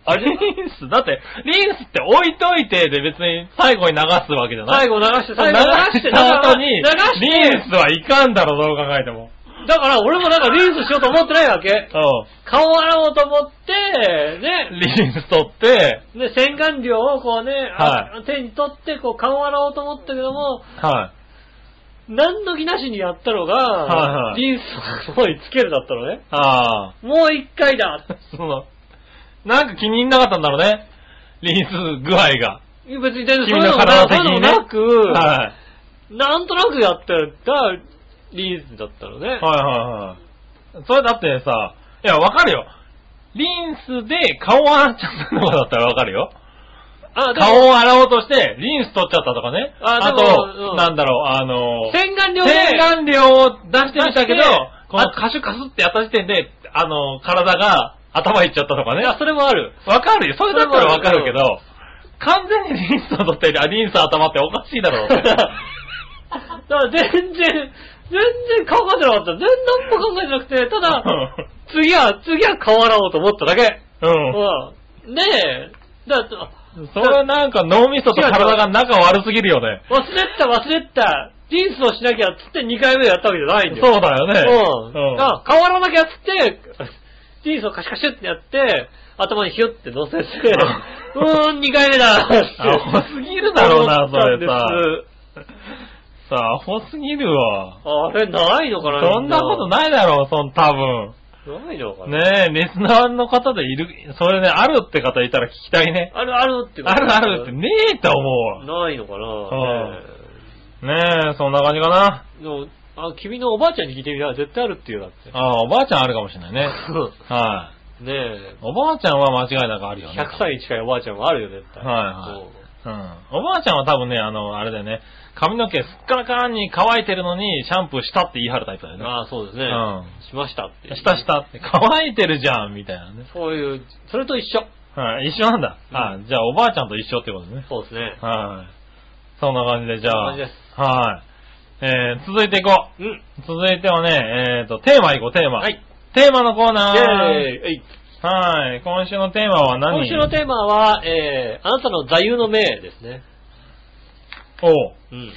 [SPEAKER 3] あ、リンス、だって、リンスって置いといてで別に最後に流すわけじゃ ない
[SPEAKER 2] 最後流して、最
[SPEAKER 3] 流
[SPEAKER 2] 後流して、
[SPEAKER 3] した後に、リ
[SPEAKER 2] 流して、
[SPEAKER 3] ンスはいかんだろ、どう考えても。
[SPEAKER 2] だから俺もなんかリースしようと思ってないわけ。
[SPEAKER 3] う
[SPEAKER 2] 顔洗おうと思って、ね
[SPEAKER 3] ん。、リンス取って、
[SPEAKER 2] ね、洗顔料をこうね、あ
[SPEAKER 3] は
[SPEAKER 2] 手に取ってこう顔洗おうと思ったけども、
[SPEAKER 3] はい。
[SPEAKER 2] 何の気なしにやったのが、
[SPEAKER 3] はいはい
[SPEAKER 2] リンスをここにつけるだったのね。
[SPEAKER 3] ああ。
[SPEAKER 2] もう一回だ。
[SPEAKER 3] その、なんか気に入んなかったんだろうね。リンス具合が。
[SPEAKER 2] 別に全然そう
[SPEAKER 3] 君
[SPEAKER 2] いうの
[SPEAKER 3] の
[SPEAKER 2] も
[SPEAKER 3] 体
[SPEAKER 2] な
[SPEAKER 3] 的
[SPEAKER 2] そういうのも
[SPEAKER 3] にね。
[SPEAKER 2] なく、
[SPEAKER 3] は
[SPEAKER 2] なんとなくやったらリンスだったのね。
[SPEAKER 3] い。はいはいはい。それだってさ、いや、わかるよ。リンスで顔を洗っちゃったのかだったらわかるよ。
[SPEAKER 2] あでも
[SPEAKER 3] 顔を洗おうとして、リンス取っちゃったとかね。
[SPEAKER 2] あ
[SPEAKER 3] あ
[SPEAKER 2] でも
[SPEAKER 3] と、
[SPEAKER 2] うん
[SPEAKER 3] なんだろう、あの、
[SPEAKER 2] 洗顔料で、
[SPEAKER 3] 洗顔料を出してみたけど
[SPEAKER 2] 出して、
[SPEAKER 3] このカシュカスってやった時点で、あの、体が頭いっちゃったとかね。
[SPEAKER 2] あそれもある。
[SPEAKER 3] わかるよ。それだったらわかるけ
[SPEAKER 2] それ
[SPEAKER 3] ど、完全にリンスを取っている、あ、リンス頭っておかしいだろうって。
[SPEAKER 2] から全然、全然考えてなかった。全然何も考えてなくて、た だ、次は、次は変わらおうと思っただけ。
[SPEAKER 3] うん。
[SPEAKER 2] うん。で、だから
[SPEAKER 3] それはなんか脳みそと体が仲悪すぎるよね。
[SPEAKER 2] 忘れてた、忘れてた。リンスをしなきゃっつって2回目やったわけじゃないんだよ。
[SPEAKER 3] そうだよね。
[SPEAKER 2] うん。あ、変わらなきゃっつって、リンスをカシカシってやって、頭にヒュッて乗せて、うーん、2回目だって。
[SPEAKER 3] アホすぎるだろうな
[SPEAKER 2] 思ったんです
[SPEAKER 3] それさあ、アホすぎるわ。
[SPEAKER 2] あれ、ないのかな
[SPEAKER 3] そんなことないだろう、そん、多分。
[SPEAKER 2] い。ないのかな
[SPEAKER 3] ねえ、リスナーの方でいる、それね、あるって方いたら聞きたいね。
[SPEAKER 2] あるあるってこと
[SPEAKER 3] あるあるってねえと思
[SPEAKER 2] ないのか
[SPEAKER 3] うん
[SPEAKER 2] なね
[SPEAKER 3] うわ。ねえ、そんな感じかな。
[SPEAKER 2] えでもあ君のおばあちゃんに聞いてみたら絶対あるっていうだって。
[SPEAKER 3] ああ、おばあちゃんあるかもしれないね。はい。
[SPEAKER 2] ねえ。
[SPEAKER 3] おばあちゃんは間違いなくあるよね。
[SPEAKER 2] 100歳に近いおばあちゃんはあるよ、絶対。
[SPEAKER 3] はいはいうん。おばあちゃんは多分ね、あの、あれだよね、髪の毛すっからかんに乾いてるのにシャンプーしたって言い張るタイプだよ
[SPEAKER 2] そう
[SPEAKER 3] ね。
[SPEAKER 2] ああ、そうですね。
[SPEAKER 3] うん
[SPEAKER 2] しましたっていう。
[SPEAKER 3] したしたって、乾いてるじゃん、みたいなね。
[SPEAKER 2] そういう、それと一緒。
[SPEAKER 3] はい、一緒なんだ。
[SPEAKER 2] うん
[SPEAKER 3] あ、じゃあおばあちゃんと一緒ってことね。
[SPEAKER 2] そうですね。
[SPEAKER 3] はい。そんな感じで、じゃあ
[SPEAKER 2] そんな感じで。
[SPEAKER 3] はい。えー、続いていこう。
[SPEAKER 2] うん。
[SPEAKER 3] 続いてはね、えーと、テーマいこう、テーマ。
[SPEAKER 2] はい。
[SPEAKER 3] テーマのコー
[SPEAKER 2] イェ
[SPEAKER 3] ナ
[SPEAKER 2] ー
[SPEAKER 3] ー。
[SPEAKER 2] イえい
[SPEAKER 3] はい。今週のテーマは何
[SPEAKER 2] 今週のテーマは、えー、あなたの座右の銘ですね。
[SPEAKER 3] おう
[SPEAKER 2] うん。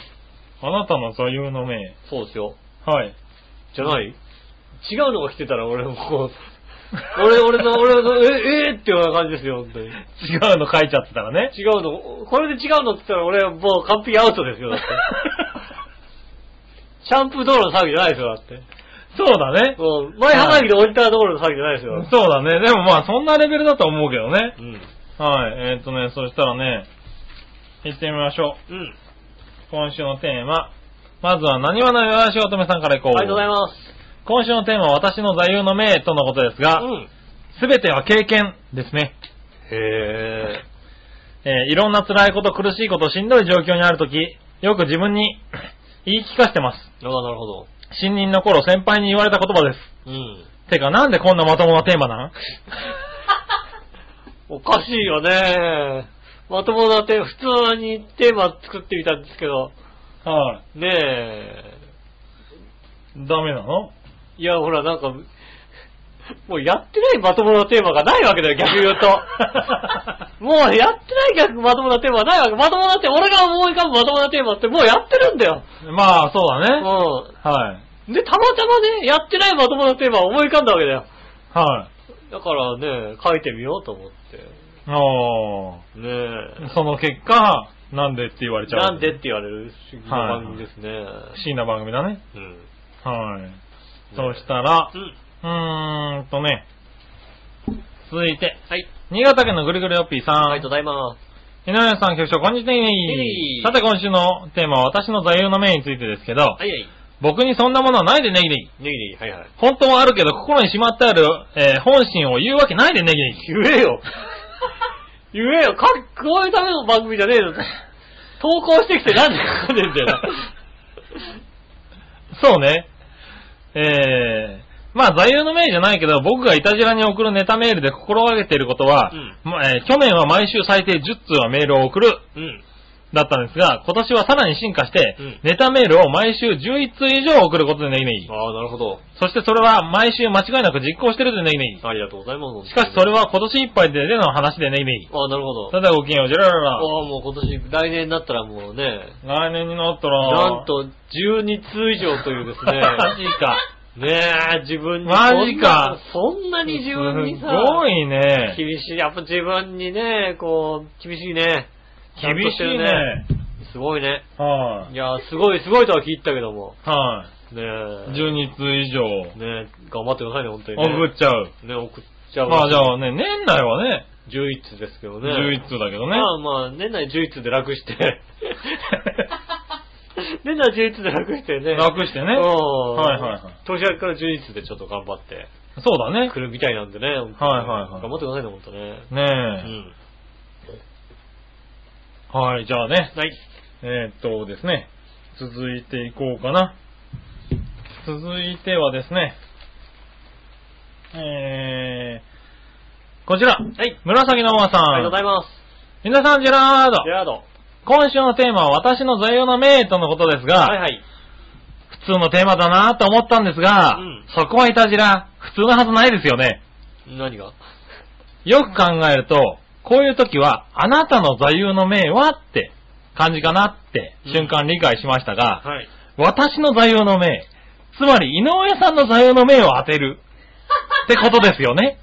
[SPEAKER 3] あなたの座右の銘。
[SPEAKER 2] そうですよ。
[SPEAKER 3] はい。
[SPEAKER 2] じゃない違うのが来てたら俺もこう、俺、俺の、俺の、え、えー、っていうような感じですよ、本当に。
[SPEAKER 3] 違うの書いちゃってたらね。
[SPEAKER 2] 違うの、これで違うのって言ったら俺はもう完璧アウトですよ、だって。 シャンプー道路の騒ぎじゃないですよ、だって。
[SPEAKER 3] そうだね。
[SPEAKER 2] もう、前花火で置いた道路の騒ぎじゃないですよ。
[SPEAKER 3] そうだね。でもまあ、そんなレベルだと思うけどね
[SPEAKER 2] う。ん。
[SPEAKER 3] はい。えーっとね、そしたらね、行ってみましょう。
[SPEAKER 2] うん。
[SPEAKER 3] 今週のテーマ。まずは、何話のよやしおとめさんからいこう。
[SPEAKER 2] ありがとうございます。
[SPEAKER 3] 今週のテーマは私の座右の銘とのことですが、
[SPEAKER 2] うん。
[SPEAKER 3] すべては経験ですね。
[SPEAKER 2] へ
[SPEAKER 3] えーいろんな辛いこと、苦しいこと、しんどい状況にあるとき、よく自分に 言い聞かせてます。
[SPEAKER 2] ー。ああ、なるほど。
[SPEAKER 3] 新任の頃、先輩に言われた言葉です。
[SPEAKER 2] うん。
[SPEAKER 3] てか、なんでこんなまともなテーマなん
[SPEAKER 2] おかしいよね。まともなテーマ、普通にテーマ作ってみたんですけど、
[SPEAKER 3] は
[SPEAKER 2] ねえ。
[SPEAKER 3] い。ダメなの
[SPEAKER 2] いや、ほら、なんか、もうやってないまともなテーマがないわけだよ、逆に言う と。もうやってない逆まともなテーマはないわけ。まともなテーマ、俺が思い浮かぶまともなテーマってもうやってるんだよ。
[SPEAKER 3] まあ、そうだね。
[SPEAKER 2] う
[SPEAKER 3] はい。
[SPEAKER 2] ん。で、たまたまね、やってないまともなテーマを思い浮かんだわけだよ。
[SPEAKER 3] はい。
[SPEAKER 2] だからね、書いてみようと思って。
[SPEAKER 3] お
[SPEAKER 2] ねえ
[SPEAKER 3] ー。。 その結果、なんでって言われちゃう。
[SPEAKER 2] なんでって言われる不思議な
[SPEAKER 3] はい
[SPEAKER 2] 番組ですね。
[SPEAKER 3] 不思議な番組だね。
[SPEAKER 2] うん。
[SPEAKER 3] はい。そうしたら
[SPEAKER 2] う、ん。
[SPEAKER 3] うーんとね、続いて、
[SPEAKER 2] はい。
[SPEAKER 3] 新潟県のぐるぐるよっぴーさん。
[SPEAKER 2] ありがとうございます。
[SPEAKER 3] 井上さん、局長、こんにちは。
[SPEAKER 2] い
[SPEAKER 3] さて、今週のテーマは私の座右の銘についてですけど、
[SPEAKER 2] はいはい。
[SPEAKER 3] 僕にそんなものはないでネギネギ。
[SPEAKER 2] ネギネギ、はいはい。
[SPEAKER 3] 本当はあるけど、心にしまってある、えー本心を言うわけないでネギネギ。
[SPEAKER 2] 言えよ。言えよ。かっこいいための番組じゃねえ の。投稿してきてなんで書かねえんだよな。
[SPEAKER 3] そうね。えー、まあ、座右の銘じゃないけど、僕がいたじらに送るネタメールで心がけていることは、
[SPEAKER 2] うん
[SPEAKER 3] まあえー去年は毎週最低10通はメールを送る、
[SPEAKER 2] うん。
[SPEAKER 3] だったんですが、今年はさらに進化して、
[SPEAKER 2] うん
[SPEAKER 3] ネタメールを毎週11通以上送ることでネギネギ。
[SPEAKER 2] ああ、なるほど。
[SPEAKER 3] そしてそれは毎週間違いなく実行してるでネギネギ。
[SPEAKER 2] ありがとうございます。
[SPEAKER 3] しかしそれ。は今年いっぱいでの話でネギネギ。
[SPEAKER 2] ああ、なるほど。
[SPEAKER 3] ただごきげんよう、ジェララ
[SPEAKER 2] ああ、
[SPEAKER 3] ラ。
[SPEAKER 2] もう今年、来年になったらもうね、
[SPEAKER 3] 来年になったら、
[SPEAKER 2] なんと12通以上というですね。
[SPEAKER 3] マジか。
[SPEAKER 2] ねえ、自分に。
[SPEAKER 3] マジか
[SPEAKER 2] そんなそんなに自分にさ、
[SPEAKER 3] すごいね。
[SPEAKER 2] 厳しい。やっぱ自分にね、こう、厳しいね。ちゃんと
[SPEAKER 3] 厳
[SPEAKER 2] し
[SPEAKER 3] して
[SPEAKER 2] る
[SPEAKER 3] いね。
[SPEAKER 2] すごいね。
[SPEAKER 3] はい
[SPEAKER 2] い。や、すごい、すごいとは聞いたけども。
[SPEAKER 3] は
[SPEAKER 2] ねえ。
[SPEAKER 3] い。12通以上
[SPEAKER 2] ねえ、頑張ってくださいね、本当に、ね。
[SPEAKER 3] 送っちゃう。
[SPEAKER 2] ね、送っちゃう。
[SPEAKER 3] まあじゃあね、年内はね、
[SPEAKER 2] 11通ですけどね。
[SPEAKER 3] 11通だけどね
[SPEAKER 2] ま。あまあ、年内11通で楽 して。年内11通で楽してね。
[SPEAKER 3] 楽してね
[SPEAKER 2] うん
[SPEAKER 3] はいはいはい。
[SPEAKER 2] 年明けから12通でちょっと頑張って
[SPEAKER 3] そうだね
[SPEAKER 2] 来。るみたいなんでね。はいはい
[SPEAKER 3] はいはい
[SPEAKER 2] 頑張ってくださいね、本当ね。う
[SPEAKER 3] ね
[SPEAKER 2] ん。
[SPEAKER 3] え。はい、じゃあね。
[SPEAKER 2] はい。。
[SPEAKER 3] えーっとですね、続いていこうかな。続いてはですね、えー、こちら。はい紫のおばさん。
[SPEAKER 2] ありがとうございます。
[SPEAKER 3] 皆さん、ジェラード
[SPEAKER 2] ジェ。ラード。
[SPEAKER 3] 今週のテーマは私の座右の銘とのことですが、
[SPEAKER 2] はいはい。
[SPEAKER 3] 普通のテーマだなと思ったんですが、
[SPEAKER 2] うん
[SPEAKER 3] そこはいたじら、普通のはずないですよね。
[SPEAKER 2] 何が
[SPEAKER 3] よく考えると、こういう時は、あなたの座右の銘はって感じかなって
[SPEAKER 2] うん
[SPEAKER 3] 瞬間理解しましたが、
[SPEAKER 2] はい。
[SPEAKER 3] 私の座右の銘、つまり井上さんの座右の銘を当てるってことですよね。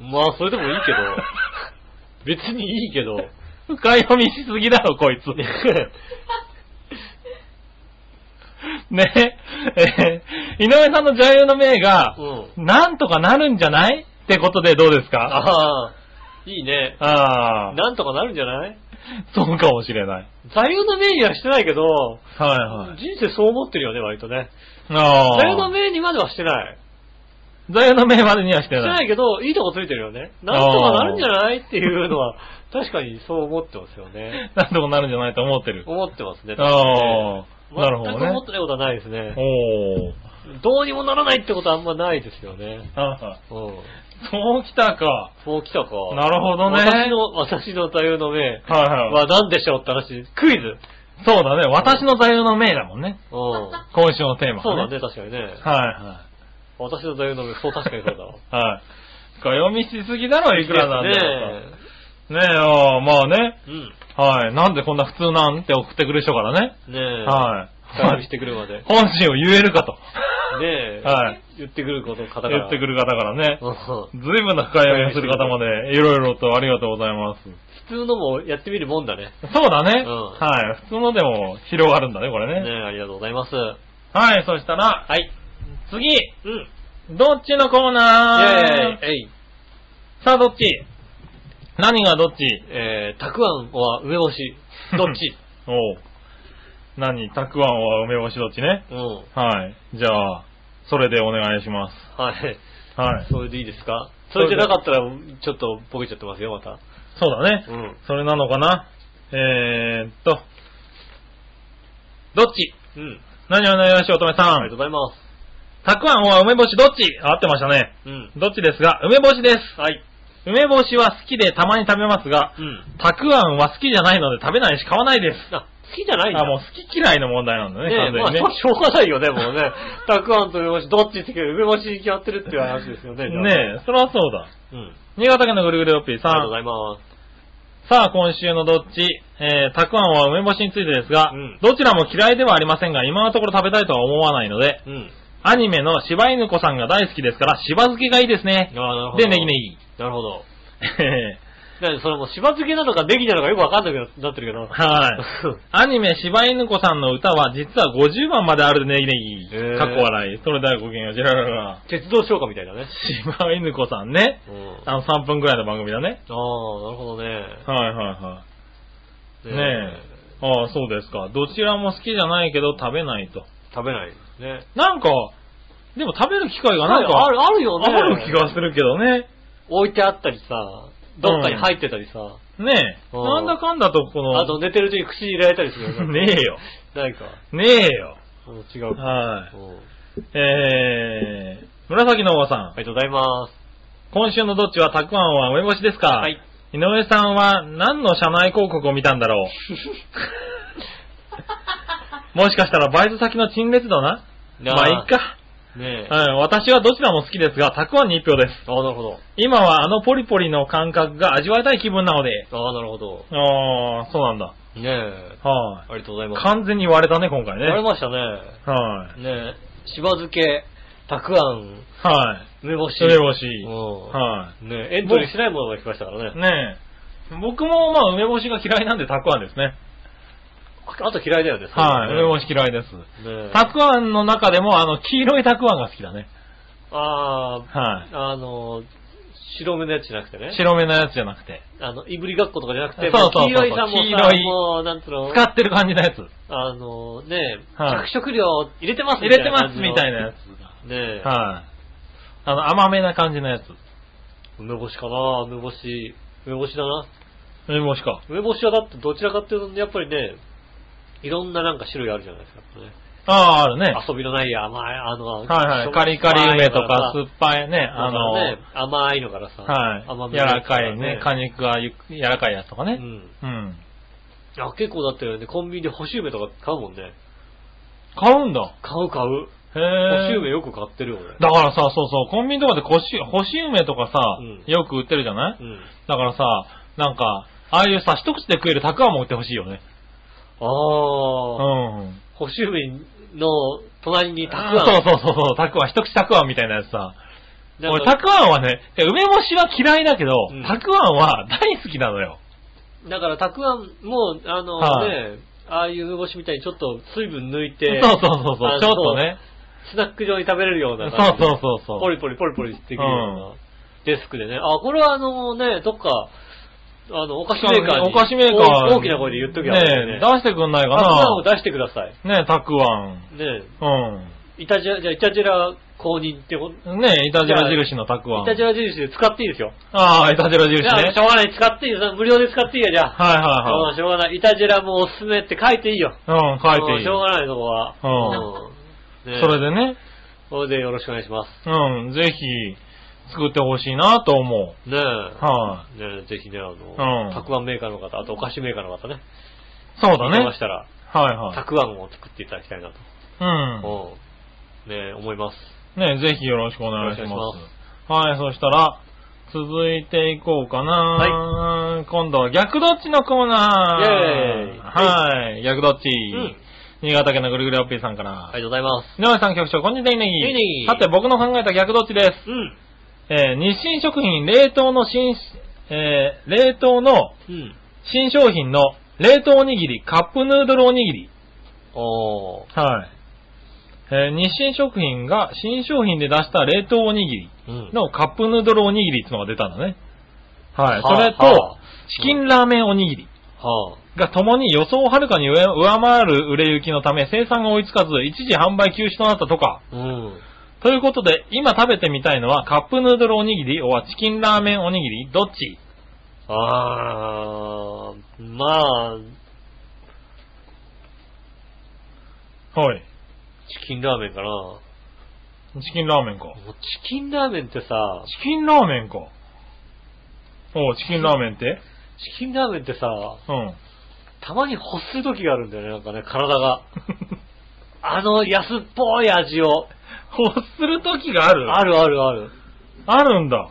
[SPEAKER 2] まあ、それでもいいけど、別にいいけど、
[SPEAKER 3] 深読みしすぎだろ、こ いつ。ねえー井上さんの座右の銘が
[SPEAKER 2] う、ん。
[SPEAKER 3] なんとかなるんじゃないってことでどうですか
[SPEAKER 2] ああ、いいね。
[SPEAKER 3] ああー、
[SPEAKER 2] なんとかなるんじゃない
[SPEAKER 3] そうかもしれない。
[SPEAKER 2] 座右の銘にはしてないけど、
[SPEAKER 3] はいい。
[SPEAKER 2] 人生そう思ってるよね、割とね。
[SPEAKER 3] ああ。
[SPEAKER 2] 座右の銘にまではしてない。
[SPEAKER 3] 座右の銘までにはして
[SPEAKER 2] してな
[SPEAKER 3] ないい。
[SPEAKER 2] けど、いいとこついてるよね。なんとかなるんじゃないっていうのは、確かにそう思ってますよね。
[SPEAKER 3] なんとかなるんじゃないと思ってる。
[SPEAKER 2] 思ってますね。
[SPEAKER 3] ああ、
[SPEAKER 2] 確かにね
[SPEAKER 3] なるほ
[SPEAKER 2] 全く思っ
[SPEAKER 3] どね。
[SPEAKER 2] てないことはないですね。
[SPEAKER 3] おお。
[SPEAKER 2] どうにもならないってことはあんまないですよね。
[SPEAKER 3] ああ
[SPEAKER 2] うん。
[SPEAKER 3] そうきたか。は
[SPEAKER 2] そう来たか。
[SPEAKER 3] なるほどね
[SPEAKER 2] 私の、私の座右の銘
[SPEAKER 3] いはい。
[SPEAKER 2] は何でしょうって話。クイズ。
[SPEAKER 3] そうだね。私の座右の銘だもんね。
[SPEAKER 2] うん。
[SPEAKER 3] 今週のテーマ、
[SPEAKER 2] そうだね、。確かにね。
[SPEAKER 3] は
[SPEAKER 2] 私の座右の銘、そう確かにそうだわ。
[SPEAKER 3] いはい。はい。深読みしすぎだろ、いくらなんだよ。
[SPEAKER 2] ね
[SPEAKER 3] ねえ、ああまあね。
[SPEAKER 2] え。うん。
[SPEAKER 3] はい。なんでこんな普通なんって送ってくる人からね。
[SPEAKER 2] ねえ。。
[SPEAKER 3] はい
[SPEAKER 2] 深入りし
[SPEAKER 3] い。
[SPEAKER 2] てくるまで。ね
[SPEAKER 3] 本心を言えるかと。
[SPEAKER 2] え。
[SPEAKER 3] はい。
[SPEAKER 2] 言ってくること、方から。
[SPEAKER 3] 言ってく
[SPEAKER 2] る。
[SPEAKER 3] る方からね。
[SPEAKER 2] 普
[SPEAKER 3] 随分な深読みをする方まで、いろいろとありがとうございます。
[SPEAKER 2] 通のもやってみるもんだね。
[SPEAKER 3] そうだね。
[SPEAKER 2] うん
[SPEAKER 3] はい。普通のでも広がるんだね、これ
[SPEAKER 2] ね
[SPEAKER 3] ね。
[SPEAKER 2] え、ありがとうございます。は
[SPEAKER 3] はい、そしたら、
[SPEAKER 2] い。
[SPEAKER 3] 次、
[SPEAKER 2] うん。
[SPEAKER 3] どっちのコーナー
[SPEAKER 2] イェーイえい。
[SPEAKER 3] さあ、どっち何がどっち
[SPEAKER 2] えー、たくあんは梅干し。どっ ち
[SPEAKER 3] おう。何たくあんは梅干しどっちね。
[SPEAKER 2] うん。
[SPEAKER 3] はい。じゃあ、それでお願いしま
[SPEAKER 2] はい。
[SPEAKER 3] す。はい。
[SPEAKER 2] それでいいですかそれじゃなかったら、ちょっとボケちゃってますよ、また。
[SPEAKER 3] そうだね。
[SPEAKER 2] うん。
[SPEAKER 3] それなのかなえーっと、どっち
[SPEAKER 2] うん。
[SPEAKER 3] 何をお願いしよう、乙女さ。
[SPEAKER 2] ありがとうんございます。
[SPEAKER 3] たくあんは梅干しどっち合ってましたね。
[SPEAKER 2] うん。
[SPEAKER 3] どっちですが、梅干しです。
[SPEAKER 2] はい。
[SPEAKER 3] 梅干しは好きでたまに食べますが、
[SPEAKER 2] うん。
[SPEAKER 3] たくあんは好きじゃないので食べないし買わないです。
[SPEAKER 2] あ、好きじゃないんだ。
[SPEAKER 3] あ、もう好き嫌いの問題なんだね、
[SPEAKER 2] ねえ、
[SPEAKER 3] 完
[SPEAKER 2] まあ、
[SPEAKER 3] 全
[SPEAKER 2] し
[SPEAKER 3] に
[SPEAKER 2] ょしょうがないよね、もうね。たくあんと梅干し、どっちって言うけど、梅干しに決まってるっていう話ですよね。じゃあ
[SPEAKER 3] ね。ねえ、そりゃそうだ。
[SPEAKER 2] うん。
[SPEAKER 3] 新潟県のぐるぐるおっぴー
[SPEAKER 2] あ
[SPEAKER 3] さ
[SPEAKER 2] りがとうご
[SPEAKER 3] ん。
[SPEAKER 2] ざいます。
[SPEAKER 3] さあ、今週のどっち、えー、たくあんは梅干しについてですが、
[SPEAKER 2] うん
[SPEAKER 3] どちらも嫌いではありませんが、今のところ食べたいとは思わないので、
[SPEAKER 2] うん。
[SPEAKER 3] アニメの柴犬子さんが大好きですから、柴漬けがいいですね。
[SPEAKER 2] ああ、なるほど。
[SPEAKER 3] で、ネギネ
[SPEAKER 2] ギ。
[SPEAKER 3] ギ。
[SPEAKER 2] なるほど。
[SPEAKER 3] え
[SPEAKER 2] ねそれもう、しば漬けなのかネギなのかよくわかんなくなってるけど。
[SPEAKER 3] ーはい。アニメ柴犬子さんの歌は実は50番まであるでネギネ
[SPEAKER 2] へ
[SPEAKER 3] ギ。
[SPEAKER 2] ー
[SPEAKER 3] かっこ笑い。それではごきげんよう。じららら。
[SPEAKER 2] 鉄道消化みたいだね。
[SPEAKER 3] 柴犬子さんね。
[SPEAKER 2] うん。ああ、
[SPEAKER 3] あの3分くらいの番組だね。
[SPEAKER 2] なるほどね。
[SPEAKER 3] はいはいはい。ねえ。ああ、そうですか。どちらも好きじゃないけど食べないと。
[SPEAKER 2] 食べないですね。
[SPEAKER 3] なんか、でも食べる機会がなん
[SPEAKER 2] あ
[SPEAKER 3] か、
[SPEAKER 2] る、あるよね。
[SPEAKER 3] ある気がするけどね。
[SPEAKER 2] 置いてあったりさ、どっかに入ってたりさ、
[SPEAKER 3] ねえ。
[SPEAKER 2] うん
[SPEAKER 3] なんだかんだとこの、
[SPEAKER 2] あと寝てるうちに口に入れられたりするよ
[SPEAKER 3] ねえよ。
[SPEAKER 2] ないか。
[SPEAKER 3] ねえよ。
[SPEAKER 2] うん違うか。
[SPEAKER 3] は
[SPEAKER 2] うん
[SPEAKER 3] い。えー、紫のおばさん
[SPEAKER 2] あ。りがとうございます。
[SPEAKER 3] 今週のどっちはたくあんは梅干しですか
[SPEAKER 2] はい。
[SPEAKER 3] 井上さんは何の社内広告を見たんだろ うもしかしたらバイト先の陳列だな。
[SPEAKER 2] な
[SPEAKER 3] まあ、いっ。か。
[SPEAKER 2] ねえ。あ、
[SPEAKER 3] うん、私はどちらも好きですが、たくあんに一票です。
[SPEAKER 2] なるほど。
[SPEAKER 3] 今はあのポリポリの感覚が味わいたい気分なので。
[SPEAKER 2] ああ、なるほど。
[SPEAKER 3] ああ、そうなんだ。
[SPEAKER 2] ねえ。
[SPEAKER 3] は
[SPEAKER 2] ありがとうござい
[SPEAKER 3] い。
[SPEAKER 2] ます。
[SPEAKER 3] 完全に割れたね、今回
[SPEAKER 2] 言われ
[SPEAKER 3] ね。
[SPEAKER 2] ましたね。
[SPEAKER 3] はい。
[SPEAKER 2] ねえ。しば漬け、たくあん、
[SPEAKER 3] はい。
[SPEAKER 2] 梅干し。
[SPEAKER 3] 梅干し
[SPEAKER 2] うん。
[SPEAKER 3] は
[SPEAKER 2] ねえ、エントリーしないものが来ましたから
[SPEAKER 3] い。
[SPEAKER 2] ね。
[SPEAKER 3] ねえ。僕もまあ梅干しが嫌いなんでたくあんですね。
[SPEAKER 2] あと嫌いだよね。
[SPEAKER 3] はい。梅干
[SPEAKER 2] し。
[SPEAKER 3] し嫌いです。
[SPEAKER 2] ねえ。
[SPEAKER 3] たくあんの中でもあの黄色いたくあんが好きだね。
[SPEAKER 2] あ
[SPEAKER 3] はい。
[SPEAKER 2] あ、あの、白目のやつじゃなくてね。
[SPEAKER 3] 白目のやつじゃなくて。
[SPEAKER 2] あの、いぶりがっことかじゃなくて、
[SPEAKER 3] そうそうそう
[SPEAKER 2] 黄色いさ、もう
[SPEAKER 3] 黄
[SPEAKER 2] さ
[SPEAKER 3] 色、い
[SPEAKER 2] もう、なんつうの、
[SPEAKER 3] 使ってる感じのやつ。
[SPEAKER 2] あの、ねえ、
[SPEAKER 3] はい
[SPEAKER 2] 着色料入れてます
[SPEAKER 3] 入れてますみたいなや
[SPEAKER 2] つ。
[SPEAKER 3] つ
[SPEAKER 2] ねえ、
[SPEAKER 3] が。はい。あの、甘めな感じのやつ。
[SPEAKER 2] 梅干しかな梅干し、梅干しだな。
[SPEAKER 3] 梅干しか。
[SPEAKER 2] 梅干しはだってどちらかっていうと、やっぱりね、いろんななんか種類あるじゃないですか。ね
[SPEAKER 3] ああー、あるね。
[SPEAKER 2] 遊びのない甘い、あの、
[SPEAKER 3] はいは
[SPEAKER 2] しょ
[SPEAKER 3] い。カリカリ梅とか酸
[SPEAKER 2] 酸っ
[SPEAKER 3] っぱいね、
[SPEAKER 2] ぱ
[SPEAKER 3] あ
[SPEAKER 2] いの
[SPEAKER 3] の、
[SPEAKER 2] からさだからね甘いのからさ、
[SPEAKER 3] は
[SPEAKER 2] 甘
[SPEAKER 3] い。
[SPEAKER 2] め
[SPEAKER 3] 柔
[SPEAKER 2] のや
[SPEAKER 3] ら
[SPEAKER 2] つか
[SPEAKER 3] かいね、果肉がゆ柔らかいやつとか
[SPEAKER 2] う
[SPEAKER 3] ね。
[SPEAKER 2] ん。
[SPEAKER 3] うん。
[SPEAKER 2] あ、結構だったよね。コンビニで干し梅とか買うもんね。
[SPEAKER 3] 買うんだ。
[SPEAKER 2] 買う買う。干
[SPEAKER 3] へ
[SPEAKER 2] し
[SPEAKER 3] え。
[SPEAKER 2] 梅よく買ってるよ、俺。
[SPEAKER 3] だからさ、そうそう、コンビニとかで干し、干し梅とかさ、
[SPEAKER 2] うん
[SPEAKER 3] よく売ってるじゃない、
[SPEAKER 2] うん。
[SPEAKER 3] だからさ、なんか、ああいうさ、一口で食えるたくあんも売ってほしいよね。う
[SPEAKER 2] ああ、
[SPEAKER 3] ん。
[SPEAKER 2] 干し梅の隣にたくあん。
[SPEAKER 3] そうそうそうそう、たくあん、一口たくあんみたいなやつさ。
[SPEAKER 2] なん
[SPEAKER 3] 俺、
[SPEAKER 2] か
[SPEAKER 3] たくあんはね、いや梅干しは嫌いだけど、
[SPEAKER 2] うん
[SPEAKER 3] たくあんは大好きなのよ。
[SPEAKER 2] だから、たくあんも、あの
[SPEAKER 3] はい
[SPEAKER 2] ね、ああいう梅干しみたいにちょっと水分抜い
[SPEAKER 3] そう
[SPEAKER 2] て、
[SPEAKER 3] そうそうそ
[SPEAKER 2] あ
[SPEAKER 3] う、ちょっとね。
[SPEAKER 2] スナック状に食べれるよう
[SPEAKER 3] そう
[SPEAKER 2] な感じ
[SPEAKER 3] そうそうそう。
[SPEAKER 2] ポリポリポリポリできるようなデスクでね。あ、これはあのね、どっか、あの、お菓子メーカーに
[SPEAKER 3] お菓子メーカー。
[SPEAKER 2] 大きな声で言っときゃ
[SPEAKER 3] ねえ、
[SPEAKER 2] ね。
[SPEAKER 3] 出してくんないか
[SPEAKER 2] たくあんを
[SPEAKER 3] な。
[SPEAKER 2] 出してください。
[SPEAKER 3] ねえ、たくあん。
[SPEAKER 2] ね
[SPEAKER 3] う
[SPEAKER 2] え、イタジラ、じゃあイタジラ公認ってこと、イ
[SPEAKER 3] ん。ねえ、いたじら印のたくあん。
[SPEAKER 2] タジラ印で使っていいですよ。
[SPEAKER 3] ああ、いたじら
[SPEAKER 2] じ
[SPEAKER 3] 印
[SPEAKER 2] ゃあ、
[SPEAKER 3] ね
[SPEAKER 2] し。ょうがない、使っていいよ。無料で使っていいよ、じゃあ。
[SPEAKER 3] はいは
[SPEAKER 2] うんしょうがない。イタジラもおすすめって書いていいよ。
[SPEAKER 3] いはい。うん、書いて
[SPEAKER 2] うん
[SPEAKER 3] いい
[SPEAKER 2] しょう。がない、そこは。うんねえ
[SPEAKER 3] それでね、
[SPEAKER 2] それでよろしくお願いします。
[SPEAKER 3] うん、ぜひ、作ってほしいなと思
[SPEAKER 2] ねえ
[SPEAKER 3] う。。はい。
[SPEAKER 2] ねえ、ぜひね、あ
[SPEAKER 3] う
[SPEAKER 2] の、
[SPEAKER 3] ん
[SPEAKER 2] たくあんメーカーの方、あとお菓子メーカーの方ね。
[SPEAKER 3] そうだ
[SPEAKER 2] 聞いて
[SPEAKER 3] ね。
[SPEAKER 2] ましたら、
[SPEAKER 3] はい
[SPEAKER 2] た
[SPEAKER 3] は
[SPEAKER 2] くあんを作っていただきたいなと。
[SPEAKER 3] い。
[SPEAKER 2] うんねえ、思います。
[SPEAKER 3] うん。ねぜひよろしくお願いし
[SPEAKER 2] よろ
[SPEAKER 3] ま
[SPEAKER 2] しくお願いし
[SPEAKER 3] す。はい、そしたら、続いていこうかな、今度は逆どっちのコーナー
[SPEAKER 2] イェーイ
[SPEAKER 3] はい、逆どっち、
[SPEAKER 2] うん
[SPEAKER 3] 新潟県のぐるぐるおっぴーさんか
[SPEAKER 2] あ
[SPEAKER 3] ら。
[SPEAKER 2] りがとうございます。
[SPEAKER 3] 井上さん局長、こんにちは、イネギ。
[SPEAKER 2] イネギ
[SPEAKER 3] さて、僕の考えた逆どっちです。
[SPEAKER 2] うん。
[SPEAKER 3] えー日清食品、冷凍の新、えー冷凍の
[SPEAKER 2] うん。
[SPEAKER 3] 新商品の冷凍おにぎり、カップヌードルおにぎり。
[SPEAKER 2] おー。
[SPEAKER 3] はい。えー日清食品が新商品で出した冷凍おにぎり
[SPEAKER 2] うん。
[SPEAKER 3] のカップヌードルおにぎりってのが出たんだね。はい。それ
[SPEAKER 2] はあ
[SPEAKER 3] と
[SPEAKER 2] はあ、
[SPEAKER 3] チキンラーメンおにぎり
[SPEAKER 2] は
[SPEAKER 3] が共に予想をはるかに上上回る売れ行きのため生産が追いつかず一時販売休止となったとか。
[SPEAKER 2] あ。うん。
[SPEAKER 3] ということで、今食べてみたいのは、カップヌードルおにぎり、おはチキンラーメンおにぎり、どっち
[SPEAKER 2] あー、まあ、
[SPEAKER 3] はい。
[SPEAKER 2] チキンラーメンかな。も
[SPEAKER 3] チキンラーメンか。
[SPEAKER 2] うチキンラーメンってさ、
[SPEAKER 3] チキンラーメンか。おうチキンラーメンって
[SPEAKER 2] チキンラーメンってさ、
[SPEAKER 3] うん。
[SPEAKER 2] たまに欲する時があるんだよね、なんかね、体が。あの安っぽい味を。
[SPEAKER 3] 欲する時がある
[SPEAKER 2] あるあるある。
[SPEAKER 3] あるんだ。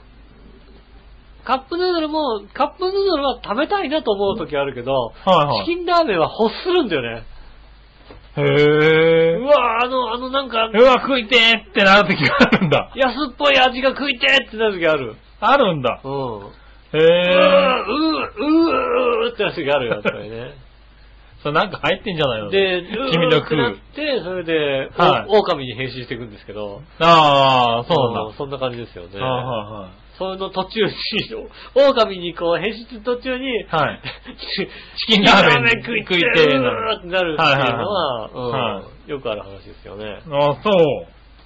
[SPEAKER 2] カップヌードルも、カップヌードルは食べたいなと思う時あるけど、
[SPEAKER 3] は
[SPEAKER 2] チキンラーメンは欲するんだよね。
[SPEAKER 3] いはい。へ
[SPEAKER 2] う
[SPEAKER 3] え。
[SPEAKER 2] わあの、あのなんか、
[SPEAKER 3] うわ、食いてーってなる時があるんだ。
[SPEAKER 2] 安っぽい味が食いてーってなる時 ある。
[SPEAKER 3] あるんだ。
[SPEAKER 2] うん。う
[SPEAKER 3] へ
[SPEAKER 2] ー、う
[SPEAKER 3] え。
[SPEAKER 2] ー、うーってなる時あるよ、やっぱり ね。
[SPEAKER 3] それなんか入ってんじゃないの
[SPEAKER 2] で、
[SPEAKER 3] 君の
[SPEAKER 2] うーって
[SPEAKER 3] 食
[SPEAKER 2] なっ
[SPEAKER 3] う。
[SPEAKER 2] て、それで、
[SPEAKER 3] はい
[SPEAKER 2] お狼に変身していくんですけど。
[SPEAKER 3] ああ、そ
[SPEAKER 2] ん
[SPEAKER 3] う
[SPEAKER 2] そんな感じですよ
[SPEAKER 3] な
[SPEAKER 2] ね
[SPEAKER 3] んだ。。はいはいはい。
[SPEAKER 2] その途中に、狼にこう変身する途中に、
[SPEAKER 3] はい。
[SPEAKER 2] チ
[SPEAKER 3] キンラーメン
[SPEAKER 2] 食いて
[SPEAKER 3] 食いて
[SPEAKER 2] う
[SPEAKER 3] ー
[SPEAKER 2] ーってなるっていうのは、
[SPEAKER 3] はいはいはいは
[SPEAKER 2] うんよくある話ですよね。
[SPEAKER 3] あそう。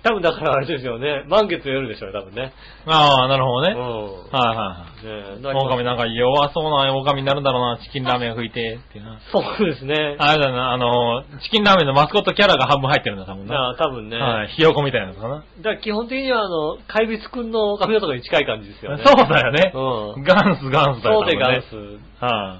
[SPEAKER 2] 多分だからあれですよね。満月の夜でしょうね、多分ね。
[SPEAKER 3] ああ、なるほど
[SPEAKER 2] う
[SPEAKER 3] ね。
[SPEAKER 2] ん。
[SPEAKER 3] はいはい
[SPEAKER 2] ねえ
[SPEAKER 3] はい。狼なんか弱そうな狼になるんだろうな、チキンラーメン食いて、ってな。
[SPEAKER 2] そうですね。
[SPEAKER 3] あれだな、あの、チキンラーメンのマスコットキャラが半分入ってるんだ、多分な。
[SPEAKER 2] ああ、多分ね。
[SPEAKER 3] はい、ひよこみたいなのかな。
[SPEAKER 2] だから基本的には、あの、怪物くんの狼男に近い感じですよね。
[SPEAKER 3] そうだよね。
[SPEAKER 2] うん。
[SPEAKER 3] ガンスガンスだよ
[SPEAKER 2] そうでガンス。
[SPEAKER 3] ス。は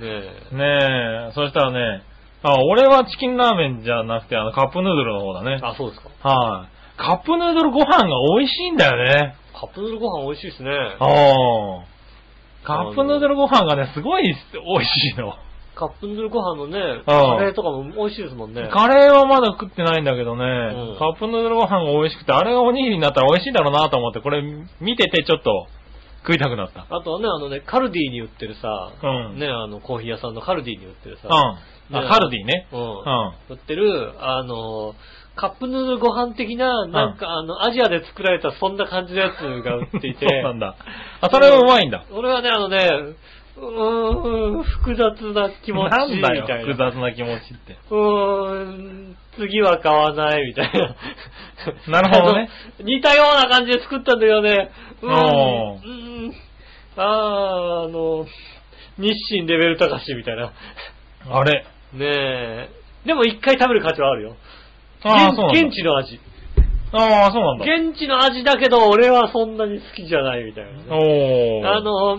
[SPEAKER 2] ね
[SPEAKER 3] い。ねえ、そしたらね、あ、俺はチキンラーメンじゃなくて、あの、カップヌードルの方だ
[SPEAKER 2] え
[SPEAKER 3] ね。
[SPEAKER 2] あ、そうですか。
[SPEAKER 3] はい。カップヌードルご飯が美味しいんだよね。
[SPEAKER 2] カップヌードルご飯美味しいですね。
[SPEAKER 3] ああ。カップヌードルご飯がね、すごい美味しいの。
[SPEAKER 2] カップヌードルご飯のね、カレーとかも美味しいですもんね。
[SPEAKER 3] カレーはまだ食ってないんだけどね、
[SPEAKER 2] うん
[SPEAKER 3] カップヌードルご飯が美味しくて、あれがおにぎりになったら美味しいだろうなと思って、これ見ててちょっと食いたくなった。
[SPEAKER 2] あとはね、あのね、カルディに売ってるさ、
[SPEAKER 3] うん
[SPEAKER 2] ね、あの、コーヒー屋さんのカルディに売ってるさ、
[SPEAKER 3] うん。
[SPEAKER 2] ね
[SPEAKER 3] あ、カルディね。
[SPEAKER 2] うん
[SPEAKER 3] うん。
[SPEAKER 2] 売ってる、あの、カップヌードルご飯的な、なんか、あの、アジアで作られたそんな感じのやつが売っていて、
[SPEAKER 3] そうなんだ。あ、それはうまいんだ。
[SPEAKER 2] 俺はね、あのね、うーん、複雑な気持ちみた
[SPEAKER 3] ないん
[SPEAKER 2] な。
[SPEAKER 3] だよ、複雑な気持ちって。
[SPEAKER 2] うーん、次は買わないみたいな。
[SPEAKER 3] なるほどね
[SPEAKER 2] あの。似たような感じで作ったんだよね。うーん
[SPEAKER 3] おー
[SPEAKER 2] うーん。あー、あの、日清レベル高しみたいな。
[SPEAKER 3] あれ。
[SPEAKER 2] ねえ。でも一回食べる価値はあるよ。
[SPEAKER 3] ああ、
[SPEAKER 2] 現
[SPEAKER 3] そうなん
[SPEAKER 2] 現
[SPEAKER 3] だ。
[SPEAKER 2] 地の味。
[SPEAKER 3] ああ、そうなんだ。
[SPEAKER 2] 現地の味だけど、俺はそんなに好きじゃないみたいなね、
[SPEAKER 3] おー。
[SPEAKER 2] あ、の、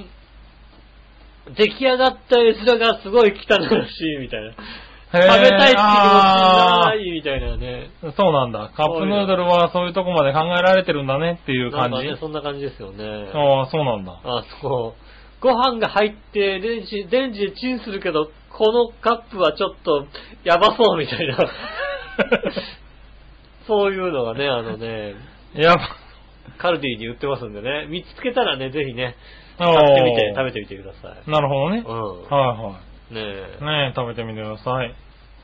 [SPEAKER 2] 出来上がった絵面がすごい汚らしいみたいな。
[SPEAKER 3] 食べ
[SPEAKER 2] 食べたいって気持ちにならないみたいなね。
[SPEAKER 3] そうなんだ。カップヌードルはそういうとこまで考えられてるんだねっていう
[SPEAKER 2] な
[SPEAKER 3] 感
[SPEAKER 2] ん
[SPEAKER 3] じ。
[SPEAKER 2] かね、そんな感じですよね。
[SPEAKER 3] ああ、そうなんだ。
[SPEAKER 2] あ、そう。ご飯が入って、電子、電子でチンするけど、このカップはちょっと、やばそうみた いな。そういうのがね、あのね、
[SPEAKER 3] いや、
[SPEAKER 2] カルディに売ってますんでね、見つけたらね、ぜひね、
[SPEAKER 3] 買
[SPEAKER 2] 買ってみて、食べてみてください。
[SPEAKER 3] なるほどね。
[SPEAKER 2] う
[SPEAKER 3] はいは
[SPEAKER 2] ん。ねえ
[SPEAKER 3] い。。ねえ、食べてみてください。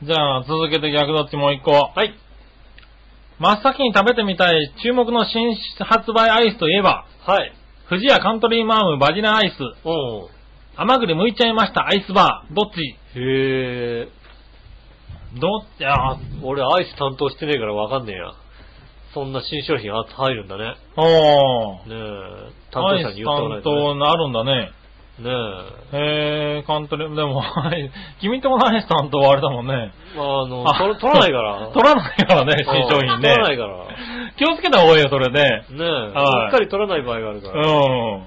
[SPEAKER 3] じゃあ、続けて逆どっちもう一個。
[SPEAKER 2] はい。
[SPEAKER 3] 真っ先に食べてみたい注目の新発売アイスといえば、
[SPEAKER 2] はい。
[SPEAKER 3] 富士屋カントリーマームバニラアイス、
[SPEAKER 2] うん。
[SPEAKER 3] 甘栗剥いちゃいましたアイスバー、どっち
[SPEAKER 2] へえ。
[SPEAKER 3] どっちあー、
[SPEAKER 2] 俺アイス担当してねえからわかんねえや。そんな新商品あ入るんだね。
[SPEAKER 3] おー。
[SPEAKER 2] ねえ。担
[SPEAKER 3] ア
[SPEAKER 2] 当
[SPEAKER 3] イ
[SPEAKER 2] 者
[SPEAKER 3] ス
[SPEAKER 2] に言ってもら
[SPEAKER 3] 担
[SPEAKER 2] え
[SPEAKER 3] 当なるんだね。
[SPEAKER 2] ねえ。
[SPEAKER 3] へえ、カントリー、でも、はい君とこのアイス担当はあれだもんね。
[SPEAKER 2] あの、
[SPEAKER 3] あ
[SPEAKER 2] 取 取らないから。
[SPEAKER 3] 取らないからね、新商
[SPEAKER 2] うん
[SPEAKER 3] 品
[SPEAKER 2] 取らない
[SPEAKER 3] ね。
[SPEAKER 2] から。ね
[SPEAKER 3] 気をつけた方がいいよ、それね。
[SPEAKER 2] え。
[SPEAKER 3] は
[SPEAKER 2] う
[SPEAKER 3] い
[SPEAKER 2] っかり取らない場合がある
[SPEAKER 3] う
[SPEAKER 2] から。
[SPEAKER 3] ん。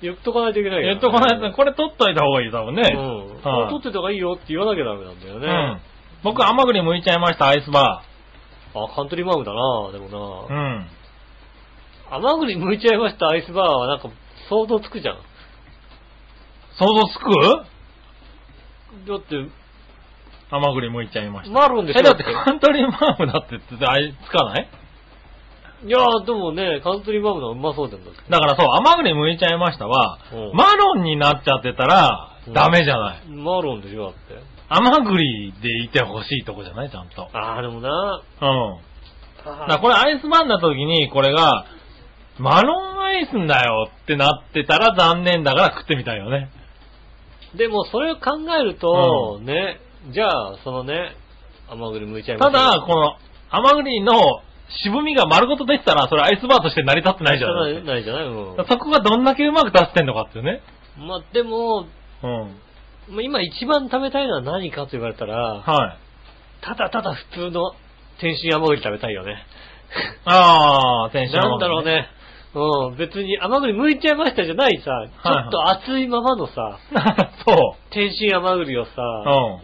[SPEAKER 2] 言っとかないといけないから、
[SPEAKER 3] 言っとかないと、これ取っといた方がいい、多分ね。
[SPEAKER 2] うん。
[SPEAKER 3] は
[SPEAKER 2] 取
[SPEAKER 3] い
[SPEAKER 2] ってた方がいいよって言わなきゃダメなんだよ
[SPEAKER 3] う
[SPEAKER 2] ね。
[SPEAKER 3] ん。僕、甘栗剥いちゃいました、アイスバ
[SPEAKER 2] あ、カントリーマームだなでも
[SPEAKER 3] ー。う
[SPEAKER 2] な、
[SPEAKER 3] ん。
[SPEAKER 2] 甘栗剥いちゃいましたアイスバーはなんか想像つくじゃん。
[SPEAKER 3] 想像つく
[SPEAKER 2] だって、
[SPEAKER 3] 甘栗剥いちゃいました。
[SPEAKER 2] マロンでしょ
[SPEAKER 3] え、だってカントリーマームだってつつかない
[SPEAKER 2] いやーでもね、カントリーマームのはうまそうじゃんだって。
[SPEAKER 3] だからそう、甘栗剥いちゃいましたは
[SPEAKER 2] うん、
[SPEAKER 3] マロンになっちゃってたら
[SPEAKER 2] う、ん
[SPEAKER 3] ダメじゃない。
[SPEAKER 2] マロンでしょだって。
[SPEAKER 3] 甘栗でいてほしいとこじゃないちゃんと。
[SPEAKER 2] あーでもな
[SPEAKER 3] うん。だから
[SPEAKER 2] あ
[SPEAKER 3] これアイスバーンだった時に、これが、マロンアイスんだよってなってたら残念だから食ってみたいよね。
[SPEAKER 2] ーでもそれを考えると、ね、じゃあ、そのね、甘栗剥いちゃいま
[SPEAKER 3] た
[SPEAKER 2] した。
[SPEAKER 3] だ、この甘栗の渋みが丸ごと出てたら、それアイスバーとして成り立ってないじゃ
[SPEAKER 2] な
[SPEAKER 3] ない
[SPEAKER 2] い。ないじゃないうん
[SPEAKER 3] そこがどんだけうまく出してんのかっていうね。
[SPEAKER 2] まあ、でも、
[SPEAKER 3] うん。
[SPEAKER 2] まあ今一番食べたいのは何かと言われたら、
[SPEAKER 3] はい。
[SPEAKER 2] ただただ普通の天津甘栗食べたいよね。
[SPEAKER 3] あー、テンション
[SPEAKER 2] なんだろう。ね。うん、別に甘栗剥いちゃいましたじゃないさ、ちょっと熱いままのさ、
[SPEAKER 3] そ
[SPEAKER 2] 天津甘栗をさ、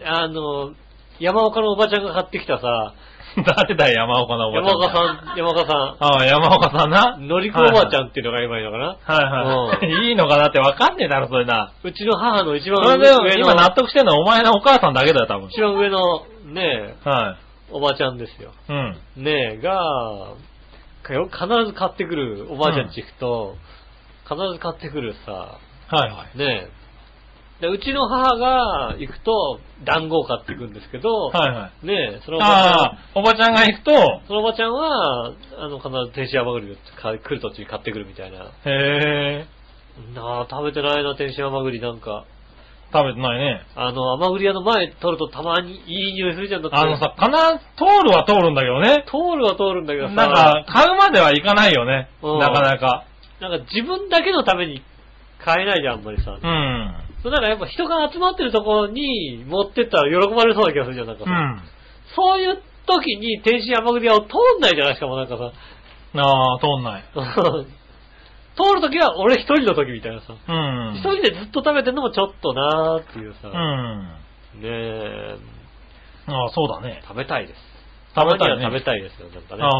[SPEAKER 3] ん
[SPEAKER 2] あの、山岡のおばちゃんが買ってきたさ、
[SPEAKER 3] う。誰だよ、山岡のおばちゃ
[SPEAKER 2] 山
[SPEAKER 3] ん。
[SPEAKER 2] 岡さん、山岡さ
[SPEAKER 3] ああ、山岡さんな。
[SPEAKER 2] ん、のりこおばちゃんっていうのが今いるのかな、
[SPEAKER 3] はいはい。 いいのかなってわかんねえだろ、それな。
[SPEAKER 2] うちの母の一
[SPEAKER 3] そ
[SPEAKER 2] 番
[SPEAKER 3] れ
[SPEAKER 2] 上
[SPEAKER 3] で、
[SPEAKER 2] の
[SPEAKER 3] 今、納得してんのはお前のお母さんだけだよ、多分。
[SPEAKER 2] 一番上のねえ、
[SPEAKER 3] はい。
[SPEAKER 2] おばちゃんですよ。
[SPEAKER 3] うん。
[SPEAKER 2] ねえ、が、かよ必ず買ってくるおばあちゃんち行くと、必ず買ってくるさ、
[SPEAKER 3] はいはい。
[SPEAKER 2] ねえ。でうちの母が行くと、団子を買っていくんですけど、
[SPEAKER 3] はいはい。
[SPEAKER 2] ねえ、そのおばちゃん
[SPEAKER 3] あ
[SPEAKER 2] は、
[SPEAKER 3] あ、おばちゃんが行くと、
[SPEAKER 2] そのおばちゃんは、あの、必ず天津甘栗を買い来る途中に買ってくるみたいな。
[SPEAKER 3] へえ、
[SPEAKER 2] なあ、食べてないな、天津甘栗なんか。
[SPEAKER 3] 食べてないね。
[SPEAKER 2] あの、甘栗屋の前通るとたまにいい匂いするじゃんだって。
[SPEAKER 3] あのさ、かな、通るは通るんだけどね。
[SPEAKER 2] 通るは通るんだけどさ、
[SPEAKER 3] なんか、買うまではいかないよね。
[SPEAKER 2] うん
[SPEAKER 3] なかなか。
[SPEAKER 2] なんか自分だけのために買えないじゃん、あんまりさ。
[SPEAKER 3] うん。
[SPEAKER 2] そうだからやっぱ人が集まってるところに持ってったら喜ばれそうな気がするじゃん、なんか
[SPEAKER 3] う
[SPEAKER 2] さ。
[SPEAKER 3] ん。
[SPEAKER 2] そういう時に天津山栗屋を通んないじゃないですか、もうなんかさ。
[SPEAKER 3] ああ、通んない。
[SPEAKER 2] 通る時は俺一人の時みたいなさ。
[SPEAKER 3] うん。
[SPEAKER 2] 一人でずっと食べてんのもちょっとなーっていうさ。
[SPEAKER 3] う
[SPEAKER 2] ね
[SPEAKER 3] ん。
[SPEAKER 2] え、
[SPEAKER 3] ああ、そうだね。
[SPEAKER 2] 食べたいです。
[SPEAKER 3] 食べたい
[SPEAKER 2] たまに
[SPEAKER 3] ね。
[SPEAKER 2] は食べたいですよ、なんかね。
[SPEAKER 3] ああ。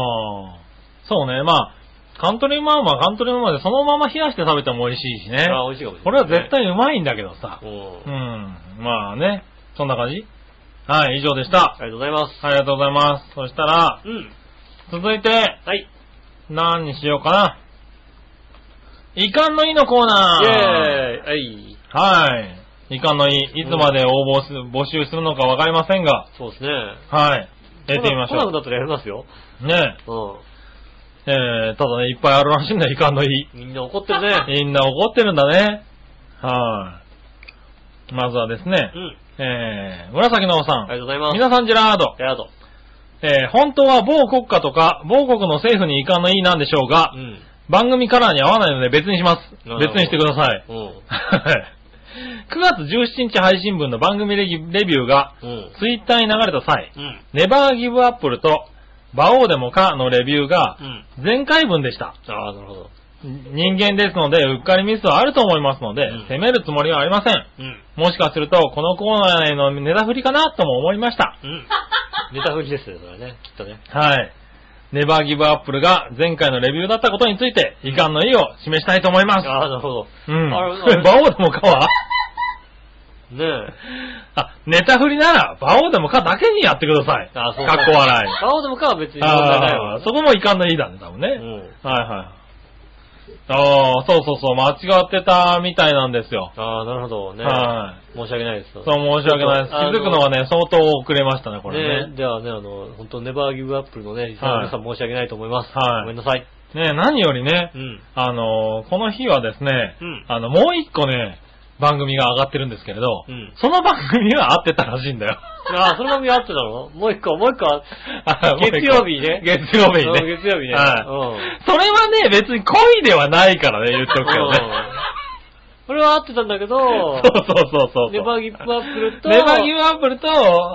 [SPEAKER 3] そうね。まあ、カントリーマームはカントリーマームでそのまま冷やして食べても美味しいしね。
[SPEAKER 2] あー美味しいかもしれ
[SPEAKER 3] こ
[SPEAKER 2] な
[SPEAKER 3] れ
[SPEAKER 2] い、
[SPEAKER 3] は絶。対うまいんだけどさ
[SPEAKER 2] う。ん。
[SPEAKER 3] う
[SPEAKER 2] あ
[SPEAKER 3] ん。まあね。そんな感じはい、以上でした。
[SPEAKER 2] りがとうございます。
[SPEAKER 3] ありがとうございます。そしたら、
[SPEAKER 2] うん。
[SPEAKER 3] 続いて、
[SPEAKER 2] はい。
[SPEAKER 3] 何にしようかな。遺憾の意のコー
[SPEAKER 2] イェーイ
[SPEAKER 3] ナー。
[SPEAKER 2] はい。
[SPEAKER 3] はい。遺憾の意、いつまで応募す、募集するのかわかりませんが、
[SPEAKER 2] そうですね。
[SPEAKER 3] はい。やってみまし
[SPEAKER 2] 来な
[SPEAKER 3] ょ
[SPEAKER 2] くなったらやりますよ。
[SPEAKER 3] う。ね
[SPEAKER 2] うん。
[SPEAKER 3] え、えー、ただね、いっぱいあるらしいんだ、遺憾の 意。
[SPEAKER 2] みんな怒ってるね。
[SPEAKER 3] みんな怒ってるんだね。はい。まずはですね
[SPEAKER 2] う、ん。
[SPEAKER 3] えー、紫のおさ
[SPEAKER 2] ありがとうご
[SPEAKER 3] ん。
[SPEAKER 2] ざいます。
[SPEAKER 3] 皆さん、ジェラード。
[SPEAKER 2] やだと。
[SPEAKER 3] えー、本当は某国家とか、某国の政府に遺憾の意なんでしょうが
[SPEAKER 2] う、ん。
[SPEAKER 3] 番組カラーに合わないので別にします。
[SPEAKER 2] なるほど
[SPEAKER 3] 別にしてください。
[SPEAKER 2] うん。
[SPEAKER 3] 9月17日配信分の番組レギレビューが、
[SPEAKER 2] うん。
[SPEAKER 3] ツイッターに流れた際、
[SPEAKER 2] うん。
[SPEAKER 3] ネバーギブアップルと、バオーデモかのレビューが
[SPEAKER 2] う、ん。
[SPEAKER 3] 前回分でした。
[SPEAKER 2] ああ、なるほど。
[SPEAKER 3] 人間ですので、うっかりミスはあると思いますので、
[SPEAKER 2] うん
[SPEAKER 3] 責めるつもりはありません。
[SPEAKER 2] うん。
[SPEAKER 3] もしかすると、このコーナーへのネタ振りかなとも思いました。
[SPEAKER 2] うん。ネタ振りですよ、それはね。きっとね。
[SPEAKER 3] はい。ネバーギブアップルが前回のレビューだったことについて、遺憾の意を示したいと思います。
[SPEAKER 2] ああ、なるほど。
[SPEAKER 3] うん。
[SPEAKER 2] あれあれ
[SPEAKER 3] バオでもかは
[SPEAKER 2] ねえ。
[SPEAKER 3] あ、ネタ振りなら、バオでもかだけにやってください。
[SPEAKER 2] ああ、そう
[SPEAKER 3] かっこ笑い。
[SPEAKER 2] 顔でもかは別に問題ない
[SPEAKER 3] ああ
[SPEAKER 2] わ。
[SPEAKER 3] ー、そこも遺憾の意だね、多分ね。
[SPEAKER 2] うん。
[SPEAKER 3] はいはい。ああ、そうそうそう、間違ってたみたいなんですよ。
[SPEAKER 2] ああ、なるほどね。
[SPEAKER 3] は
[SPEAKER 2] 申し訳ないです。
[SPEAKER 3] そう、申し訳ないです。気
[SPEAKER 2] あの
[SPEAKER 3] づくのはね、相当遅れましたね、これ
[SPEAKER 2] ね
[SPEAKER 3] ね。
[SPEAKER 2] ではね、あの、本当ネバーギブアップルのね、リスナーの皆さん申し訳ないと思います。
[SPEAKER 3] はい
[SPEAKER 2] ごめんなさい。
[SPEAKER 3] ね何よりね
[SPEAKER 2] う、ん。
[SPEAKER 3] あのー、この日はですね
[SPEAKER 2] うん、
[SPEAKER 3] あの、もう一個ね、番組が上がってるんですけれど
[SPEAKER 2] うん、
[SPEAKER 3] その番組は合ってたらしいんだよ。
[SPEAKER 2] ああ、その番組合ってたのもう一個、もう一個あ、月曜日ね。
[SPEAKER 3] 月曜日にね。
[SPEAKER 2] うん月曜日ね
[SPEAKER 3] はい。それはね、別に恋ではないからね、言っとくけ どね。
[SPEAKER 2] これは合ってたんだけど、
[SPEAKER 3] そうそうそうそう。
[SPEAKER 2] ネバーギブアップルと、
[SPEAKER 3] ネバーギブアップルと、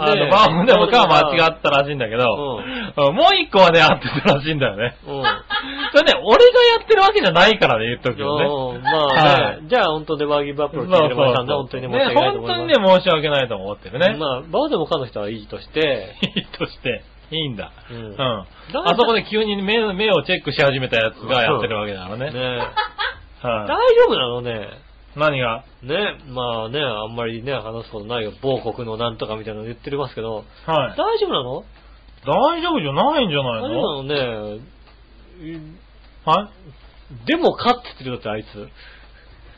[SPEAKER 3] あ
[SPEAKER 2] ね
[SPEAKER 3] の、
[SPEAKER 2] え
[SPEAKER 3] バーモンでもかは間違ったらしいんだけど、うんもう一個はね、合ってたらしいんだよね。
[SPEAKER 2] うん。
[SPEAKER 3] それね、俺がやってるわけじゃないからね、言っとくけど
[SPEAKER 2] う
[SPEAKER 3] ね。
[SPEAKER 2] んまあ
[SPEAKER 3] は
[SPEAKER 2] ね、じゃあ本当ネバーギブアップ
[SPEAKER 3] そう
[SPEAKER 2] ル
[SPEAKER 3] そう
[SPEAKER 2] 聞いてる皆さんね、
[SPEAKER 3] そう
[SPEAKER 2] 本当にね、申し
[SPEAKER 3] ね
[SPEAKER 2] 訳ないと
[SPEAKER 3] 本
[SPEAKER 2] 思います
[SPEAKER 3] 当。にね、申し訳ないと思ってるね。
[SPEAKER 2] まあ、バオでもかの人はいいとして、
[SPEAKER 3] いいとして、いいんだ。
[SPEAKER 2] う
[SPEAKER 3] うんん。あそこで急に目目をチェックし始めたやつがやってるわけだから
[SPEAKER 2] ね
[SPEAKER 3] ね。
[SPEAKER 2] 大
[SPEAKER 3] は
[SPEAKER 2] 丈夫なのね。
[SPEAKER 3] い。何が
[SPEAKER 2] ね、まあね、あんまりね、話すことないよ。某国のなんとかみたいなの言ってますけど、
[SPEAKER 3] は
[SPEAKER 2] 大
[SPEAKER 3] い。
[SPEAKER 2] 丈夫なの
[SPEAKER 3] 大丈夫じゃないんじゃな
[SPEAKER 2] 大丈夫
[SPEAKER 3] いの
[SPEAKER 2] なのね。うん
[SPEAKER 3] は
[SPEAKER 2] でもかって言ってるだって、あいつ。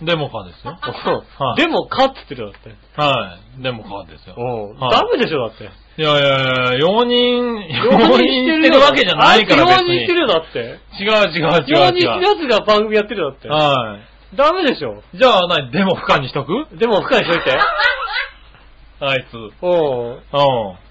[SPEAKER 3] い。デモカーです よ。い
[SPEAKER 2] でもかって言ってるだって。
[SPEAKER 3] はい。デモカーですよ。
[SPEAKER 2] うん
[SPEAKER 3] はい
[SPEAKER 2] ダメでしょ、だって。
[SPEAKER 3] いやいやいや、容認、容認してるわけじゃないから
[SPEAKER 2] あ
[SPEAKER 3] 別
[SPEAKER 2] いつ
[SPEAKER 3] に。
[SPEAKER 2] 容認してるよ、だって。
[SPEAKER 3] 違う違う
[SPEAKER 2] 容
[SPEAKER 3] 違
[SPEAKER 2] 認して
[SPEAKER 3] う
[SPEAKER 2] る
[SPEAKER 3] 違う。
[SPEAKER 2] やつが番組やってるよだって。
[SPEAKER 3] は
[SPEAKER 2] ダメでしょ。
[SPEAKER 3] い。じゃあ何、でも不可にしとく
[SPEAKER 2] でも、深いしとい て。
[SPEAKER 3] あいつ。うん。
[SPEAKER 2] おう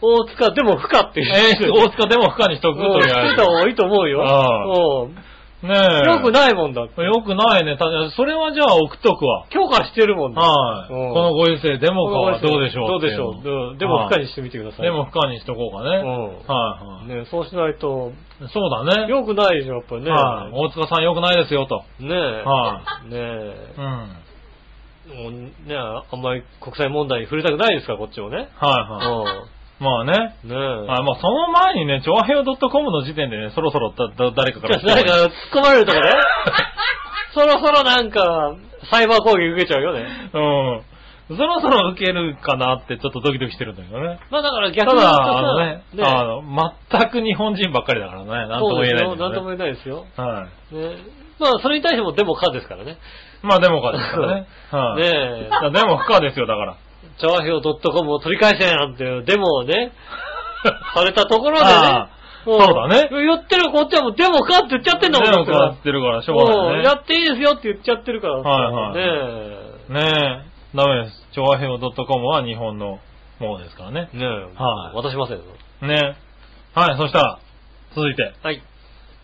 [SPEAKER 2] 大塚、でも、深って
[SPEAKER 3] え
[SPEAKER 2] 言って
[SPEAKER 3] ー、大塚でも不可にしとく
[SPEAKER 2] うん
[SPEAKER 3] とりあえ
[SPEAKER 2] つけた方がいいと思うよ。
[SPEAKER 3] ああ
[SPEAKER 2] うん
[SPEAKER 3] ず。ねえ。
[SPEAKER 2] よくないもんだって。
[SPEAKER 3] い。よくないね。ただ、それはじゃあ送っとくわ。
[SPEAKER 2] 許可してるもんだ
[SPEAKER 3] はい。こ
[SPEAKER 2] うん
[SPEAKER 3] のご時世、デモカはどうでし
[SPEAKER 2] ど
[SPEAKER 3] ょう
[SPEAKER 2] うでしょう
[SPEAKER 3] っ。ていの
[SPEAKER 2] うんでも、深にしてみてください。
[SPEAKER 3] でも不可にしとこうかね。
[SPEAKER 2] うん
[SPEAKER 3] はいは
[SPEAKER 2] ね、そうしないと、
[SPEAKER 3] い。そうだね。
[SPEAKER 2] よくないでしょ、やっぱりね。
[SPEAKER 3] はい。大塚さんよくないですよ、と。
[SPEAKER 2] ねえ。
[SPEAKER 3] は
[SPEAKER 2] ねえ
[SPEAKER 3] い。うん。はい
[SPEAKER 2] もうねえあんまり国際問題に触れたくないですから、こっちも ね。う
[SPEAKER 3] は
[SPEAKER 2] ん。
[SPEAKER 3] い。まあね。
[SPEAKER 2] ねえ。
[SPEAKER 3] あ、まあその前にね、調和平和 .com の時点でね、そろそろだだ誰かか
[SPEAKER 2] じゃ
[SPEAKER 3] ら
[SPEAKER 2] あ誰か突っ込まれるとか ね。そろそろなんか、サイバー攻撃受けちゃうよね。
[SPEAKER 3] うん。そろそろ受けるかなってちょっとドキドキしてるんだけどね。
[SPEAKER 2] まあだから
[SPEAKER 3] た
[SPEAKER 2] 逆に言うと
[SPEAKER 3] だ、あ
[SPEAKER 2] さ
[SPEAKER 3] のね、あの、全く日本人ばっかりだからね、なんとも言えない、
[SPEAKER 2] そうですよなんとも
[SPEAKER 3] ね。
[SPEAKER 2] 言えないですよ。
[SPEAKER 3] はい。
[SPEAKER 2] ね。まあそれに対してもでもかですからね。
[SPEAKER 3] まあデモカですからね。は
[SPEAKER 2] ね
[SPEAKER 3] い。
[SPEAKER 2] え
[SPEAKER 3] いやでも不可ですよ、だから。
[SPEAKER 2] 調和表 .com を取り返せなんていうデモをね、されたところで
[SPEAKER 3] あ
[SPEAKER 2] ね
[SPEAKER 3] あ。
[SPEAKER 2] も
[SPEAKER 3] そうだね
[SPEAKER 2] 言ってるこっちはもうデモかって言っちゃってんだもん
[SPEAKER 3] デモ
[SPEAKER 2] だ
[SPEAKER 3] カっ
[SPEAKER 2] か
[SPEAKER 3] て言ってるから、しょう
[SPEAKER 2] ら。
[SPEAKER 3] が
[SPEAKER 2] も
[SPEAKER 3] な
[SPEAKER 2] う
[SPEAKER 3] い
[SPEAKER 2] やっていいですよって言っちゃってるから。
[SPEAKER 3] はい
[SPEAKER 2] ね
[SPEAKER 3] ね。ねえ、ダメです。調和平和 .com は日本のものですからね。
[SPEAKER 2] え。ねえ。
[SPEAKER 3] はい
[SPEAKER 2] 渡しませんよ。
[SPEAKER 3] ねえ。はい、そしたら、続いて、
[SPEAKER 2] はい。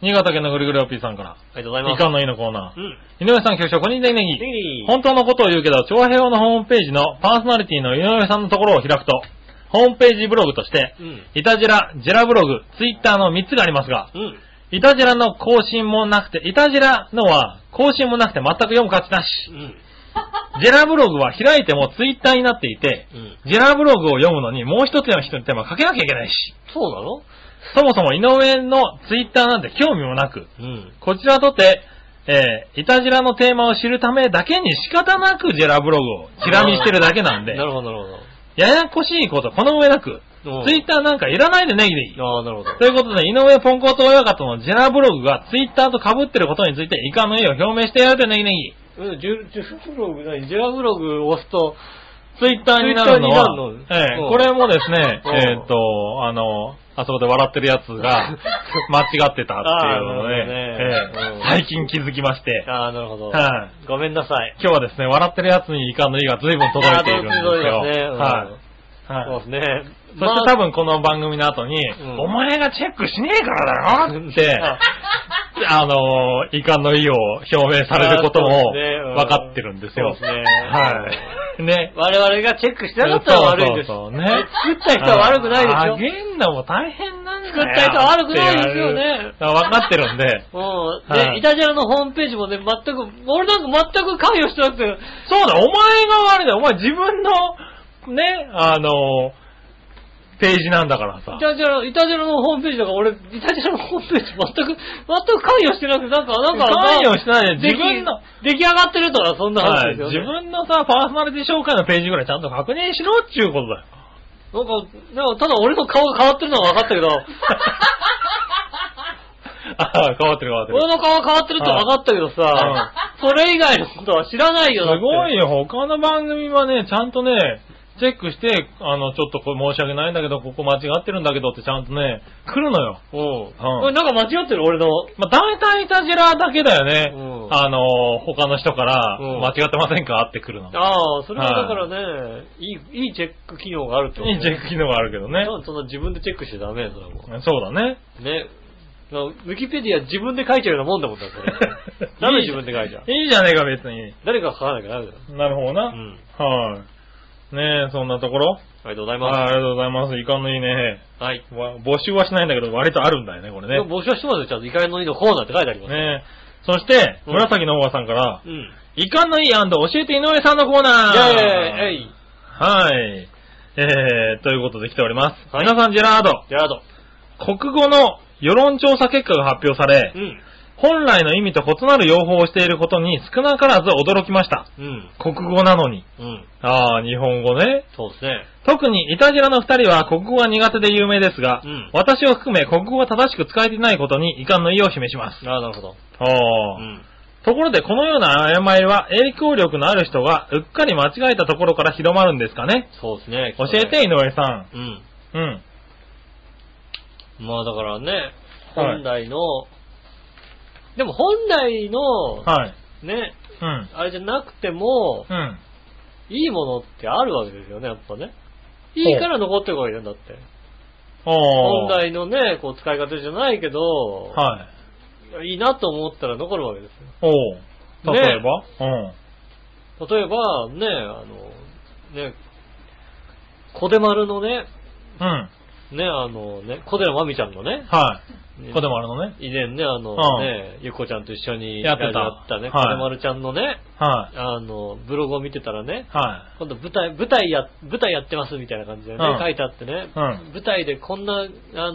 [SPEAKER 3] 新潟県のぐるぐるおっぴーさんから。
[SPEAKER 2] ありがとうござい
[SPEAKER 3] い
[SPEAKER 2] ます。
[SPEAKER 3] かんのいいのコーナー
[SPEAKER 2] う。ん。
[SPEAKER 3] 井上さん、局長、こんにちは、ネギネギ。
[SPEAKER 2] 次に
[SPEAKER 3] 本当のことを言うけど、長平和のホームページのパーソナリティの井上さんのところを開くと、ホームページブログとして、
[SPEAKER 2] うん。
[SPEAKER 3] イタジラ、ジェラブログ、ツイッターの3つがありますが、
[SPEAKER 2] うん。
[SPEAKER 3] イタジラの更新もなくて、イタジラのは更新もなくて全く読む価値なし。
[SPEAKER 2] うん。
[SPEAKER 3] ジェラブログは開いてもツイッターになっていて、
[SPEAKER 2] うん。
[SPEAKER 3] ジェラブログを読むのにもう一つの人に手間かけなきゃいけないし、
[SPEAKER 2] そうなの
[SPEAKER 3] そもそも井上のツイッターなんて興味もなく、
[SPEAKER 2] うん。
[SPEAKER 3] こちらとて、えー、いたじらのテーマを知るためだけに仕方なくジェラブログをチラ見してるだけなんで
[SPEAKER 2] な、るほど、なるほ
[SPEAKER 3] ややこしいことこの上なく、
[SPEAKER 2] ど。
[SPEAKER 3] ツイッターなんかいらないでネギネギ。
[SPEAKER 2] ああ、なるほど。
[SPEAKER 3] ということで、井上ポンコツ親方のジェラブログがツイッターと被ってることについて遺憾の意を表明してやるでネギネギ。
[SPEAKER 2] うん、ジュジュフブログ、何ジェラブログを押すと、
[SPEAKER 3] ツイッターになるの
[SPEAKER 2] ツイッ
[SPEAKER 3] は、
[SPEAKER 2] ターになるの
[SPEAKER 3] ええ
[SPEAKER 2] うん
[SPEAKER 3] これもですね、
[SPEAKER 2] うん
[SPEAKER 3] えーっと、あの、あそこで笑ってるや つが間違ってたっていうのをね、
[SPEAKER 2] あーなるほどね
[SPEAKER 3] ええ
[SPEAKER 2] うん
[SPEAKER 3] 最近気づきまして、
[SPEAKER 2] ああ、なるほど。
[SPEAKER 3] はい
[SPEAKER 2] ごめんなさい。
[SPEAKER 3] 今日はですね、笑ってるやつに遺憾の意が随分届いているんですよ。
[SPEAKER 2] あー届いてるねうん
[SPEAKER 3] はい。はい
[SPEAKER 2] そうですね。
[SPEAKER 3] そして多分この番組の後に、
[SPEAKER 2] ん
[SPEAKER 3] お前がチェックしねえからだろって、
[SPEAKER 2] あ
[SPEAKER 3] あのー遺憾の意を表明されることも
[SPEAKER 2] あーそうですねうん
[SPEAKER 3] 分かってるんですよ。
[SPEAKER 2] そうですね
[SPEAKER 3] はい。ね。
[SPEAKER 2] 我々がチェックしてなかったら悪いです。
[SPEAKER 3] そうそうそうね。
[SPEAKER 2] 作った人は悪くないでし
[SPEAKER 3] あ
[SPEAKER 2] ょ
[SPEAKER 3] あ。げんのも大変なんだよ。
[SPEAKER 2] 作った人は悪くないですよね
[SPEAKER 3] って言われる。分かってる んで。
[SPEAKER 2] うん。
[SPEAKER 3] は
[SPEAKER 2] で、
[SPEAKER 3] い
[SPEAKER 2] イタジェラのホームページもね、全く、俺なんか全く関与してなくて、
[SPEAKER 3] そうだ、お前が悪いだよ。お前自分の、ね、あの、ページなんだからさ
[SPEAKER 2] イ。タジェラ、イタジェラのホームページとか俺、イタジェラのホームページ全く、全く関与してなくて、なんか、なんか、
[SPEAKER 3] 関与してない
[SPEAKER 2] 出
[SPEAKER 3] で、自
[SPEAKER 2] 来
[SPEAKER 3] 分の、
[SPEAKER 2] 出来上がってるとか、そんな話
[SPEAKER 3] は
[SPEAKER 2] で
[SPEAKER 3] い、
[SPEAKER 2] すよ、
[SPEAKER 3] 自
[SPEAKER 2] ね
[SPEAKER 3] 分のさ、パーソナリティ紹介のページぐらいちゃんと確認しろっちゅうことだよ。
[SPEAKER 2] なんか、なんかただ俺の顔が変わってるのは分かったけ ど、
[SPEAKER 3] ああ、変わってる変わってる
[SPEAKER 2] 俺。の顔が変わってると分かったけどさ、それ以外のことは知らないよ、だって
[SPEAKER 3] すごいよ、他の番組はね、ちゃんとね、チェックして、あの、ちょっとこれ申し訳ないんだけど、ここ間違ってるんだけどってちゃんとね、来るのよ。
[SPEAKER 2] うん。
[SPEAKER 3] ん
[SPEAKER 2] これなんか間違ってる、俺の。
[SPEAKER 3] まあ、大体イタジラだけだよね。
[SPEAKER 2] うん
[SPEAKER 3] あの、他の人から、
[SPEAKER 2] うん
[SPEAKER 3] 間違ってませんかって来るの。
[SPEAKER 2] ああ、それはだからね、いい、いいチェック機能があるってこと
[SPEAKER 3] いいチェック機能があるけどね。
[SPEAKER 2] なんでそんな自分でチェックしちゃダメよ、それはも
[SPEAKER 3] そうだ ね。
[SPEAKER 2] う。ね。なウィキペディア自分で書いちゃうようなもんだもんだ、それ。 なんで自分で書いちゃう
[SPEAKER 3] いいじゃねえか、別に。
[SPEAKER 2] 誰かが書かなきゃダメだよ。
[SPEAKER 3] なるほどな。
[SPEAKER 2] うん。
[SPEAKER 3] はい。ねえ、そんなところ
[SPEAKER 2] ありがとうござい
[SPEAKER 3] はい、あ
[SPEAKER 2] ま
[SPEAKER 3] りがとうございます。いかんのいいね。
[SPEAKER 2] す。はい。
[SPEAKER 3] わ募集はしないんだけど、割とあるんだよね、これ
[SPEAKER 2] で
[SPEAKER 3] ね。
[SPEAKER 2] も募集はしてますよ、ちゃんと。怒りのいのコーナーって書いてあります。
[SPEAKER 3] ねえ。そして、
[SPEAKER 2] うん
[SPEAKER 3] 紫のおばさんから、
[SPEAKER 2] うん。
[SPEAKER 3] いかんのいい教えて井上さんのコーナ
[SPEAKER 2] イェー
[SPEAKER 3] ー
[SPEAKER 2] イえい
[SPEAKER 3] はい。えー、ということで来ております。
[SPEAKER 2] はい
[SPEAKER 3] 皆さん、ジェラード。
[SPEAKER 2] ジェラード。
[SPEAKER 3] 国語の世論調査結果が発表され、
[SPEAKER 2] うん。
[SPEAKER 3] 本来の意味と異なる用法をしていることに少なからず驚きました。
[SPEAKER 2] うん。
[SPEAKER 3] 国語なのに。
[SPEAKER 2] うん。
[SPEAKER 3] ああ、日本語ね。
[SPEAKER 2] そうですね。
[SPEAKER 3] 特にイタジラの二人は国語が苦手で有名ですが、
[SPEAKER 2] うん
[SPEAKER 3] 私を含め国語が正しく使えていないことに遺憾の意を示します。
[SPEAKER 2] ああ、なるほど。
[SPEAKER 3] ああ
[SPEAKER 2] うん。
[SPEAKER 3] ところで、このような誤いは影響力のある人がうっかり間違えたところから広まるんですかね
[SPEAKER 2] そうですね。
[SPEAKER 3] 教えて、井上さ
[SPEAKER 2] うん。
[SPEAKER 3] ん。うん。
[SPEAKER 2] まあだからね、
[SPEAKER 3] はい
[SPEAKER 2] 本来の、でも本来の、
[SPEAKER 3] はい。
[SPEAKER 2] ね、
[SPEAKER 3] うん。
[SPEAKER 2] あれじゃなくても、
[SPEAKER 3] うん。
[SPEAKER 2] いいものってあるわけですよね、やっぱね。いいから残ってこいよ、だって。
[SPEAKER 3] ああ。
[SPEAKER 2] 本来のね、こう使い方じゃないけど、
[SPEAKER 3] はい。
[SPEAKER 2] い、いなと思ったら残るわけです
[SPEAKER 3] おお。例えば、
[SPEAKER 2] よ。例えば、ね、あの、ね、小手丸のね、
[SPEAKER 3] うん。うん。
[SPEAKER 2] ね、あのね、小手のまみちゃんのね、
[SPEAKER 3] はい。
[SPEAKER 2] ね
[SPEAKER 3] ここでもあるのね。
[SPEAKER 2] 以前ね、あの
[SPEAKER 3] うん
[SPEAKER 2] ね、ゆっこちゃんと一緒に
[SPEAKER 3] やってた
[SPEAKER 2] ラジオったね、
[SPEAKER 3] はい
[SPEAKER 2] 小手丸ちゃんのね、
[SPEAKER 3] はい。
[SPEAKER 2] あの、ブログを見てたらね、
[SPEAKER 3] は
[SPEAKER 2] 今度舞台、舞台や、舞台やってますみたいな感じでね、
[SPEAKER 3] うん
[SPEAKER 2] 書いてあってね、
[SPEAKER 3] うん
[SPEAKER 2] 舞台でこんな、あの、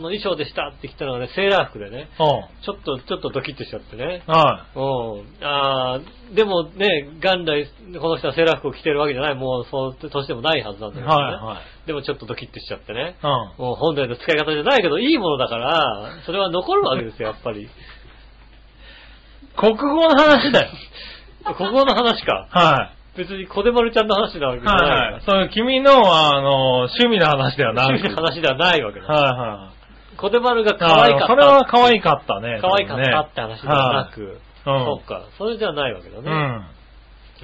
[SPEAKER 2] 衣装でしたって来たのがね、セーラー服でね、
[SPEAKER 3] い。おう
[SPEAKER 2] ちょっと、ちょっとドキッとしちゃってね。
[SPEAKER 3] は
[SPEAKER 2] うん。あーでもね、元来、この人はセーラー服を着てるわけじゃない、もうそう、年でもないはずなんだ
[SPEAKER 3] い。
[SPEAKER 2] けどね。
[SPEAKER 3] は
[SPEAKER 2] でもちょっとドキッとしちゃってね。
[SPEAKER 3] い。はい。
[SPEAKER 2] もう本来の使い方じゃないけど、いいものだから、それは残るわけですよ、やっぱ り。
[SPEAKER 3] うん。国語の話だよ。
[SPEAKER 2] ここの話か。
[SPEAKER 3] は
[SPEAKER 2] 別に小手丸ちゃんの話なわけ
[SPEAKER 3] い。
[SPEAKER 2] じゃない
[SPEAKER 3] はい。そういう君の、あの、趣味の話ではな
[SPEAKER 2] 趣
[SPEAKER 3] く。
[SPEAKER 2] 味の話ではないわけだ。
[SPEAKER 3] はいはい。
[SPEAKER 2] 小手丸が可愛かった。
[SPEAKER 3] あーそれは可愛かったね。
[SPEAKER 2] 可愛かったって話ではなく、
[SPEAKER 3] はいうん
[SPEAKER 2] そうか、それじゃないわけだ
[SPEAKER 3] 多
[SPEAKER 2] ね。
[SPEAKER 3] 分
[SPEAKER 2] あ
[SPEAKER 3] ね。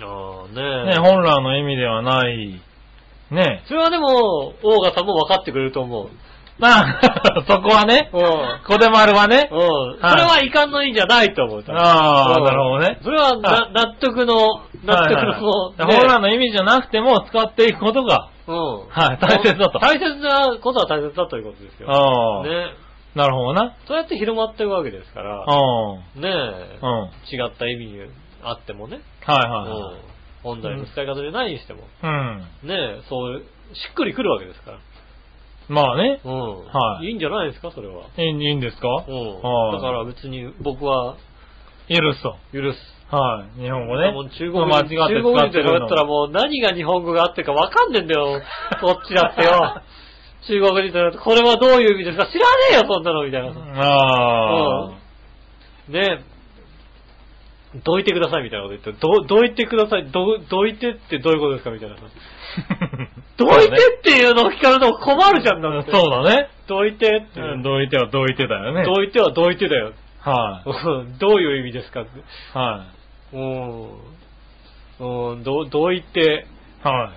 [SPEAKER 2] あ
[SPEAKER 3] う
[SPEAKER 2] ー
[SPEAKER 3] ん。
[SPEAKER 2] ね
[SPEAKER 3] ね、本来の意味ではない。 ね。
[SPEAKER 2] それはでも、大型も分かってくれると思う。
[SPEAKER 3] まあ、 そこはね
[SPEAKER 2] う。ん。
[SPEAKER 3] 小手丸はね
[SPEAKER 2] う。ん。それは遺憾の意じゃないと思う。
[SPEAKER 3] あ
[SPEAKER 2] う
[SPEAKER 3] あ、
[SPEAKER 2] ん
[SPEAKER 3] なるほどね。
[SPEAKER 2] それはな、納得の、納
[SPEAKER 3] はい
[SPEAKER 2] 得
[SPEAKER 3] はい
[SPEAKER 2] の、
[SPEAKER 3] はい本来
[SPEAKER 2] ね
[SPEAKER 3] の意味じゃなくても使っていくことが。
[SPEAKER 2] うん。
[SPEAKER 3] はい大切だと
[SPEAKER 2] 大切なことは大切だということですよ。
[SPEAKER 3] ああ、
[SPEAKER 2] ね。
[SPEAKER 3] なるほどな。
[SPEAKER 2] そうやって広まっていくわけですから、
[SPEAKER 3] うん。
[SPEAKER 2] ねえ
[SPEAKER 3] うん。、は
[SPEAKER 2] 違った意味にあってもね、
[SPEAKER 3] いはいうは
[SPEAKER 2] ん。本来の使い方じゃないにしても、
[SPEAKER 3] い。うん。
[SPEAKER 2] ねえ、そう、しっくりくるわけですから。
[SPEAKER 3] まあね。
[SPEAKER 2] うん。
[SPEAKER 3] はい
[SPEAKER 2] いんじゃないですか、それは。
[SPEAKER 3] いいいいんですか
[SPEAKER 2] うん。
[SPEAKER 3] はい
[SPEAKER 2] だから別に僕は
[SPEAKER 3] 許すと。
[SPEAKER 2] 許す。
[SPEAKER 3] はい。日本語
[SPEAKER 2] もう
[SPEAKER 3] ね。
[SPEAKER 2] 中国
[SPEAKER 3] 間
[SPEAKER 2] 語、
[SPEAKER 3] 違って使っ
[SPEAKER 2] 中
[SPEAKER 3] てる
[SPEAKER 2] 国
[SPEAKER 3] の
[SPEAKER 2] 語ってやったらもう何が日本語があってるかわかんねえんだ よ。こっちだってよ。中国人だってこれはどういう意味ですか知らねえよ、そんなの、みたいな。
[SPEAKER 3] ああ。
[SPEAKER 2] ねえ。どいてくださいみたいなこと言って、ど、どいてください、ど、どいてってどういうことですかみたいな。どいてっていうのを聞かれても困るじゃん、
[SPEAKER 3] そ
[SPEAKER 2] だ
[SPEAKER 3] う
[SPEAKER 2] って。
[SPEAKER 3] だね。
[SPEAKER 2] どいてって。
[SPEAKER 3] うんどいてはどいてだよね。
[SPEAKER 2] どいてはどいてだよ。
[SPEAKER 3] は
[SPEAKER 2] うんどういう意味ですかって。
[SPEAKER 3] い。は
[SPEAKER 2] うん。うん、ど、どいて、
[SPEAKER 3] い。は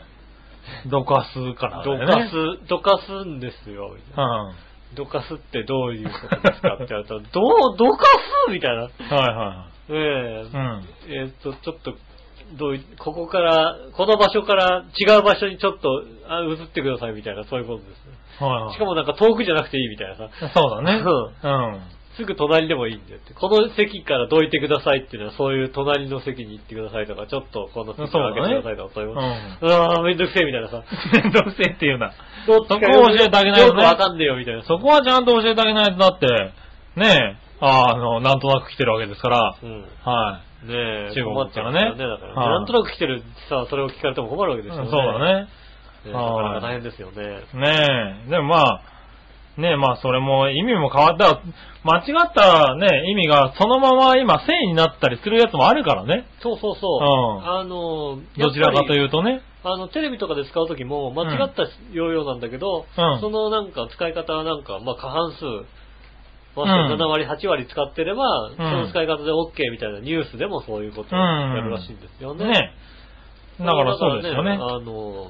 [SPEAKER 3] い。どかすからだ
[SPEAKER 2] ど
[SPEAKER 3] よ
[SPEAKER 2] か
[SPEAKER 3] ね。
[SPEAKER 2] す、どかすんですよ。みたいな
[SPEAKER 3] うん。
[SPEAKER 2] どかすってどういうことですかって言われ たら、どう、どかすみたいな。
[SPEAKER 3] はいは
[SPEAKER 2] え
[SPEAKER 3] い。うん。
[SPEAKER 2] ええーっと、ちょっと、どうい、ここから、この場所から違う場所にちょっと、あ、移ってくださいみたいな、そういうことですね。
[SPEAKER 3] はいはい
[SPEAKER 2] しかもなんか遠くじゃなくていいみたいなさ。
[SPEAKER 3] そうだね。
[SPEAKER 2] うすぐ隣でもいいんだよって。この席からどいてくださいっていうのは、そういう隣の席に行ってくださいとか、ちょっとこの席開けてくださいとか、そういうう。
[SPEAKER 3] ん。うん。
[SPEAKER 2] うわーめんどくせえみたいなさ。
[SPEAKER 3] めんどくせえっていうな。
[SPEAKER 2] どっち
[SPEAKER 3] そこ
[SPEAKER 2] か
[SPEAKER 3] を教えてあげないとね
[SPEAKER 2] よくわかんねえよみたいな。
[SPEAKER 3] そこはちゃんと教えてあげないとだって、ねえ、あの、なんとなく来てるわけですから、
[SPEAKER 2] うん。
[SPEAKER 3] はい。
[SPEAKER 2] ねえ、
[SPEAKER 3] 中国
[SPEAKER 2] 困っちゃうんだよね。だから、
[SPEAKER 3] はい
[SPEAKER 2] なんとなく来てるさ、それを聞かれても困るわけですよ
[SPEAKER 3] う
[SPEAKER 2] ね。
[SPEAKER 3] んそうだね。
[SPEAKER 2] ね。なか
[SPEAKER 3] はい
[SPEAKER 2] なか大変ですよね。
[SPEAKER 3] ねえ、でもまあ、ねえ、まあそれも意味も変わった、間違ったね、意味がそのまま今正になったりするやつもあるからね。
[SPEAKER 2] そうそうそう。
[SPEAKER 3] うん
[SPEAKER 2] あの、
[SPEAKER 3] どちらかと
[SPEAKER 2] う。
[SPEAKER 3] いうとね。
[SPEAKER 2] あの、テレビとかで使うときも、間違った要領なんだけど、
[SPEAKER 3] うん
[SPEAKER 2] そのなんか使い方はなんか、まあ過半数、まあ
[SPEAKER 3] うん
[SPEAKER 2] 7割、8割使ってれば、その使い方で OK みたいなニュースでもそういうことをやるらしいんですよね。
[SPEAKER 3] ねえ。だからそうですよね。
[SPEAKER 2] あの、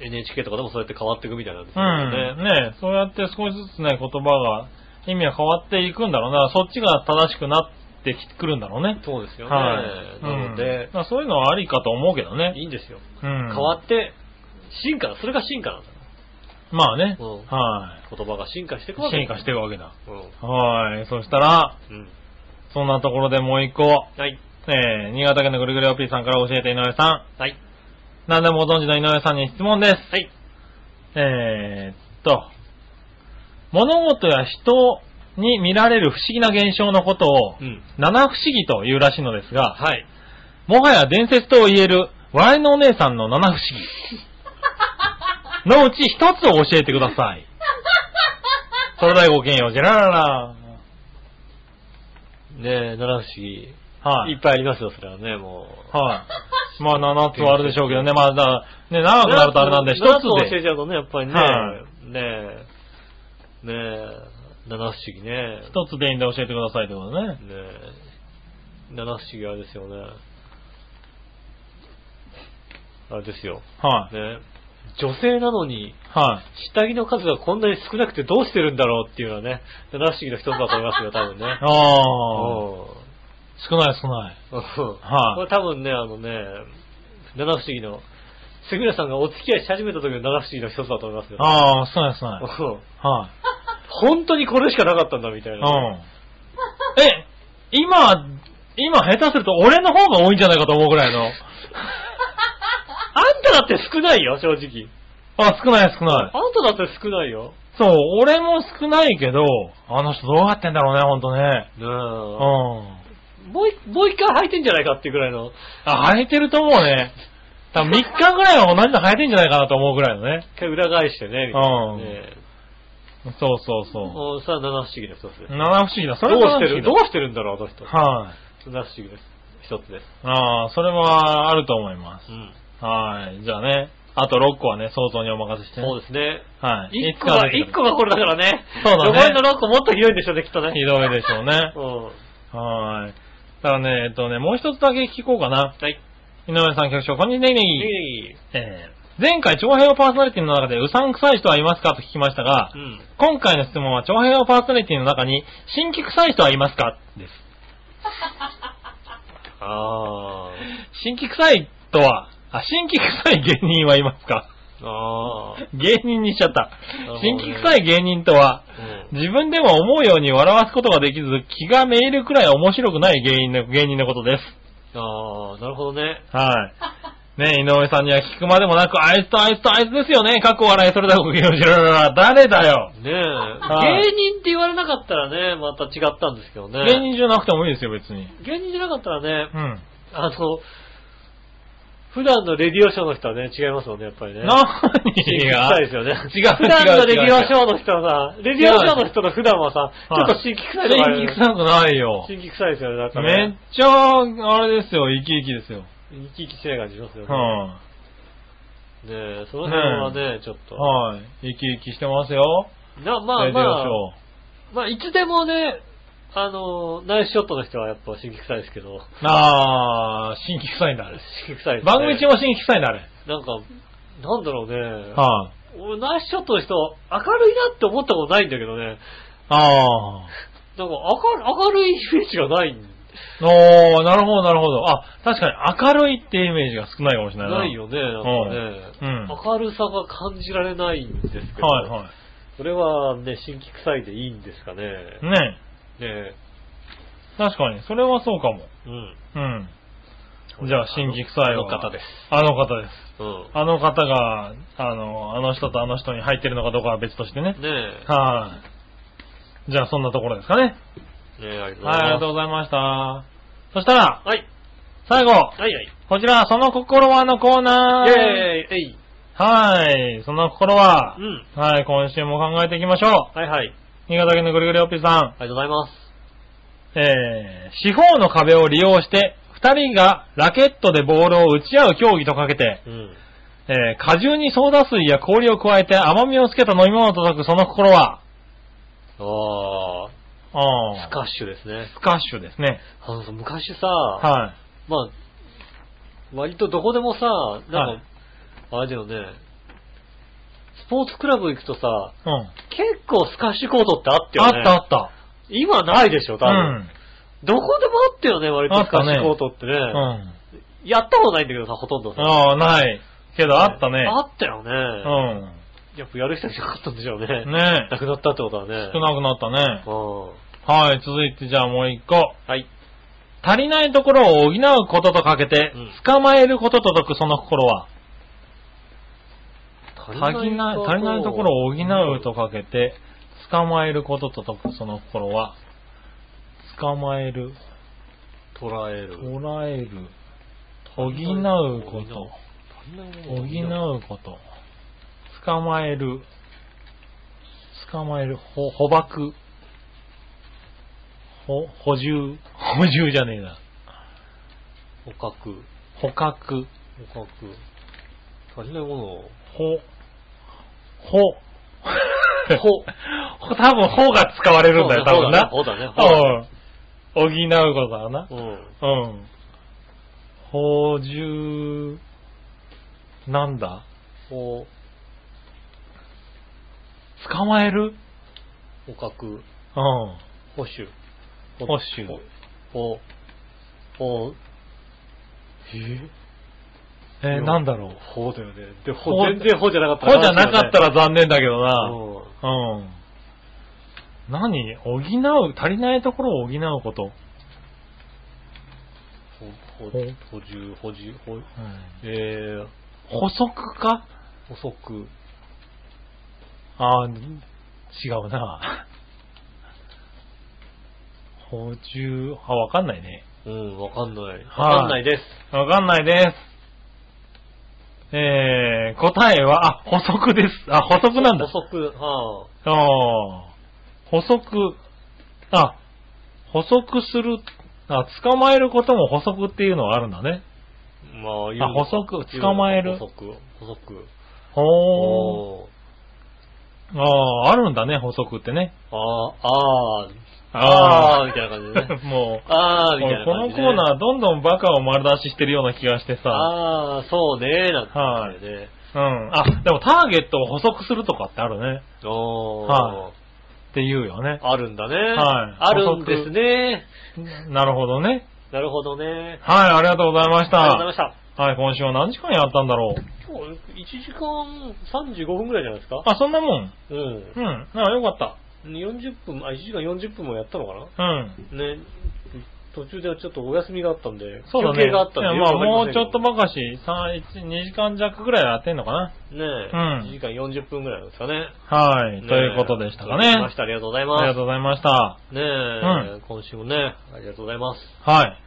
[SPEAKER 2] NHK とかでもそうやって変わっていくみたいなんです
[SPEAKER 3] う
[SPEAKER 2] よ
[SPEAKER 3] ん。
[SPEAKER 2] ね。
[SPEAKER 3] ねえ、そうやって少しずつね、言葉が、意味が変わっていくんだろうな。そっちが正しくなってきてくるんだろうね。
[SPEAKER 2] そうですよね。
[SPEAKER 3] はい。
[SPEAKER 2] なの
[SPEAKER 3] う
[SPEAKER 2] で
[SPEAKER 3] ん、まあそういうのはありかと思うけどね。
[SPEAKER 2] いいんですよ。
[SPEAKER 3] うん。
[SPEAKER 2] 変わって、進化、それが進化なんだか
[SPEAKER 3] まあね。
[SPEAKER 2] うん
[SPEAKER 3] は
[SPEAKER 2] ら。言葉が進化していくわ
[SPEAKER 3] い。
[SPEAKER 2] け
[SPEAKER 3] 進化していくわけだ。
[SPEAKER 2] うん。
[SPEAKER 3] はい。そしたら、
[SPEAKER 2] うん。
[SPEAKER 3] そんなところでもう一個。
[SPEAKER 2] はい。
[SPEAKER 3] えー、新潟県のぐるぐるおぴーさんから教えて井上さん。
[SPEAKER 2] はい。
[SPEAKER 3] 何でもご存知の井上さんに質問です。
[SPEAKER 2] はい。
[SPEAKER 3] えーっと、物事や人に見られる不思議な現象のことを、
[SPEAKER 2] うん。
[SPEAKER 3] 七不思議というらしいのですが、
[SPEAKER 2] はい。
[SPEAKER 3] もはや伝説と言える、笑いのお姉さんの七不思議。のうち一つを教えてください。 それではごきげんよう、ジェラララ。
[SPEAKER 2] ねえ、七不思議。
[SPEAKER 3] はいい
[SPEAKER 2] っ。ぱいありますよ、それはね、もう。
[SPEAKER 3] はい。まあ、七つはあるでしょうけどね。まあ、だね、長くなるとあれなんで、一
[SPEAKER 2] 七を
[SPEAKER 3] つ
[SPEAKER 2] 教え
[SPEAKER 3] で。
[SPEAKER 2] ちゃうとね、やっぱりね。
[SPEAKER 3] は
[SPEAKER 2] ねえ。ねえ。七不思議ね。
[SPEAKER 3] 一つでいいんで教えてくださいってことね。
[SPEAKER 2] ねえ。七不思議あれですよね。あれですよ。
[SPEAKER 3] はい。
[SPEAKER 2] ね女性なのに、
[SPEAKER 3] はい。
[SPEAKER 2] 下着の数がこんなに少なくてどうしてるんだろうっていうのはね、七不思議の一つだと思いますよ、多分ね。
[SPEAKER 3] ああ。少ない少な
[SPEAKER 2] は
[SPEAKER 3] い。
[SPEAKER 2] いこれ多分ね、あのね、七不思議の、杉浦さんがお付き合いし始めた時の七不思議の一つだと思いますよ。
[SPEAKER 3] ああ、少ない少ない。
[SPEAKER 2] うん
[SPEAKER 3] はい。
[SPEAKER 2] 本当にこれしかなかったんだみたいうな。
[SPEAKER 3] ん。え、今、今下手すると俺の方が多いんじゃないかと思うぐらいの。
[SPEAKER 2] あんただって少ないよ、正直。
[SPEAKER 3] あ、少ない少ない。
[SPEAKER 2] あんただって少ないよ。
[SPEAKER 3] そう、俺も少ないけど、あの人どうやってんだろうね、ほんとね。
[SPEAKER 2] ねえ
[SPEAKER 3] うん。
[SPEAKER 2] もう一もう一回履いてんじゃないかっていうぐらいの。
[SPEAKER 3] あ、履いてると思うね。多分3日ぐらいは同じの履いてんじゃないかなと思うぐらいのね。
[SPEAKER 2] 一回裏返してね、みたいなね。
[SPEAKER 3] そうそうそ
[SPEAKER 2] もうさ、七不思議の一つです
[SPEAKER 3] う。。七不思議だ。
[SPEAKER 2] ど
[SPEAKER 3] それ
[SPEAKER 2] う
[SPEAKER 3] は
[SPEAKER 2] して
[SPEAKER 3] 七不思議
[SPEAKER 2] る
[SPEAKER 3] だ
[SPEAKER 2] どうしてるんだろう、あの人。
[SPEAKER 3] はい。
[SPEAKER 2] 七不思議です。一つです。
[SPEAKER 3] ああ、それはあると思います。
[SPEAKER 2] うん。
[SPEAKER 3] はい。じゃあね、あと6個はね、想像にお任せしてね、
[SPEAKER 2] そうですね。
[SPEAKER 3] はい。
[SPEAKER 2] 一個
[SPEAKER 3] は
[SPEAKER 2] が、一個がこれだからね。
[SPEAKER 3] そうだね
[SPEAKER 2] 残りの6個もっとひどいんでしょうね、きっとね。
[SPEAKER 3] ひどいでしょう ね。
[SPEAKER 2] うん。は
[SPEAKER 3] はい。ただね、えっとね、もう一つだけ聞こうかな。
[SPEAKER 2] い。
[SPEAKER 3] 井上さん、局長、こんにちは、ネギネギ。
[SPEAKER 2] いい
[SPEAKER 3] えー、前回、長平パーソナリティの中で、うさんくさい人はいますかと聞きましたが
[SPEAKER 2] う、ん。
[SPEAKER 3] 今回の質問は、長平パーソナリティの中に、新規臭い人はいますかです。
[SPEAKER 2] あ
[SPEAKER 3] 新規臭いとは、あ、新規臭い芸人はいますか
[SPEAKER 2] あ。ああ。
[SPEAKER 3] 芸人にしちゃった
[SPEAKER 2] るほどね。
[SPEAKER 3] 新規臭い芸人とは、
[SPEAKER 2] うん。
[SPEAKER 3] 自分でも思うように笑わすことができず、気がめいるくらい面白くない芸人の、芸人のことです。
[SPEAKER 2] ああ、なるほどね。
[SPEAKER 3] はい。ね井上さんには聞くまでもなく、あいつとあいつとあいつですよね。過去笑いそれだごきげんようじららら誰だよ。
[SPEAKER 2] ねえ。
[SPEAKER 3] はい
[SPEAKER 2] 芸人って言われなかったらね、また違ったんですけどね。
[SPEAKER 3] 芸人じゃなくてもいいですよ、別に。
[SPEAKER 2] 芸人じゃなかったらね
[SPEAKER 3] う、ん。
[SPEAKER 2] あの、普段のレディオショーの人はね、違いますもんね、やっぱりね。
[SPEAKER 3] な
[SPEAKER 2] 新
[SPEAKER 3] に
[SPEAKER 2] 規
[SPEAKER 3] が
[SPEAKER 2] 臭いですよね。
[SPEAKER 3] 違う、
[SPEAKER 2] 普段のレディオシ
[SPEAKER 3] ョー。
[SPEAKER 2] ョーの人はさ、レディオショーの人の普段はさ、ちょっと新規臭いとこある
[SPEAKER 3] 新規臭くないよ。
[SPEAKER 2] 新規臭いですよね、だか
[SPEAKER 3] め
[SPEAKER 2] ら
[SPEAKER 3] っ
[SPEAKER 2] ね。
[SPEAKER 3] ちゃ、あれですよ、生き生きですよ。
[SPEAKER 2] 生き生きしてない感じしますよ
[SPEAKER 3] う
[SPEAKER 2] ね。
[SPEAKER 3] ん。
[SPEAKER 2] ねえ、その辺はね、ちょっと。
[SPEAKER 3] はい。生き生きしてますよ。
[SPEAKER 2] なまあ
[SPEAKER 3] レディ
[SPEAKER 2] ま
[SPEAKER 3] オシ
[SPEAKER 2] あ、まあいつでもね、あの、ナイスショットの人はやっぱ新規臭いですけど、
[SPEAKER 3] ョー。あー、新規臭いんだ、あれ。
[SPEAKER 2] 新規臭いですね。
[SPEAKER 3] 番組中も新規臭いんだ、あれ。
[SPEAKER 2] なんか、なんだろうね。
[SPEAKER 3] はい。
[SPEAKER 2] 俺、ナイスショットの人、明るいなって思ったことないんだけどね。
[SPEAKER 3] あー。
[SPEAKER 2] なんか明る、明るいイメージがないん
[SPEAKER 3] おー、なるほど、なるほど。あ、確かに明るいってイメージが少ないかもしれないな。
[SPEAKER 2] ないよね、なんかね、
[SPEAKER 3] うん
[SPEAKER 2] 明るさが感じられないんですけど、
[SPEAKER 3] はいは
[SPEAKER 2] それはね、新規臭いでいいんですかね。ね
[SPEAKER 3] い。ね
[SPEAKER 2] え
[SPEAKER 3] 確かに。それはそうかも。
[SPEAKER 2] うん。
[SPEAKER 3] うん。じゃあ、新規臭
[SPEAKER 2] あ
[SPEAKER 3] いは。
[SPEAKER 2] の方です。。
[SPEAKER 3] あの方です。
[SPEAKER 2] うん。
[SPEAKER 3] あの方が、あの、あの人とあの人に入ってるのかどうかは別としてね。
[SPEAKER 2] ねえ。
[SPEAKER 3] はい。じゃあ、そんなところですかね。
[SPEAKER 2] ねえ、ありがとうございます。
[SPEAKER 3] はい、ありがとうございました。そしたら、
[SPEAKER 2] はい。
[SPEAKER 3] 最後、
[SPEAKER 2] はいはい。
[SPEAKER 3] こちら、その心はのコーナー。
[SPEAKER 2] イェーイえい。
[SPEAKER 3] はい、その心は
[SPEAKER 2] う、ん。
[SPEAKER 3] はい、今週も考えていきましょ
[SPEAKER 2] はいはい。
[SPEAKER 3] う。新潟県のぐるぐるおっぴーさん、
[SPEAKER 2] ありがとうございます。
[SPEAKER 3] えー、四方の壁を利用して、二人がラケットでボールを打ち合う競技とかけて、
[SPEAKER 2] うん。
[SPEAKER 3] えー、果汁にソーダ水や氷を加えて甘みをつけた飲み物を叩くその心は、
[SPEAKER 2] ああ、ス
[SPEAKER 3] あー
[SPEAKER 2] カッシュですね。
[SPEAKER 3] スカッシュですね。
[SPEAKER 2] あのさ、昔さ、
[SPEAKER 3] は
[SPEAKER 2] まあ、割とどこでもさ、なんか、
[SPEAKER 3] はい
[SPEAKER 2] あれだよね、スポーツクラブ行くとさ、
[SPEAKER 3] い。うん。
[SPEAKER 2] 結構スカッシュコートってあった
[SPEAKER 3] あ
[SPEAKER 2] よね。
[SPEAKER 3] ったあった。
[SPEAKER 2] 今ないでしょ、多
[SPEAKER 3] う
[SPEAKER 2] 分。
[SPEAKER 3] ん。
[SPEAKER 2] どこでもあったよね、割と
[SPEAKER 3] あっ
[SPEAKER 2] スカ
[SPEAKER 3] た
[SPEAKER 2] ッ
[SPEAKER 3] ね
[SPEAKER 2] シュコートってね。
[SPEAKER 3] うん。
[SPEAKER 2] やったことないんだけどさ、ほとんどさ。
[SPEAKER 3] ああ、ない。けど、あったね。
[SPEAKER 2] あったよね。
[SPEAKER 3] うん。
[SPEAKER 2] やっぱやる人じゃなかったんでしょうね。
[SPEAKER 3] ねえ
[SPEAKER 2] なくなったってことはね。
[SPEAKER 3] 少なくなったね。
[SPEAKER 2] うん。
[SPEAKER 3] はい、続いてじゃあもう一個。
[SPEAKER 2] はい。
[SPEAKER 3] 足りないところを補うこととかけて
[SPEAKER 2] うん、
[SPEAKER 3] 捕まえることと解くその心は、
[SPEAKER 2] 足
[SPEAKER 3] 足りない、足りないところを補うとかけて、捕まえることと解くその心は、捕まえる、
[SPEAKER 2] 捉える。
[SPEAKER 3] 捉える、補うこと、補うこと、捕まえる、捕まえる、ほ、捕獲、ほ、補充、補充じゃねえな、
[SPEAKER 2] 捕獲。
[SPEAKER 3] 捕獲、
[SPEAKER 2] 捕獲。足りないものを。
[SPEAKER 3] ほ、ほ、
[SPEAKER 2] ほ。
[SPEAKER 3] ほ、 多分、ほが使われるんだよ、多分な。
[SPEAKER 2] そうだね。そうだね。
[SPEAKER 3] うん。補うことだな
[SPEAKER 2] ほ。ううん。
[SPEAKER 3] うん。補充、なんだ
[SPEAKER 2] ほ
[SPEAKER 3] 捕まえる
[SPEAKER 2] う。捕獲。
[SPEAKER 3] うん。
[SPEAKER 2] 捕手。
[SPEAKER 3] 捕手
[SPEAKER 2] ほ。ほ。ほ。
[SPEAKER 3] えーなんだろう。
[SPEAKER 2] ほだよね。で、
[SPEAKER 3] ほ
[SPEAKER 2] ほ、全然ほじゃなかった
[SPEAKER 3] ほじゃなかった
[SPEAKER 2] ら。
[SPEAKER 3] ら残念だけどな。
[SPEAKER 2] うん
[SPEAKER 3] うん。何補う、足りないところを補うこと。
[SPEAKER 2] ほ、ほ、
[SPEAKER 3] ほ
[SPEAKER 2] 補充、補充、ほ、
[SPEAKER 3] うん、
[SPEAKER 2] えー、
[SPEAKER 3] 補足か
[SPEAKER 2] 補足。
[SPEAKER 3] あー違うな。補充、あ、わかんないね。
[SPEAKER 2] うん、わかんない。
[SPEAKER 3] はい
[SPEAKER 2] わかんないです。
[SPEAKER 3] わかんないです。えー、答えは、あ、補足です。あ、補足なんだ。
[SPEAKER 2] 補足、はあ。
[SPEAKER 3] あー補足、あ、補足する、あ、捕まえることも補足っていうのはあるんだね。
[SPEAKER 2] まあ、
[SPEAKER 3] あ補足捕まえる
[SPEAKER 2] 補足、補足。
[SPEAKER 3] ほー。
[SPEAKER 2] おー
[SPEAKER 3] あーあるんだね、補足ってね。
[SPEAKER 2] あー、あー、あー、みたいな感じでね。
[SPEAKER 3] ー。 もう、
[SPEAKER 2] あー、みたいな
[SPEAKER 3] こ
[SPEAKER 2] 感
[SPEAKER 3] の
[SPEAKER 2] じ
[SPEAKER 3] コ
[SPEAKER 2] で、
[SPEAKER 3] ーナーどんどんバカを丸出ししてるような気がしてさ。
[SPEAKER 2] あー、そうね、なんて感じでね。
[SPEAKER 3] うん。あ、でもターゲットを補足するとかってあるね。
[SPEAKER 2] おー、
[SPEAKER 3] はって言うよね。
[SPEAKER 2] あるんだね。
[SPEAKER 3] はい
[SPEAKER 2] あるんですね。
[SPEAKER 3] なるほどね。
[SPEAKER 2] なるほどね。
[SPEAKER 3] はい、ありがとうございまし
[SPEAKER 2] ありがとうございま
[SPEAKER 3] た。
[SPEAKER 2] した。
[SPEAKER 3] はい、今週は何時間やったんだろう。
[SPEAKER 2] 今日、1時間35分くらいじゃないですか
[SPEAKER 3] あ、そんなもん。
[SPEAKER 2] うん
[SPEAKER 3] う。ん。あ、よかっ
[SPEAKER 2] 40分、あ、1時間40分もやったのかな
[SPEAKER 3] た。うん。
[SPEAKER 2] ね、途中でちょっとお休みがあったんで、
[SPEAKER 3] そうだね。
[SPEAKER 2] 休憩があったんで
[SPEAKER 3] い
[SPEAKER 2] よ
[SPEAKER 3] や
[SPEAKER 2] く
[SPEAKER 3] まあ、
[SPEAKER 2] わかり
[SPEAKER 3] も
[SPEAKER 2] ませ
[SPEAKER 3] う
[SPEAKER 2] け
[SPEAKER 3] んち
[SPEAKER 2] ど、
[SPEAKER 3] ょっとばかし、3、1、2時間弱ぐらいやってんのかな。
[SPEAKER 2] ねえ、
[SPEAKER 3] うん
[SPEAKER 2] 1時間40分ぐらいなんですかね。
[SPEAKER 3] はい、
[SPEAKER 2] ねえ
[SPEAKER 3] ということでしたかね。
[SPEAKER 2] いただきまし
[SPEAKER 3] あ
[SPEAKER 2] たありがとうござい
[SPEAKER 3] り
[SPEAKER 2] ま
[SPEAKER 3] が
[SPEAKER 2] す。
[SPEAKER 3] とうございました。
[SPEAKER 2] ねえ、
[SPEAKER 3] う
[SPEAKER 2] 今週もね、ありがとうございます。
[SPEAKER 3] はい。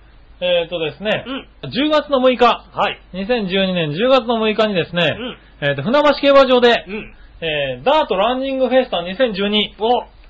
[SPEAKER 3] えっ、ー、とですね
[SPEAKER 2] う、ん。
[SPEAKER 3] 10月の6日、
[SPEAKER 2] はい。
[SPEAKER 3] 2012年10月の6日にですね、
[SPEAKER 2] うん
[SPEAKER 3] えっ、と、船橋競馬場で、
[SPEAKER 2] うん。
[SPEAKER 3] えー、ダートランニングフェスタ2012。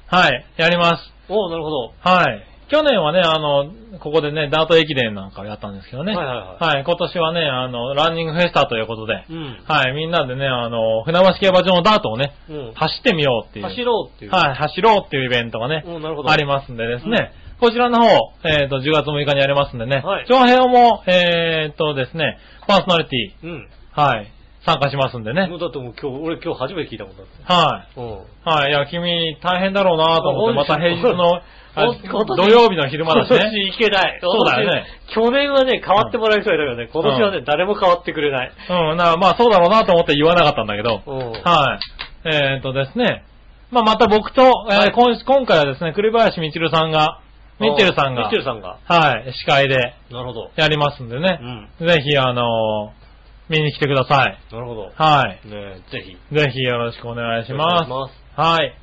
[SPEAKER 3] はい、やります。
[SPEAKER 2] おおなるほど。
[SPEAKER 3] はい。去年はね、あの、ここでね、ダート駅伝なんかをやったんですけどね。
[SPEAKER 2] はいはい
[SPEAKER 3] はい。今年はね、あの、ランニングフェスタということで、
[SPEAKER 2] うん。
[SPEAKER 3] はい、みんなでね、あの、船橋競馬場のダートをね、
[SPEAKER 2] うん。
[SPEAKER 3] 走ってみようっていう。
[SPEAKER 2] 走ろうっていう。
[SPEAKER 3] はい、走ろうっていうイベントがね、
[SPEAKER 2] おなるほど。
[SPEAKER 3] ありますんでですね、こちらの方、えっ、と、10月6日にやりますんでね、
[SPEAKER 2] はい
[SPEAKER 3] 長編も、えっ、とですね、パーソナリテ
[SPEAKER 2] うん。
[SPEAKER 3] ィ、はい、参加しますんでね
[SPEAKER 2] も、うだってもう今日、俺今日初めて聞いたもんだって。
[SPEAKER 3] はい。
[SPEAKER 2] うん。
[SPEAKER 3] はい、いや、君、大変だろうなと思って、ま
[SPEAKER 2] あ
[SPEAKER 3] た
[SPEAKER 2] 本
[SPEAKER 3] 平
[SPEAKER 2] 当
[SPEAKER 3] 日のあ
[SPEAKER 2] 今年
[SPEAKER 3] 土曜日の昼間だし
[SPEAKER 2] 今
[SPEAKER 3] ね。
[SPEAKER 2] 年行けない。
[SPEAKER 3] そうだよね
[SPEAKER 2] 今年。去年はね、変わってもらいそうだけどね、今年はね、誰も変わってくれない。
[SPEAKER 3] うん、なまあそうだろうなと思って言わなかったんだけど。
[SPEAKER 2] うん
[SPEAKER 3] はい。えっとですね。まあまた僕と、えー
[SPEAKER 2] はい
[SPEAKER 3] 今し今回はですね、栗林みちるさんが、みちるさん
[SPEAKER 2] ミッ
[SPEAKER 3] が
[SPEAKER 2] チェ、ルさんが。
[SPEAKER 3] はい、司会で
[SPEAKER 2] なるほど。
[SPEAKER 3] やりますんで
[SPEAKER 2] う
[SPEAKER 3] ね。
[SPEAKER 2] ん。
[SPEAKER 3] ぜひ、あのー見に来てください。
[SPEAKER 2] なるほど。
[SPEAKER 3] はい。
[SPEAKER 2] ねえ、ぜひ。
[SPEAKER 3] ぜひよろしくお願いし
[SPEAKER 2] お願
[SPEAKER 3] ま
[SPEAKER 2] い
[SPEAKER 3] す。
[SPEAKER 2] しま
[SPEAKER 3] はい。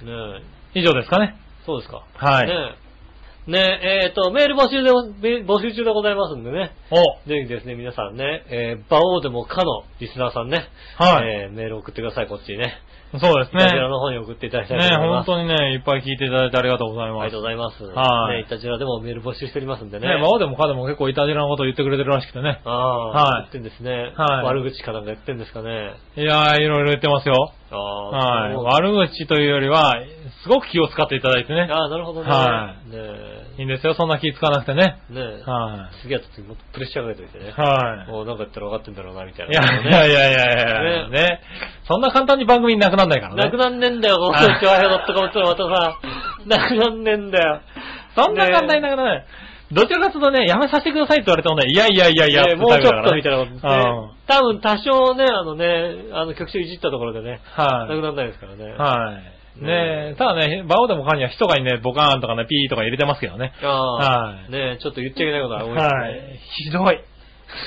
[SPEAKER 2] す。ねえ、
[SPEAKER 3] 以上ですかね。
[SPEAKER 2] そうですか。
[SPEAKER 3] はい。
[SPEAKER 2] ねえ、ねえ、えっ、と、メール募集で、メ募集中でございますんでね。
[SPEAKER 3] お、
[SPEAKER 2] ぜひですね、皆さんね、えー、馬王でもかのリスナーさんね、
[SPEAKER 3] はい
[SPEAKER 2] えー、メール送ってください、こっちにね。
[SPEAKER 3] そうです
[SPEAKER 2] こちら
[SPEAKER 3] ね。
[SPEAKER 2] の方に送っていただきたいと
[SPEAKER 3] ね、
[SPEAKER 2] 思いま
[SPEAKER 3] 本
[SPEAKER 2] す。
[SPEAKER 3] 当にね、いっぱい聞いていただいてありがとうござい
[SPEAKER 2] あ
[SPEAKER 3] ま
[SPEAKER 2] りが
[SPEAKER 3] す
[SPEAKER 2] とう。ございます。
[SPEAKER 3] はい
[SPEAKER 2] ね、いたじらでもメール募集しておりますんでね。
[SPEAKER 3] ね、魔王でもかでも結構いたじらのこと言ってくれてるらしくてね。
[SPEAKER 2] ああ、
[SPEAKER 3] は
[SPEAKER 2] 言
[SPEAKER 3] い
[SPEAKER 2] ってんですね。
[SPEAKER 3] はい
[SPEAKER 2] 悪口かなんか言ってんですかね。
[SPEAKER 3] いやー、いろいろ言ってますよ。
[SPEAKER 2] ああ、
[SPEAKER 3] はい。
[SPEAKER 2] そう
[SPEAKER 3] 悪口というよりは、すごく気を使っていただいてね。
[SPEAKER 2] ああ、なるほどね。
[SPEAKER 3] は
[SPEAKER 2] ね
[SPEAKER 3] いいんですよ、そんな気使わなくてね。
[SPEAKER 2] え、ねえ、
[SPEAKER 3] は
[SPEAKER 2] 次やった時もっとプレッシャーかけておいて
[SPEAKER 3] い。
[SPEAKER 2] ね。
[SPEAKER 3] は
[SPEAKER 2] もうなんかやったら分かってんだろうな、みたい
[SPEAKER 3] い。い
[SPEAKER 2] なの
[SPEAKER 3] や
[SPEAKER 2] ね、
[SPEAKER 3] いやいやいやいや、
[SPEAKER 2] ね
[SPEAKER 3] ね。そんな簡単に番組なくなんないからね。
[SPEAKER 2] なくなんねんだよ、この人、今日はったかもってまたさ、なくなんねんだよ。
[SPEAKER 3] そんな簡単に
[SPEAKER 2] ね
[SPEAKER 3] なくならない。どちらかというとね、やめさせてくださいって言われてもね、いやいやいやい
[SPEAKER 2] い
[SPEAKER 3] や、
[SPEAKER 2] やもうちょっとみたいなこと
[SPEAKER 3] ね
[SPEAKER 2] で。すね
[SPEAKER 3] うん。
[SPEAKER 2] 多分多少ね、あのね、あの曲調いじったところでね、なく
[SPEAKER 3] は
[SPEAKER 2] ならないですからね。
[SPEAKER 3] い。はい。ねえ、ただね、バオでもカには人がにね、ボカーンとかね、ピーとか入れてますけどね。
[SPEAKER 2] あ
[SPEAKER 3] は
[SPEAKER 2] あ、
[SPEAKER 3] い
[SPEAKER 2] ねちょっと言っちゃいけないことは多いですね
[SPEAKER 3] はい。ひどい。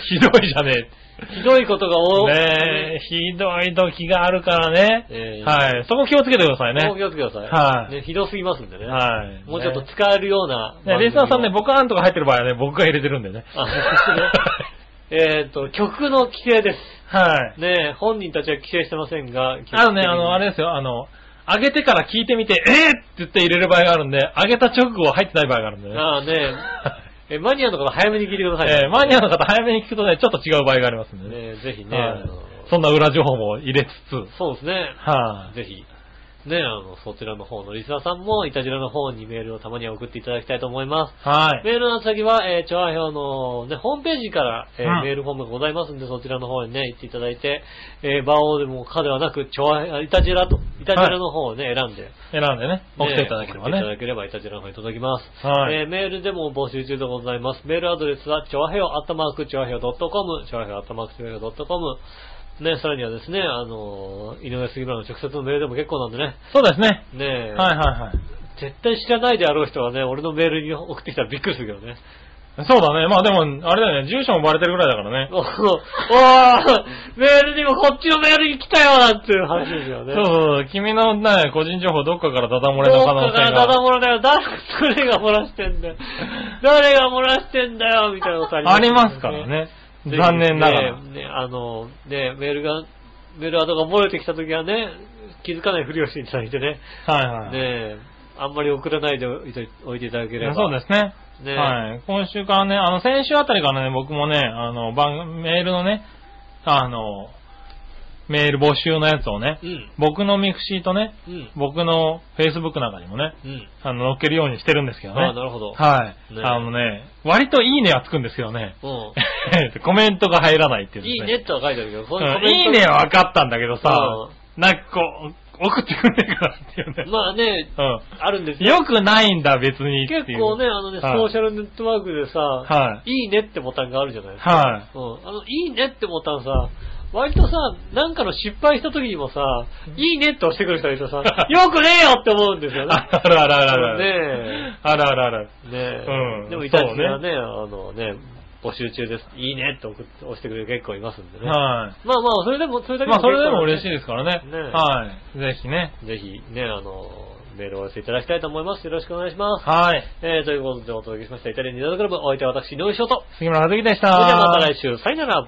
[SPEAKER 3] ひどいじゃねえ。
[SPEAKER 2] ひどいことが多い。
[SPEAKER 3] ねえ、ひどい時があるからね。
[SPEAKER 2] ええ
[SPEAKER 3] はい。そこ気をつけてください
[SPEAKER 2] もう
[SPEAKER 3] ね。
[SPEAKER 2] 気をつけてください。
[SPEAKER 3] はい
[SPEAKER 2] ね、ひどすぎますんでね。
[SPEAKER 3] はい。
[SPEAKER 2] もうちょっと使えるような。
[SPEAKER 3] ね。レスナーさんね、
[SPEAKER 2] 僕。
[SPEAKER 3] ボカーンとか入ってる場合はね、僕が入れてる んでね。
[SPEAKER 2] あそう ですねえっと、曲の規制です。
[SPEAKER 3] はい。
[SPEAKER 2] ね本人たちは規制してませんが、
[SPEAKER 3] あのね、あの、あれですよ、あの、上げてから聞いてみて、えー、って言って入れる場合があるんで、上げた直後は入ってない場合があるんでね。
[SPEAKER 2] ああね、えマニアの方早めに聞いてください、
[SPEAKER 3] えーマニアの方早めに聞くとね、ちょっと違う場合がありますんでね。
[SPEAKER 2] ねぜひね、
[SPEAKER 3] はい
[SPEAKER 2] あの
[SPEAKER 3] そんな裏情報も入れつつ、
[SPEAKER 2] そうですね、
[SPEAKER 3] はい、
[SPEAKER 2] ぜひ、ね、あの、そちらの方のリスナーさんも、いたじらの方にメールをたまには送っていただきたいと思います。
[SPEAKER 3] はい。
[SPEAKER 2] メールの先は、えー、調和表の、ね、ホームページから、えー
[SPEAKER 3] うん
[SPEAKER 2] メールフォームがございますんで、そちらの方にね、行っていただいて、えー、場をでも、かではなく、調和、あいたじらと、いたじらの方をね、選んで、
[SPEAKER 3] 選んでね、送っていただければ
[SPEAKER 2] 送っていただ
[SPEAKER 3] ね。
[SPEAKER 2] ければ、いたじらの方に届きます。
[SPEAKER 3] はい
[SPEAKER 2] えーメールでも募集中でございます。メールアドレスは、ちょわへよ、あったまーく、ちょわへよ .com、ちょわへよ、あったまーく、ちょわへよ .com。ね、さらにはですね、あのー井上杉村の直接のメールでも結構なんでね。
[SPEAKER 3] そうですね。
[SPEAKER 2] ねえ、
[SPEAKER 3] はいはいはい。
[SPEAKER 2] 絶対知らないであろう人はね、俺のメールに送ってきたらびっくりするけど ね。
[SPEAKER 3] そうだね。まあでも、あれだよね、住所もバレてるぐらいだからね。
[SPEAKER 2] おおーメールにもこっちのメールに来たよなんていう話ですよ
[SPEAKER 3] そ
[SPEAKER 2] ね。
[SPEAKER 3] うそうそう、君のね、個人情報どっかからダダ漏れ
[SPEAKER 2] ど
[SPEAKER 3] の
[SPEAKER 2] っ
[SPEAKER 3] 可能
[SPEAKER 2] かから
[SPEAKER 3] 性
[SPEAKER 2] ダダ
[SPEAKER 3] が。
[SPEAKER 2] 漏れだよ。誰、誰が漏らしてんだよ。誰が漏らしてんだよ、みたいなこと
[SPEAKER 3] ありますから。ね。
[SPEAKER 2] ぜひ
[SPEAKER 3] 残念ながら。
[SPEAKER 2] ねねあの、ね、メールが、メールアドが漏れてきたときはね、気づかないふりをしていただいてね。
[SPEAKER 3] はいはい。
[SPEAKER 2] ねあんまり送らないでおいておいていただければ。
[SPEAKER 3] そうですね。
[SPEAKER 2] ね
[SPEAKER 3] はい。今週からね、あの、先週あたりからね、僕もね、あの、番、メールのね、あの、メール募集のやつをね、
[SPEAKER 2] うん。
[SPEAKER 3] 僕のミクシーとね、
[SPEAKER 2] うん。
[SPEAKER 3] 僕の Facebook なんかにもね、
[SPEAKER 2] うん。
[SPEAKER 3] あの、乗っけるようにしてるんですけどね。
[SPEAKER 2] ああ、なるほど。
[SPEAKER 3] はい。
[SPEAKER 2] ね
[SPEAKER 3] あのね、割といいねはつくんですけどね、
[SPEAKER 2] うん。
[SPEAKER 3] コメントが入らないっていう、
[SPEAKER 2] いいねっては書いてあるけど、こ
[SPEAKER 3] う
[SPEAKER 2] のコ
[SPEAKER 3] ん
[SPEAKER 2] メント
[SPEAKER 3] いいねは分かったんだけどさ、
[SPEAKER 2] う
[SPEAKER 3] なんかこう、送ってくんねえからっていうね。
[SPEAKER 2] まあね、あるんです
[SPEAKER 3] うん。よくないんだ、別にっていう。
[SPEAKER 2] 結構ね、あのね、ソ
[SPEAKER 3] はい
[SPEAKER 2] ーシャルネットワークでさ、
[SPEAKER 3] はい
[SPEAKER 2] いねってボタンがあるじゃないですか。
[SPEAKER 3] は
[SPEAKER 2] うん。あの、いいねってボタンさ、割とさ、なんかの失敗した時にもさ、いいねって押してくる人がいるとさ、 よくねえよって思うんです
[SPEAKER 3] い。
[SPEAKER 2] よね。
[SPEAKER 3] あるあるあるあるある。
[SPEAKER 2] ね
[SPEAKER 3] あるあるある。
[SPEAKER 2] ねえ。
[SPEAKER 3] うん
[SPEAKER 2] でも、いたちはね、あのね、募集中です。いいねって送って押してくれる結構いますんでね。
[SPEAKER 3] は
[SPEAKER 2] まあまあ、それでも、それ
[SPEAKER 3] い。
[SPEAKER 2] だけ
[SPEAKER 3] まあ、それでも嬉しい
[SPEAKER 2] い。
[SPEAKER 3] ですからね。
[SPEAKER 2] ね
[SPEAKER 3] はい。ぜひね。
[SPEAKER 2] ぜひね、あの、メールをお寄せいただきたいと思います。よろしくお願いします。
[SPEAKER 3] はい。
[SPEAKER 2] えー、ということでお届けしました。イタリアンニダークラブ、お相手は私、井上翔と。
[SPEAKER 3] 杉村和樹でした。
[SPEAKER 2] それではまた来週、さよなら。